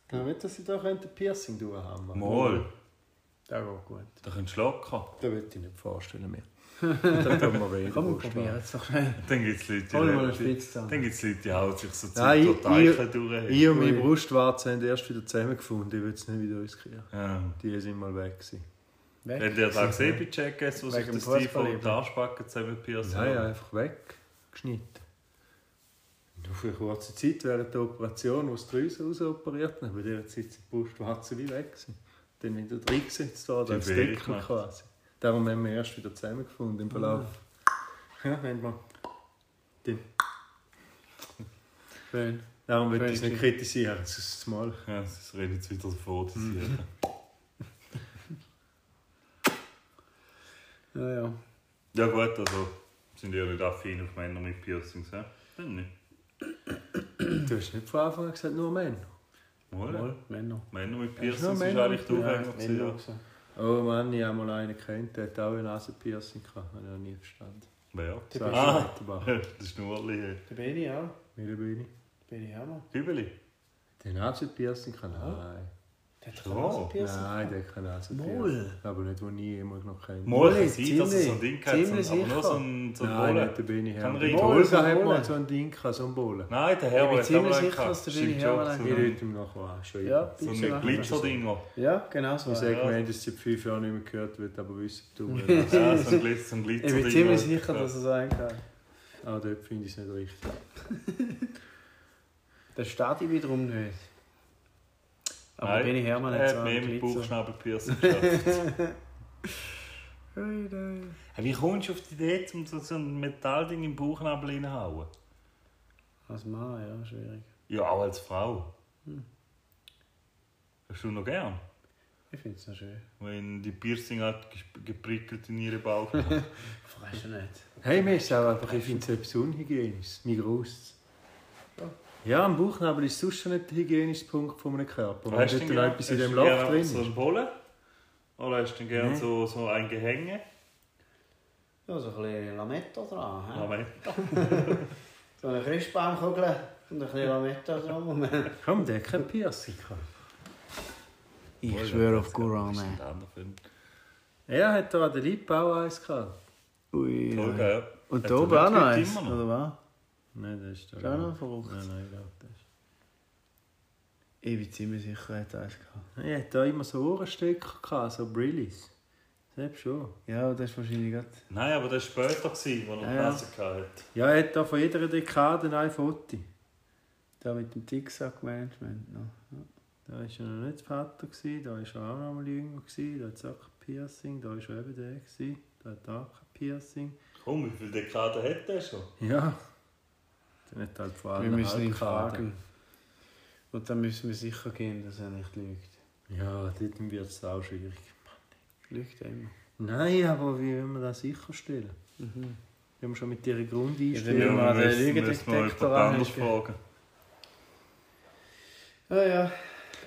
[SPEAKER 4] Ich glaube nicht, dass sie da ein Piercing durchhaben könnte.
[SPEAKER 3] mal.
[SPEAKER 2] Das geht gut.
[SPEAKER 3] Da könntest du locker.
[SPEAKER 4] Das würde ich nicht vorstellen
[SPEAKER 2] [LAUGHS]
[SPEAKER 4] mehr. Dann können wir reden.
[SPEAKER 2] Komm, wir
[SPEAKER 4] Wurst.
[SPEAKER 2] probieren es doch schnell.
[SPEAKER 3] Dann gibt es Leute,
[SPEAKER 2] Hol mal
[SPEAKER 3] die-
[SPEAKER 2] eine Spitze.
[SPEAKER 3] Dann gibt es Leute, die hauen sich so zu
[SPEAKER 4] Nein, ich-
[SPEAKER 3] Teichen durch.
[SPEAKER 4] Ich und meine Brustwarze haben erst wieder zusammengefunden. Ich will es nicht wieder riskieren.
[SPEAKER 3] Ja.
[SPEAKER 4] Die sind mal weg. Gewesen.
[SPEAKER 3] Ähm, Wenn ihr das gesehen bei Jack S, wo sich
[SPEAKER 2] Wegen
[SPEAKER 3] das
[SPEAKER 2] dem
[SPEAKER 3] Steve und
[SPEAKER 2] Fußballleben.
[SPEAKER 3] die Arschbacken zusammenpiercen.
[SPEAKER 4] Nein, einfach weggeschnitten. Nur für eine kurze Zeit während der Operation, wo sie die Drüse rausoperiert haben, bei dieser Zeit sind die Brustwarzen wie weg. Gewesen. Dann wieder reingesetzt worden,
[SPEAKER 3] Die
[SPEAKER 4] als
[SPEAKER 3] weh
[SPEAKER 4] Deckel
[SPEAKER 3] gemacht.
[SPEAKER 4] quasi. Darum haben wir erst wieder zusammengefunden
[SPEAKER 2] Ah.
[SPEAKER 4] im Verlauf. Ja, wenn man. Den.
[SPEAKER 2] Schön.
[SPEAKER 4] Darum will ich es
[SPEAKER 2] Völlig
[SPEAKER 4] nicht kritisieren, das ist das Mal.
[SPEAKER 3] Ja, das reden jetzt wieder davon. dass sie-
[SPEAKER 2] Ja, ja.
[SPEAKER 3] Ja gut, also sind ihr nicht affin auf Männer mit Piercings, hä? Dann nicht.
[SPEAKER 4] Du hast nicht von Anfang an gesagt, nur Männer.
[SPEAKER 3] Mal.
[SPEAKER 2] Mal, Männer.
[SPEAKER 3] Männer mit
[SPEAKER 4] Ja, schon
[SPEAKER 3] Piercings ist
[SPEAKER 4] Männer
[SPEAKER 3] eigentlich der
[SPEAKER 2] Ja,
[SPEAKER 3] Aufhänger. gewesen,
[SPEAKER 2] Männer
[SPEAKER 3] ja.
[SPEAKER 2] gewesen.
[SPEAKER 4] Oh Mann, ich habe mal einen gekannt, der hat auch ein Nasenpiercing gehabt, habe ich noch nie verstanden.
[SPEAKER 3] Wer?
[SPEAKER 4] Sascha
[SPEAKER 3] Ah. [LAUGHS]
[SPEAKER 4] Lauterbach. [LAUGHS]
[SPEAKER 3] Das ist nur alle
[SPEAKER 5] Da bin ich auch.
[SPEAKER 4] Wer bin ich?
[SPEAKER 5] Da bin ich auch mal.
[SPEAKER 3] Kübeli.
[SPEAKER 4] Der Nasenpiercing kann nein.
[SPEAKER 5] Der hat
[SPEAKER 3] So.
[SPEAKER 5] Nasenpiercing.
[SPEAKER 4] Nein, der kann also
[SPEAKER 2] Mal.
[SPEAKER 4] Aber nicht, wo nie jemand noch kennt.
[SPEAKER 3] Mal
[SPEAKER 2] Moli,
[SPEAKER 3] kann sein, dass es so ein Ding
[SPEAKER 2] ziemlich,
[SPEAKER 3] hat, so- aber
[SPEAKER 2] ziemlich
[SPEAKER 3] nur so ein so ein
[SPEAKER 4] Nein,
[SPEAKER 3] Bohle.
[SPEAKER 4] nicht der Benny
[SPEAKER 3] Kann
[SPEAKER 4] Hermann.
[SPEAKER 3] reden.
[SPEAKER 4] Der
[SPEAKER 2] Bohle, so
[SPEAKER 4] Bolsa
[SPEAKER 2] ein
[SPEAKER 4] hat mal
[SPEAKER 2] Bohle.
[SPEAKER 4] so ein Ding, gehabt, so ein Bohle.
[SPEAKER 3] Nein, der
[SPEAKER 2] Ich
[SPEAKER 3] Herr
[SPEAKER 2] bin
[SPEAKER 3] hat
[SPEAKER 2] ziemlich
[SPEAKER 3] auch einen
[SPEAKER 2] sicher,
[SPEAKER 3] gehabt.
[SPEAKER 2] dass der Benny
[SPEAKER 3] Steve
[SPEAKER 2] Hermann
[SPEAKER 3] Jobs,
[SPEAKER 2] einen
[SPEAKER 4] Ich
[SPEAKER 3] oder?
[SPEAKER 4] rede ihm nachher an, schon
[SPEAKER 2] Ja,
[SPEAKER 4] ja.
[SPEAKER 3] So
[SPEAKER 2] bitte.
[SPEAKER 3] ein
[SPEAKER 2] machen wir das.
[SPEAKER 3] Glitzer-Dinger.
[SPEAKER 2] Ja, genau so.
[SPEAKER 4] Ich sage
[SPEAKER 3] Ja.
[SPEAKER 4] mir, dass ich seit fünf Jahren nicht mehr gehört wird, aber wissen du [LAUGHS] mir das.
[SPEAKER 3] Ja, so ein Glitz- so ein Glitzer-Dinger.
[SPEAKER 2] Ich bin ziemlich sicher, dass er sein kann.
[SPEAKER 4] Ah, dort finde ich es nicht richtig.
[SPEAKER 2] Das starte ich wiederum nicht. Aber
[SPEAKER 3] Nein,
[SPEAKER 2] Benny Hermann
[SPEAKER 3] Er
[SPEAKER 2] hat so
[SPEAKER 3] hat mehr
[SPEAKER 2] einen
[SPEAKER 3] mit
[SPEAKER 2] Glitzer.
[SPEAKER 3] Bauchschnabelpiercing geschafft.
[SPEAKER 4] [LAUGHS]
[SPEAKER 2] Ui, da.
[SPEAKER 3] Hey, Wie kommst du auf die Idee, um so so ein Metallding im Bauchnabel reinzuhauen?
[SPEAKER 2] Als Mann, ja, schwierig.
[SPEAKER 3] Ja, auch als Frau.
[SPEAKER 4] Hm.
[SPEAKER 3] Hast du noch gern,
[SPEAKER 2] Ich finde es noch schön.
[SPEAKER 3] wenn die Piercing hat gesp- geprickelt in ihre Bauch? ja,
[SPEAKER 2] Frage nicht.
[SPEAKER 4] Hey, mir ist auch einfach, ich finde es etwas unhygienisch, mein Gruß. Ja, am Bauchnabel ist sonst schon nicht der hygienische Punkt von einem Körper. Wenn dort noch etwas
[SPEAKER 3] genau
[SPEAKER 4] in dem Loch drin ist.
[SPEAKER 3] So ein Bolle? Oder hast du denn gern
[SPEAKER 4] Nee.
[SPEAKER 3] so, so ein Gehänge?
[SPEAKER 5] Ja, so ein bisschen Lametta dran. hä?
[SPEAKER 3] Ja. Aber
[SPEAKER 5] So eine Christbaumkugel und ein bisschen Lametta
[SPEAKER 2] [LAUGHS]
[SPEAKER 5] dran.
[SPEAKER 4] Komm, der hat kein Piercing. gehabt.
[SPEAKER 2] Ich schwöre auf Guran.
[SPEAKER 3] ein
[SPEAKER 2] ey.
[SPEAKER 3] anderer Film.
[SPEAKER 4] Er hat da an der Lippe auch eins gehabt.
[SPEAKER 2] Ui.
[SPEAKER 3] Voll
[SPEAKER 2] ja.
[SPEAKER 3] geil.
[SPEAKER 2] Und
[SPEAKER 3] Hat
[SPEAKER 2] da
[SPEAKER 3] er
[SPEAKER 2] oben auch noch
[SPEAKER 3] wirklich
[SPEAKER 2] eins,
[SPEAKER 3] immer noch?
[SPEAKER 2] oder was?
[SPEAKER 4] Nein, das ist doch...
[SPEAKER 2] Ist auch noch verrückt.
[SPEAKER 4] Nein, nein, ich glaube, das ist...
[SPEAKER 2] Ich bin ziemlich sicher, er hat eins gehabt.
[SPEAKER 4] Er hat da immer so Ohrenstöcker gehabt, so Brillis. Selbst schon.
[SPEAKER 2] Ja, aber das ist wahrscheinlich gerade.
[SPEAKER 3] Nein, aber das war später, als er
[SPEAKER 2] Ja,
[SPEAKER 3] eine
[SPEAKER 2] ja.
[SPEAKER 3] Nase hatte.
[SPEAKER 4] Ja, er hat da von jeder Dekade ein Foto.
[SPEAKER 2] Da mit dem Ticksack-Management noch.
[SPEAKER 4] Da war er noch nicht der Vater, gewesen, da war er auch noch mal jünger, gewesen, da hat es auch kein Piercing, da war er eben der, gewesen, da hat er auch kein Piercing.
[SPEAKER 3] Komm, wie viele Dekaden hat er schon?
[SPEAKER 4] Ja. Dann hat er halt vor
[SPEAKER 2] Wir
[SPEAKER 4] allem
[SPEAKER 2] müssen ihn
[SPEAKER 4] Halbkader.
[SPEAKER 2] fragen. Und dann müssen wir sicher gehen, dass er nicht lügt.
[SPEAKER 4] Ja, dort wird es auch schwierig.
[SPEAKER 2] Lügt er immer.
[SPEAKER 4] Nein, aber wie will man das sicherstellen? Wenn man schon mit ihrer
[SPEAKER 2] Ja, wenn
[SPEAKER 4] Grundeinstellung...
[SPEAKER 2] wir den
[SPEAKER 3] müssen- müssen
[SPEAKER 2] Lügendetektor
[SPEAKER 3] wir jemand anderes
[SPEAKER 2] anhängen.
[SPEAKER 3] fragen.
[SPEAKER 5] Ja, ja.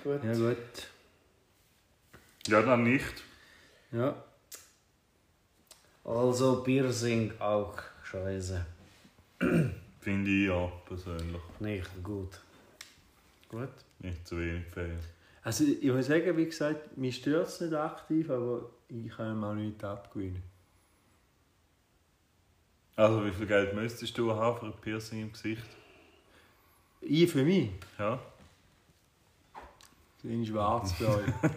[SPEAKER 5] Gut.
[SPEAKER 4] Ja, gut.
[SPEAKER 3] Ja, dann nicht.
[SPEAKER 4] Ja.
[SPEAKER 5] Also Piercing auch scheiße.
[SPEAKER 3] Finde ich ja, persönlich.
[SPEAKER 5] Nicht gut.
[SPEAKER 2] Gut.
[SPEAKER 3] Nicht zu wenig fair.
[SPEAKER 4] Also ich muss sagen, wie gesagt, mich stört es nicht aktiv, aber ich kann ihm auch nichts abgewinnen.
[SPEAKER 3] Also, wie viel Geld müsstest du haben für ein Piercing im Gesicht?
[SPEAKER 4] Ich für mich,
[SPEAKER 3] Ja.
[SPEAKER 4] in schwarz bei euch.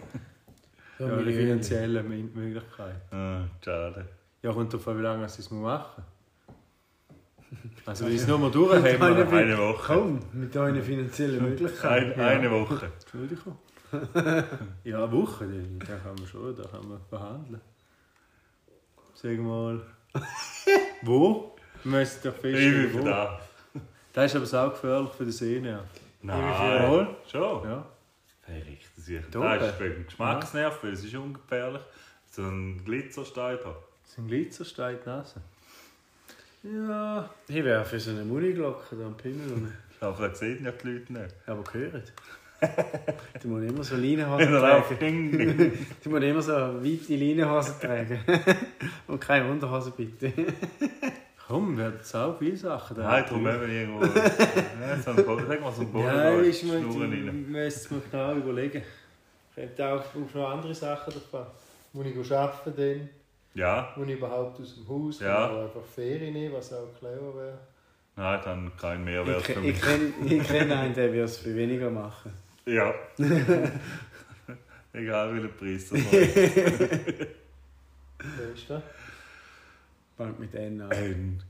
[SPEAKER 2] So,
[SPEAKER 4] ja, die
[SPEAKER 2] Milieu.
[SPEAKER 4] finanzielle Mö- Möglichkeit.
[SPEAKER 3] Ah, schade.
[SPEAKER 4] Ja, kommt davon, wie lange sie es machen muss. Also wenn ich es nur mal durchhämmern.
[SPEAKER 3] Eine Woche.
[SPEAKER 2] Komm, mit deinen finanziellen Möglichkeiten.
[SPEAKER 3] Ein, eine Woche.
[SPEAKER 4] Entschuldigung. [LAUGHS] ja, eine Woche, dann dann kann man schon, da kann man behandeln. Sagen
[SPEAKER 3] [LAUGHS]
[SPEAKER 4] wir mal. wo? Wir müssen doch
[SPEAKER 3] Ich bin
[SPEAKER 4] feststellen,
[SPEAKER 3] für
[SPEAKER 4] wo.
[SPEAKER 3] da.
[SPEAKER 4] Das ist aber auch gefährlich für die Sehne.
[SPEAKER 3] Nein. Schon?
[SPEAKER 4] Ja.
[SPEAKER 3] Hey, richtig sicher.
[SPEAKER 4] Da
[SPEAKER 3] Das
[SPEAKER 4] oben?
[SPEAKER 3] ist wegen dem Geschmacksnerv, weil es ist ungefährlich. So ein Glitzerstein da.
[SPEAKER 4] Das sind Glitzerstein in die Nase. Ja.
[SPEAKER 2] Ich wäre für so eine Muni-Glocke da am Pimmel. Und...
[SPEAKER 3] Aber das sehen ja die Leute nicht.
[SPEAKER 2] Aber gehört. Die muss immer so Leinenhosen
[SPEAKER 3] Wenn er läuft,
[SPEAKER 2] tragen.
[SPEAKER 3] ding, ding.
[SPEAKER 2] Die muss immer so weite Leinenhosen tragen. [LAUGHS] Und keine Unterhosen bitte.
[SPEAKER 4] Komm, wir haben jetzt auch viele Sachen
[SPEAKER 3] Nein, darum eben irgendwo. äh, Ja, so ein Bo- Sag mal, so ein Boden.
[SPEAKER 4] Ja, ich
[SPEAKER 3] Schnurren rein.
[SPEAKER 4] müsste mir genau überlegen.
[SPEAKER 6] Könnte auch auf noch andere Sachen davon. Wo ich arbeiten dann,
[SPEAKER 3] Ja,
[SPEAKER 6] wo ich überhaupt aus dem Haus,
[SPEAKER 3] Ja.
[SPEAKER 6] kann ich auch einfach Ferien nehmen, was auch clever wäre.
[SPEAKER 3] nein, dann kein Mehrwert
[SPEAKER 2] Ich, ich
[SPEAKER 3] für mich.
[SPEAKER 2] kenne ich kenn einen, der würde es für weniger machen.
[SPEAKER 3] Ja. Egal welchen Preis das war.
[SPEAKER 6] Wer ist das?
[SPEAKER 2] Bald mit N an.
[SPEAKER 3] N,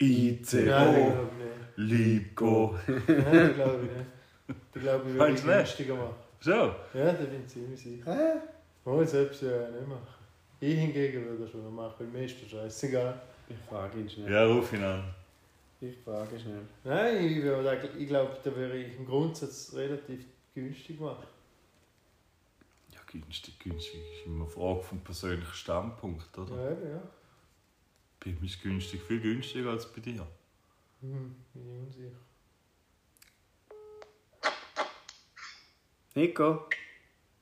[SPEAKER 6] Nein, den
[SPEAKER 3] ICO,
[SPEAKER 6] glaube ich nicht.
[SPEAKER 3] Lico.
[SPEAKER 6] Nein, den glaube ich nicht. Den glaube ich würde
[SPEAKER 3] Meinst
[SPEAKER 6] ich
[SPEAKER 3] du nicht?
[SPEAKER 6] günstiger machen.
[SPEAKER 3] So,
[SPEAKER 6] Ja, da bin ich ziemlich sicher. Oh, selbst ja nicht machen. Ich hingegen würde das schon machen, weil mir ist das scheißegal.
[SPEAKER 2] Ich frage ihn schnell.
[SPEAKER 3] ja, ruf ihn an.
[SPEAKER 2] Ich frage schnell.
[SPEAKER 6] Nein, ich, würde da- ich glaube, da würde ich im Grundsatz relativ günstig machen.
[SPEAKER 3] Ja, günstig, günstig ist immer eine Frage vom persönlichen Standpunkt, oder?
[SPEAKER 6] Ja, eben, ja.
[SPEAKER 3] Bei mir ist günstig viel günstiger als bei dir.
[SPEAKER 6] Hm, bin ich unsicher.
[SPEAKER 2] Nico?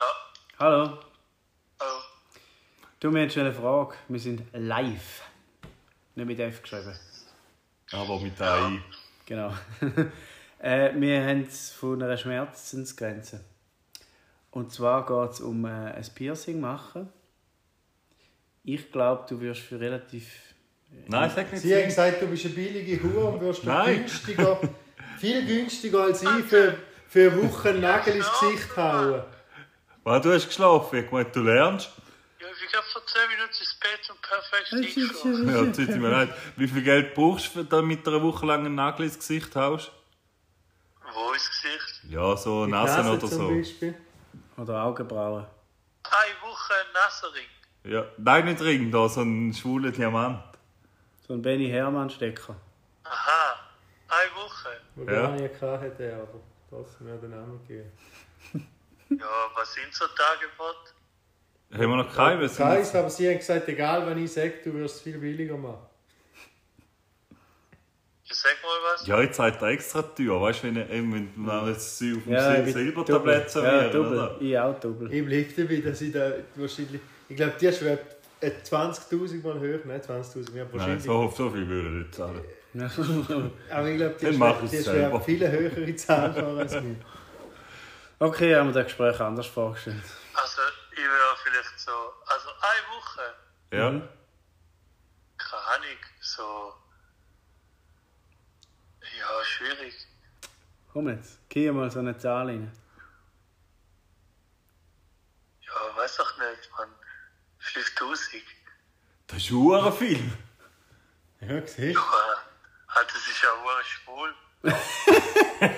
[SPEAKER 2] Ja? Hallo?
[SPEAKER 7] Hallo.
[SPEAKER 2] Du, mir jetzt eine Frage. Wir sind live. Nicht mit F geschrieben.
[SPEAKER 3] Aber mit AI.
[SPEAKER 2] Genau. [LAUGHS] äh, wir haben es von einer Schmerzensgrenze. Und zwar geht es um äh, ein Piercing machen. Ich glaube, du wirst für relativ.
[SPEAKER 3] Nein, sag nicht.
[SPEAKER 6] Sie haben gesagt, du bist eine billige Hure und wirst doch
[SPEAKER 3] Nein.
[SPEAKER 6] günstiger, viel günstiger als ich für, für eine Woche einen Nagel ins Gesicht hauen.
[SPEAKER 3] Was, du hast geschlafen? Ich meine, du lernst. [LAUGHS]
[SPEAKER 7] Ja, also ich habe vor 10 Minuten ins Bett und perfekt eingeschlafen.
[SPEAKER 3] Ja, das tut mir leid. Wie viel Geld brauchst du, damit du eine Woche lang einen Nagel ins Gesicht haust?
[SPEAKER 7] Wo ist das Gesicht?
[SPEAKER 3] Ja, so
[SPEAKER 6] Die
[SPEAKER 3] Nasen
[SPEAKER 6] Nase
[SPEAKER 3] oder
[SPEAKER 6] zum
[SPEAKER 3] so.
[SPEAKER 6] Beispiel.
[SPEAKER 2] Oder Augenbrauen.
[SPEAKER 7] Eine Woche ein Nassering.
[SPEAKER 3] Ja. Nein, nicht Ring, da so ein schwuler Diamant.
[SPEAKER 2] So ein Benny Hermann-Stecker.
[SPEAKER 7] Aha, eine Woche.
[SPEAKER 6] Wo
[SPEAKER 3] Ja.
[SPEAKER 6] gar nicht gehabt hätte, aber trotzdem hat er den Namen gegeben.
[SPEAKER 7] Ja, was sind so Tage, Bot?
[SPEAKER 3] Haben wir noch keinen? Wir
[SPEAKER 6] Ich
[SPEAKER 3] sind
[SPEAKER 6] weiß, aber sie haben gesagt, egal wenn ich sage, du wirst es viel billiger machen.
[SPEAKER 7] Ja, Sag mal was.
[SPEAKER 3] Ja, jetzt seid ihr extra teuer. Weißt du, wenn, eben, wenn man jetzt sie auf dem Sil-
[SPEAKER 2] ich bin
[SPEAKER 3] Silbertablett
[SPEAKER 2] doppelt. Ja,
[SPEAKER 3] serviert,
[SPEAKER 2] doppelt.
[SPEAKER 3] oder?
[SPEAKER 2] Ich auch doppelt.
[SPEAKER 6] Ich bleibe dabei, dass ich da wahrscheinlich. Ich glaube, die schwebt äh, 20.000 Mal höher, nein, 20.000 mehr
[SPEAKER 3] Nein,
[SPEAKER 6] wahrscheinlich.
[SPEAKER 3] so, so viel würde ich nicht zahlen.
[SPEAKER 6] Aber ich glaube, die
[SPEAKER 3] Dann mach
[SPEAKER 6] schwebt,
[SPEAKER 3] ich's
[SPEAKER 6] die
[SPEAKER 3] selber.
[SPEAKER 6] schwebt viel höhere Zahlen vor als mir.
[SPEAKER 2] [LAUGHS] Okay, haben wir das Gespräch anders vorgestellt.
[SPEAKER 7] Also, ich wäre vielleicht so. Also, eine Woche.
[SPEAKER 3] Ja?
[SPEAKER 7] Keine Ahnung, so. Ja, schwierig.
[SPEAKER 2] Komm jetzt, geh mal so eine Zahl rein.
[SPEAKER 7] Ja, weiß doch nicht, man. 5000.
[SPEAKER 3] Das ist hure viel.
[SPEAKER 6] Ja, siehst
[SPEAKER 7] Puh, Alter, halt, das ist ja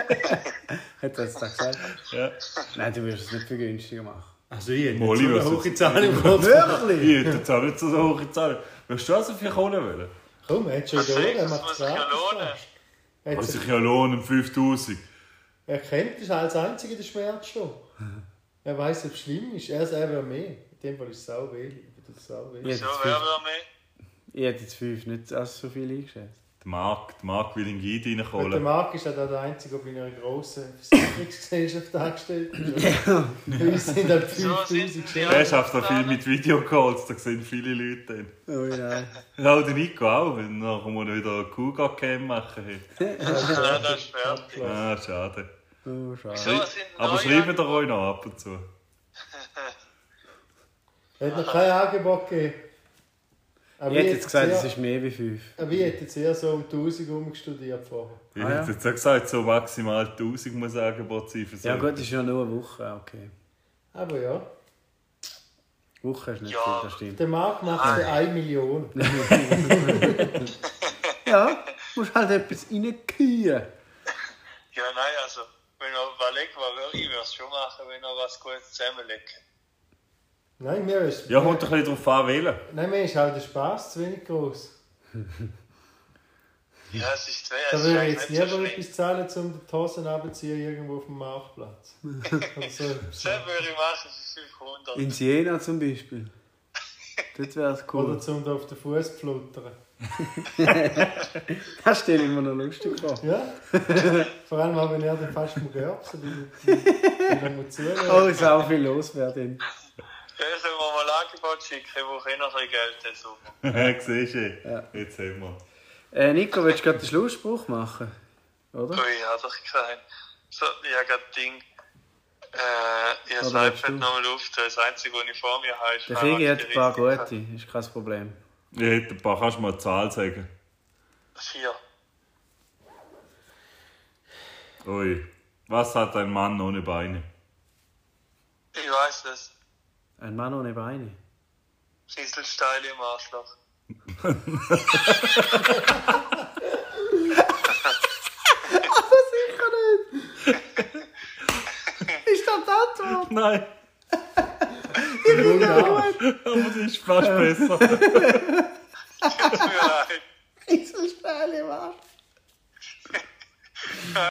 [SPEAKER 7] auch schwul.
[SPEAKER 2] Hat er jetzt da gesagt?
[SPEAKER 3] Ja.
[SPEAKER 2] Nein, du wirst es nicht viel günstiger machen.
[SPEAKER 6] Also, ich hätte
[SPEAKER 3] Mal,
[SPEAKER 6] nicht so
[SPEAKER 3] ich weiß
[SPEAKER 6] eine hohe
[SPEAKER 3] [LAUGHS]
[SPEAKER 6] Zahl im Kopf.
[SPEAKER 2] Wirklich?
[SPEAKER 3] Ich hätte jetzt auch nicht so eine hohe Zahl. Würdest du auch so viel Kohle wollen?
[SPEAKER 6] Komm, jetzt schon
[SPEAKER 7] Was
[SPEAKER 6] wieder
[SPEAKER 7] soll ich?
[SPEAKER 6] er
[SPEAKER 7] Das
[SPEAKER 6] macht
[SPEAKER 7] muss
[SPEAKER 6] es
[SPEAKER 7] sich ja lohnen.
[SPEAKER 6] gratis.
[SPEAKER 3] Kann
[SPEAKER 6] Jetzt-
[SPEAKER 3] sich ja lohnen, 5000.
[SPEAKER 6] Er kennt das als einziger den Schmerz schon. Er weiß, ob es schlimm ist. Er selber mehr. In dem Fall ist es sau weh. Das ist sau weh.
[SPEAKER 2] Ja.
[SPEAKER 7] So wäre er mehr.
[SPEAKER 2] Ich hätte jetzt fünf nicht als so viel eingeschätzt.
[SPEAKER 3] Der Marc, der Marc will in Guide
[SPEAKER 6] Und der
[SPEAKER 3] reinholen.
[SPEAKER 6] Marc ist halt auch der Einzige, der bei einer grossen Versicherungsgesellschaft angestellt ist.
[SPEAKER 3] [LAUGHS]
[SPEAKER 6] Wir sind halt
[SPEAKER 7] So sind
[SPEAKER 6] 5000
[SPEAKER 7] die
[SPEAKER 3] Er schafft auch viel mit Videocalls, da sehen viele Leute dann.
[SPEAKER 2] Oh ja.
[SPEAKER 3] Ja, und der Nico auch, wenn nachher mal wieder eine Kuga-Cam machen hat.
[SPEAKER 7] Ja, das ist fertig.
[SPEAKER 3] Ah, schade.
[SPEAKER 2] Oh, schade.
[SPEAKER 7] So sind
[SPEAKER 3] Aber
[SPEAKER 7] neue
[SPEAKER 3] schreibt doch euch noch ab und zu.
[SPEAKER 6] Er hat noch kein Angebot gegeben. Aber
[SPEAKER 2] Ich hätte jetzt gesagt, es
[SPEAKER 6] eher,
[SPEAKER 2] ist mehr wie fünf.
[SPEAKER 6] aber ich hätte jetzt eher so um 1000 umgestudiert vorher.
[SPEAKER 3] Ich
[SPEAKER 2] Ah, ja.
[SPEAKER 3] hätte jetzt auch gesagt, so maximal 1000 muss ein Angebot sein für so.
[SPEAKER 2] Ja gut, das ist ja nur eine Woche, Ah, okay.
[SPEAKER 6] Aber ja,
[SPEAKER 2] Woche ist nicht
[SPEAKER 7] Ja.
[SPEAKER 2] viel, das stimmt.
[SPEAKER 6] der Marc
[SPEAKER 2] Ah.
[SPEAKER 6] macht für 1 Million.
[SPEAKER 2] Ja, musst halt etwas reinkriegen.
[SPEAKER 7] Ja, nein, also, wenn er überlegt, was wär, ich würde es schon machen, wenn er was Gutes zusammenlegt.
[SPEAKER 6] Nein, mir ist,
[SPEAKER 3] Ja, kommt doch ein bisschen drauf an, wählen.
[SPEAKER 6] nein, mir ist halt der Spass zu wenig groß.
[SPEAKER 7] Ja, es ist zwei,
[SPEAKER 6] Da
[SPEAKER 7] es
[SPEAKER 6] würde ich
[SPEAKER 7] ist
[SPEAKER 6] jetzt
[SPEAKER 7] nicht so
[SPEAKER 6] lieber
[SPEAKER 7] schlimm.
[SPEAKER 6] etwas zahlen, um die Hosen runterzuziehen, irgendwo auf
[SPEAKER 2] [LAUGHS]
[SPEAKER 6] dem Marktplatz. Also,
[SPEAKER 7] Das würde ich machen für 500.
[SPEAKER 2] In Siena zum Beispiel. Dort wäre es cool.
[SPEAKER 6] oder zum da auf den Fuß zu fluttern.
[SPEAKER 2] Das stelle ich mir noch lustig vor. [LAUGHS]
[SPEAKER 6] Ja? Vor allem, auch wenn er dann fast mal gerbsen bin. Wenn er mal zuhört.
[SPEAKER 2] Oh, ist auch viel los werden.
[SPEAKER 7] Ja, sollen wir mal ein Angebot schicken, ich brauche eh noch ein bisschen Geld dazu.
[SPEAKER 3] [LAUGHS] Siehst du, jetzt haben wir.
[SPEAKER 2] Äh, Nico, willst du gerade den Schlussspruch machen? Oder?
[SPEAKER 7] Ui, ich habe doch keinen. So, ich habe gerade Ding. Äh, ich habe das
[SPEAKER 2] Oder willst
[SPEAKER 7] iPad
[SPEAKER 2] du?
[SPEAKER 7] nochmal auf, das einzige, was ich vor mir habe, ist
[SPEAKER 2] Der Krieg
[SPEAKER 7] einmal
[SPEAKER 2] hat ein paar
[SPEAKER 7] die richtige.
[SPEAKER 2] gute, ist kein Problem.
[SPEAKER 3] Ich hätte ein paar, kannst du mal eine Zahl sagen?
[SPEAKER 7] Vier.
[SPEAKER 3] Ui. Was hat ein Mann ohne Beine?
[SPEAKER 7] Ich weiß es.
[SPEAKER 2] Ein Mann ohne Beine.
[SPEAKER 7] Rieselsteile
[SPEAKER 2] [LAUGHS]
[SPEAKER 7] im Arschloch.
[SPEAKER 3] Nein.
[SPEAKER 2] Oh,
[SPEAKER 3] Aber die ist fast besser.
[SPEAKER 7] Tut mir leid.
[SPEAKER 5] Riesensteile im Arsch.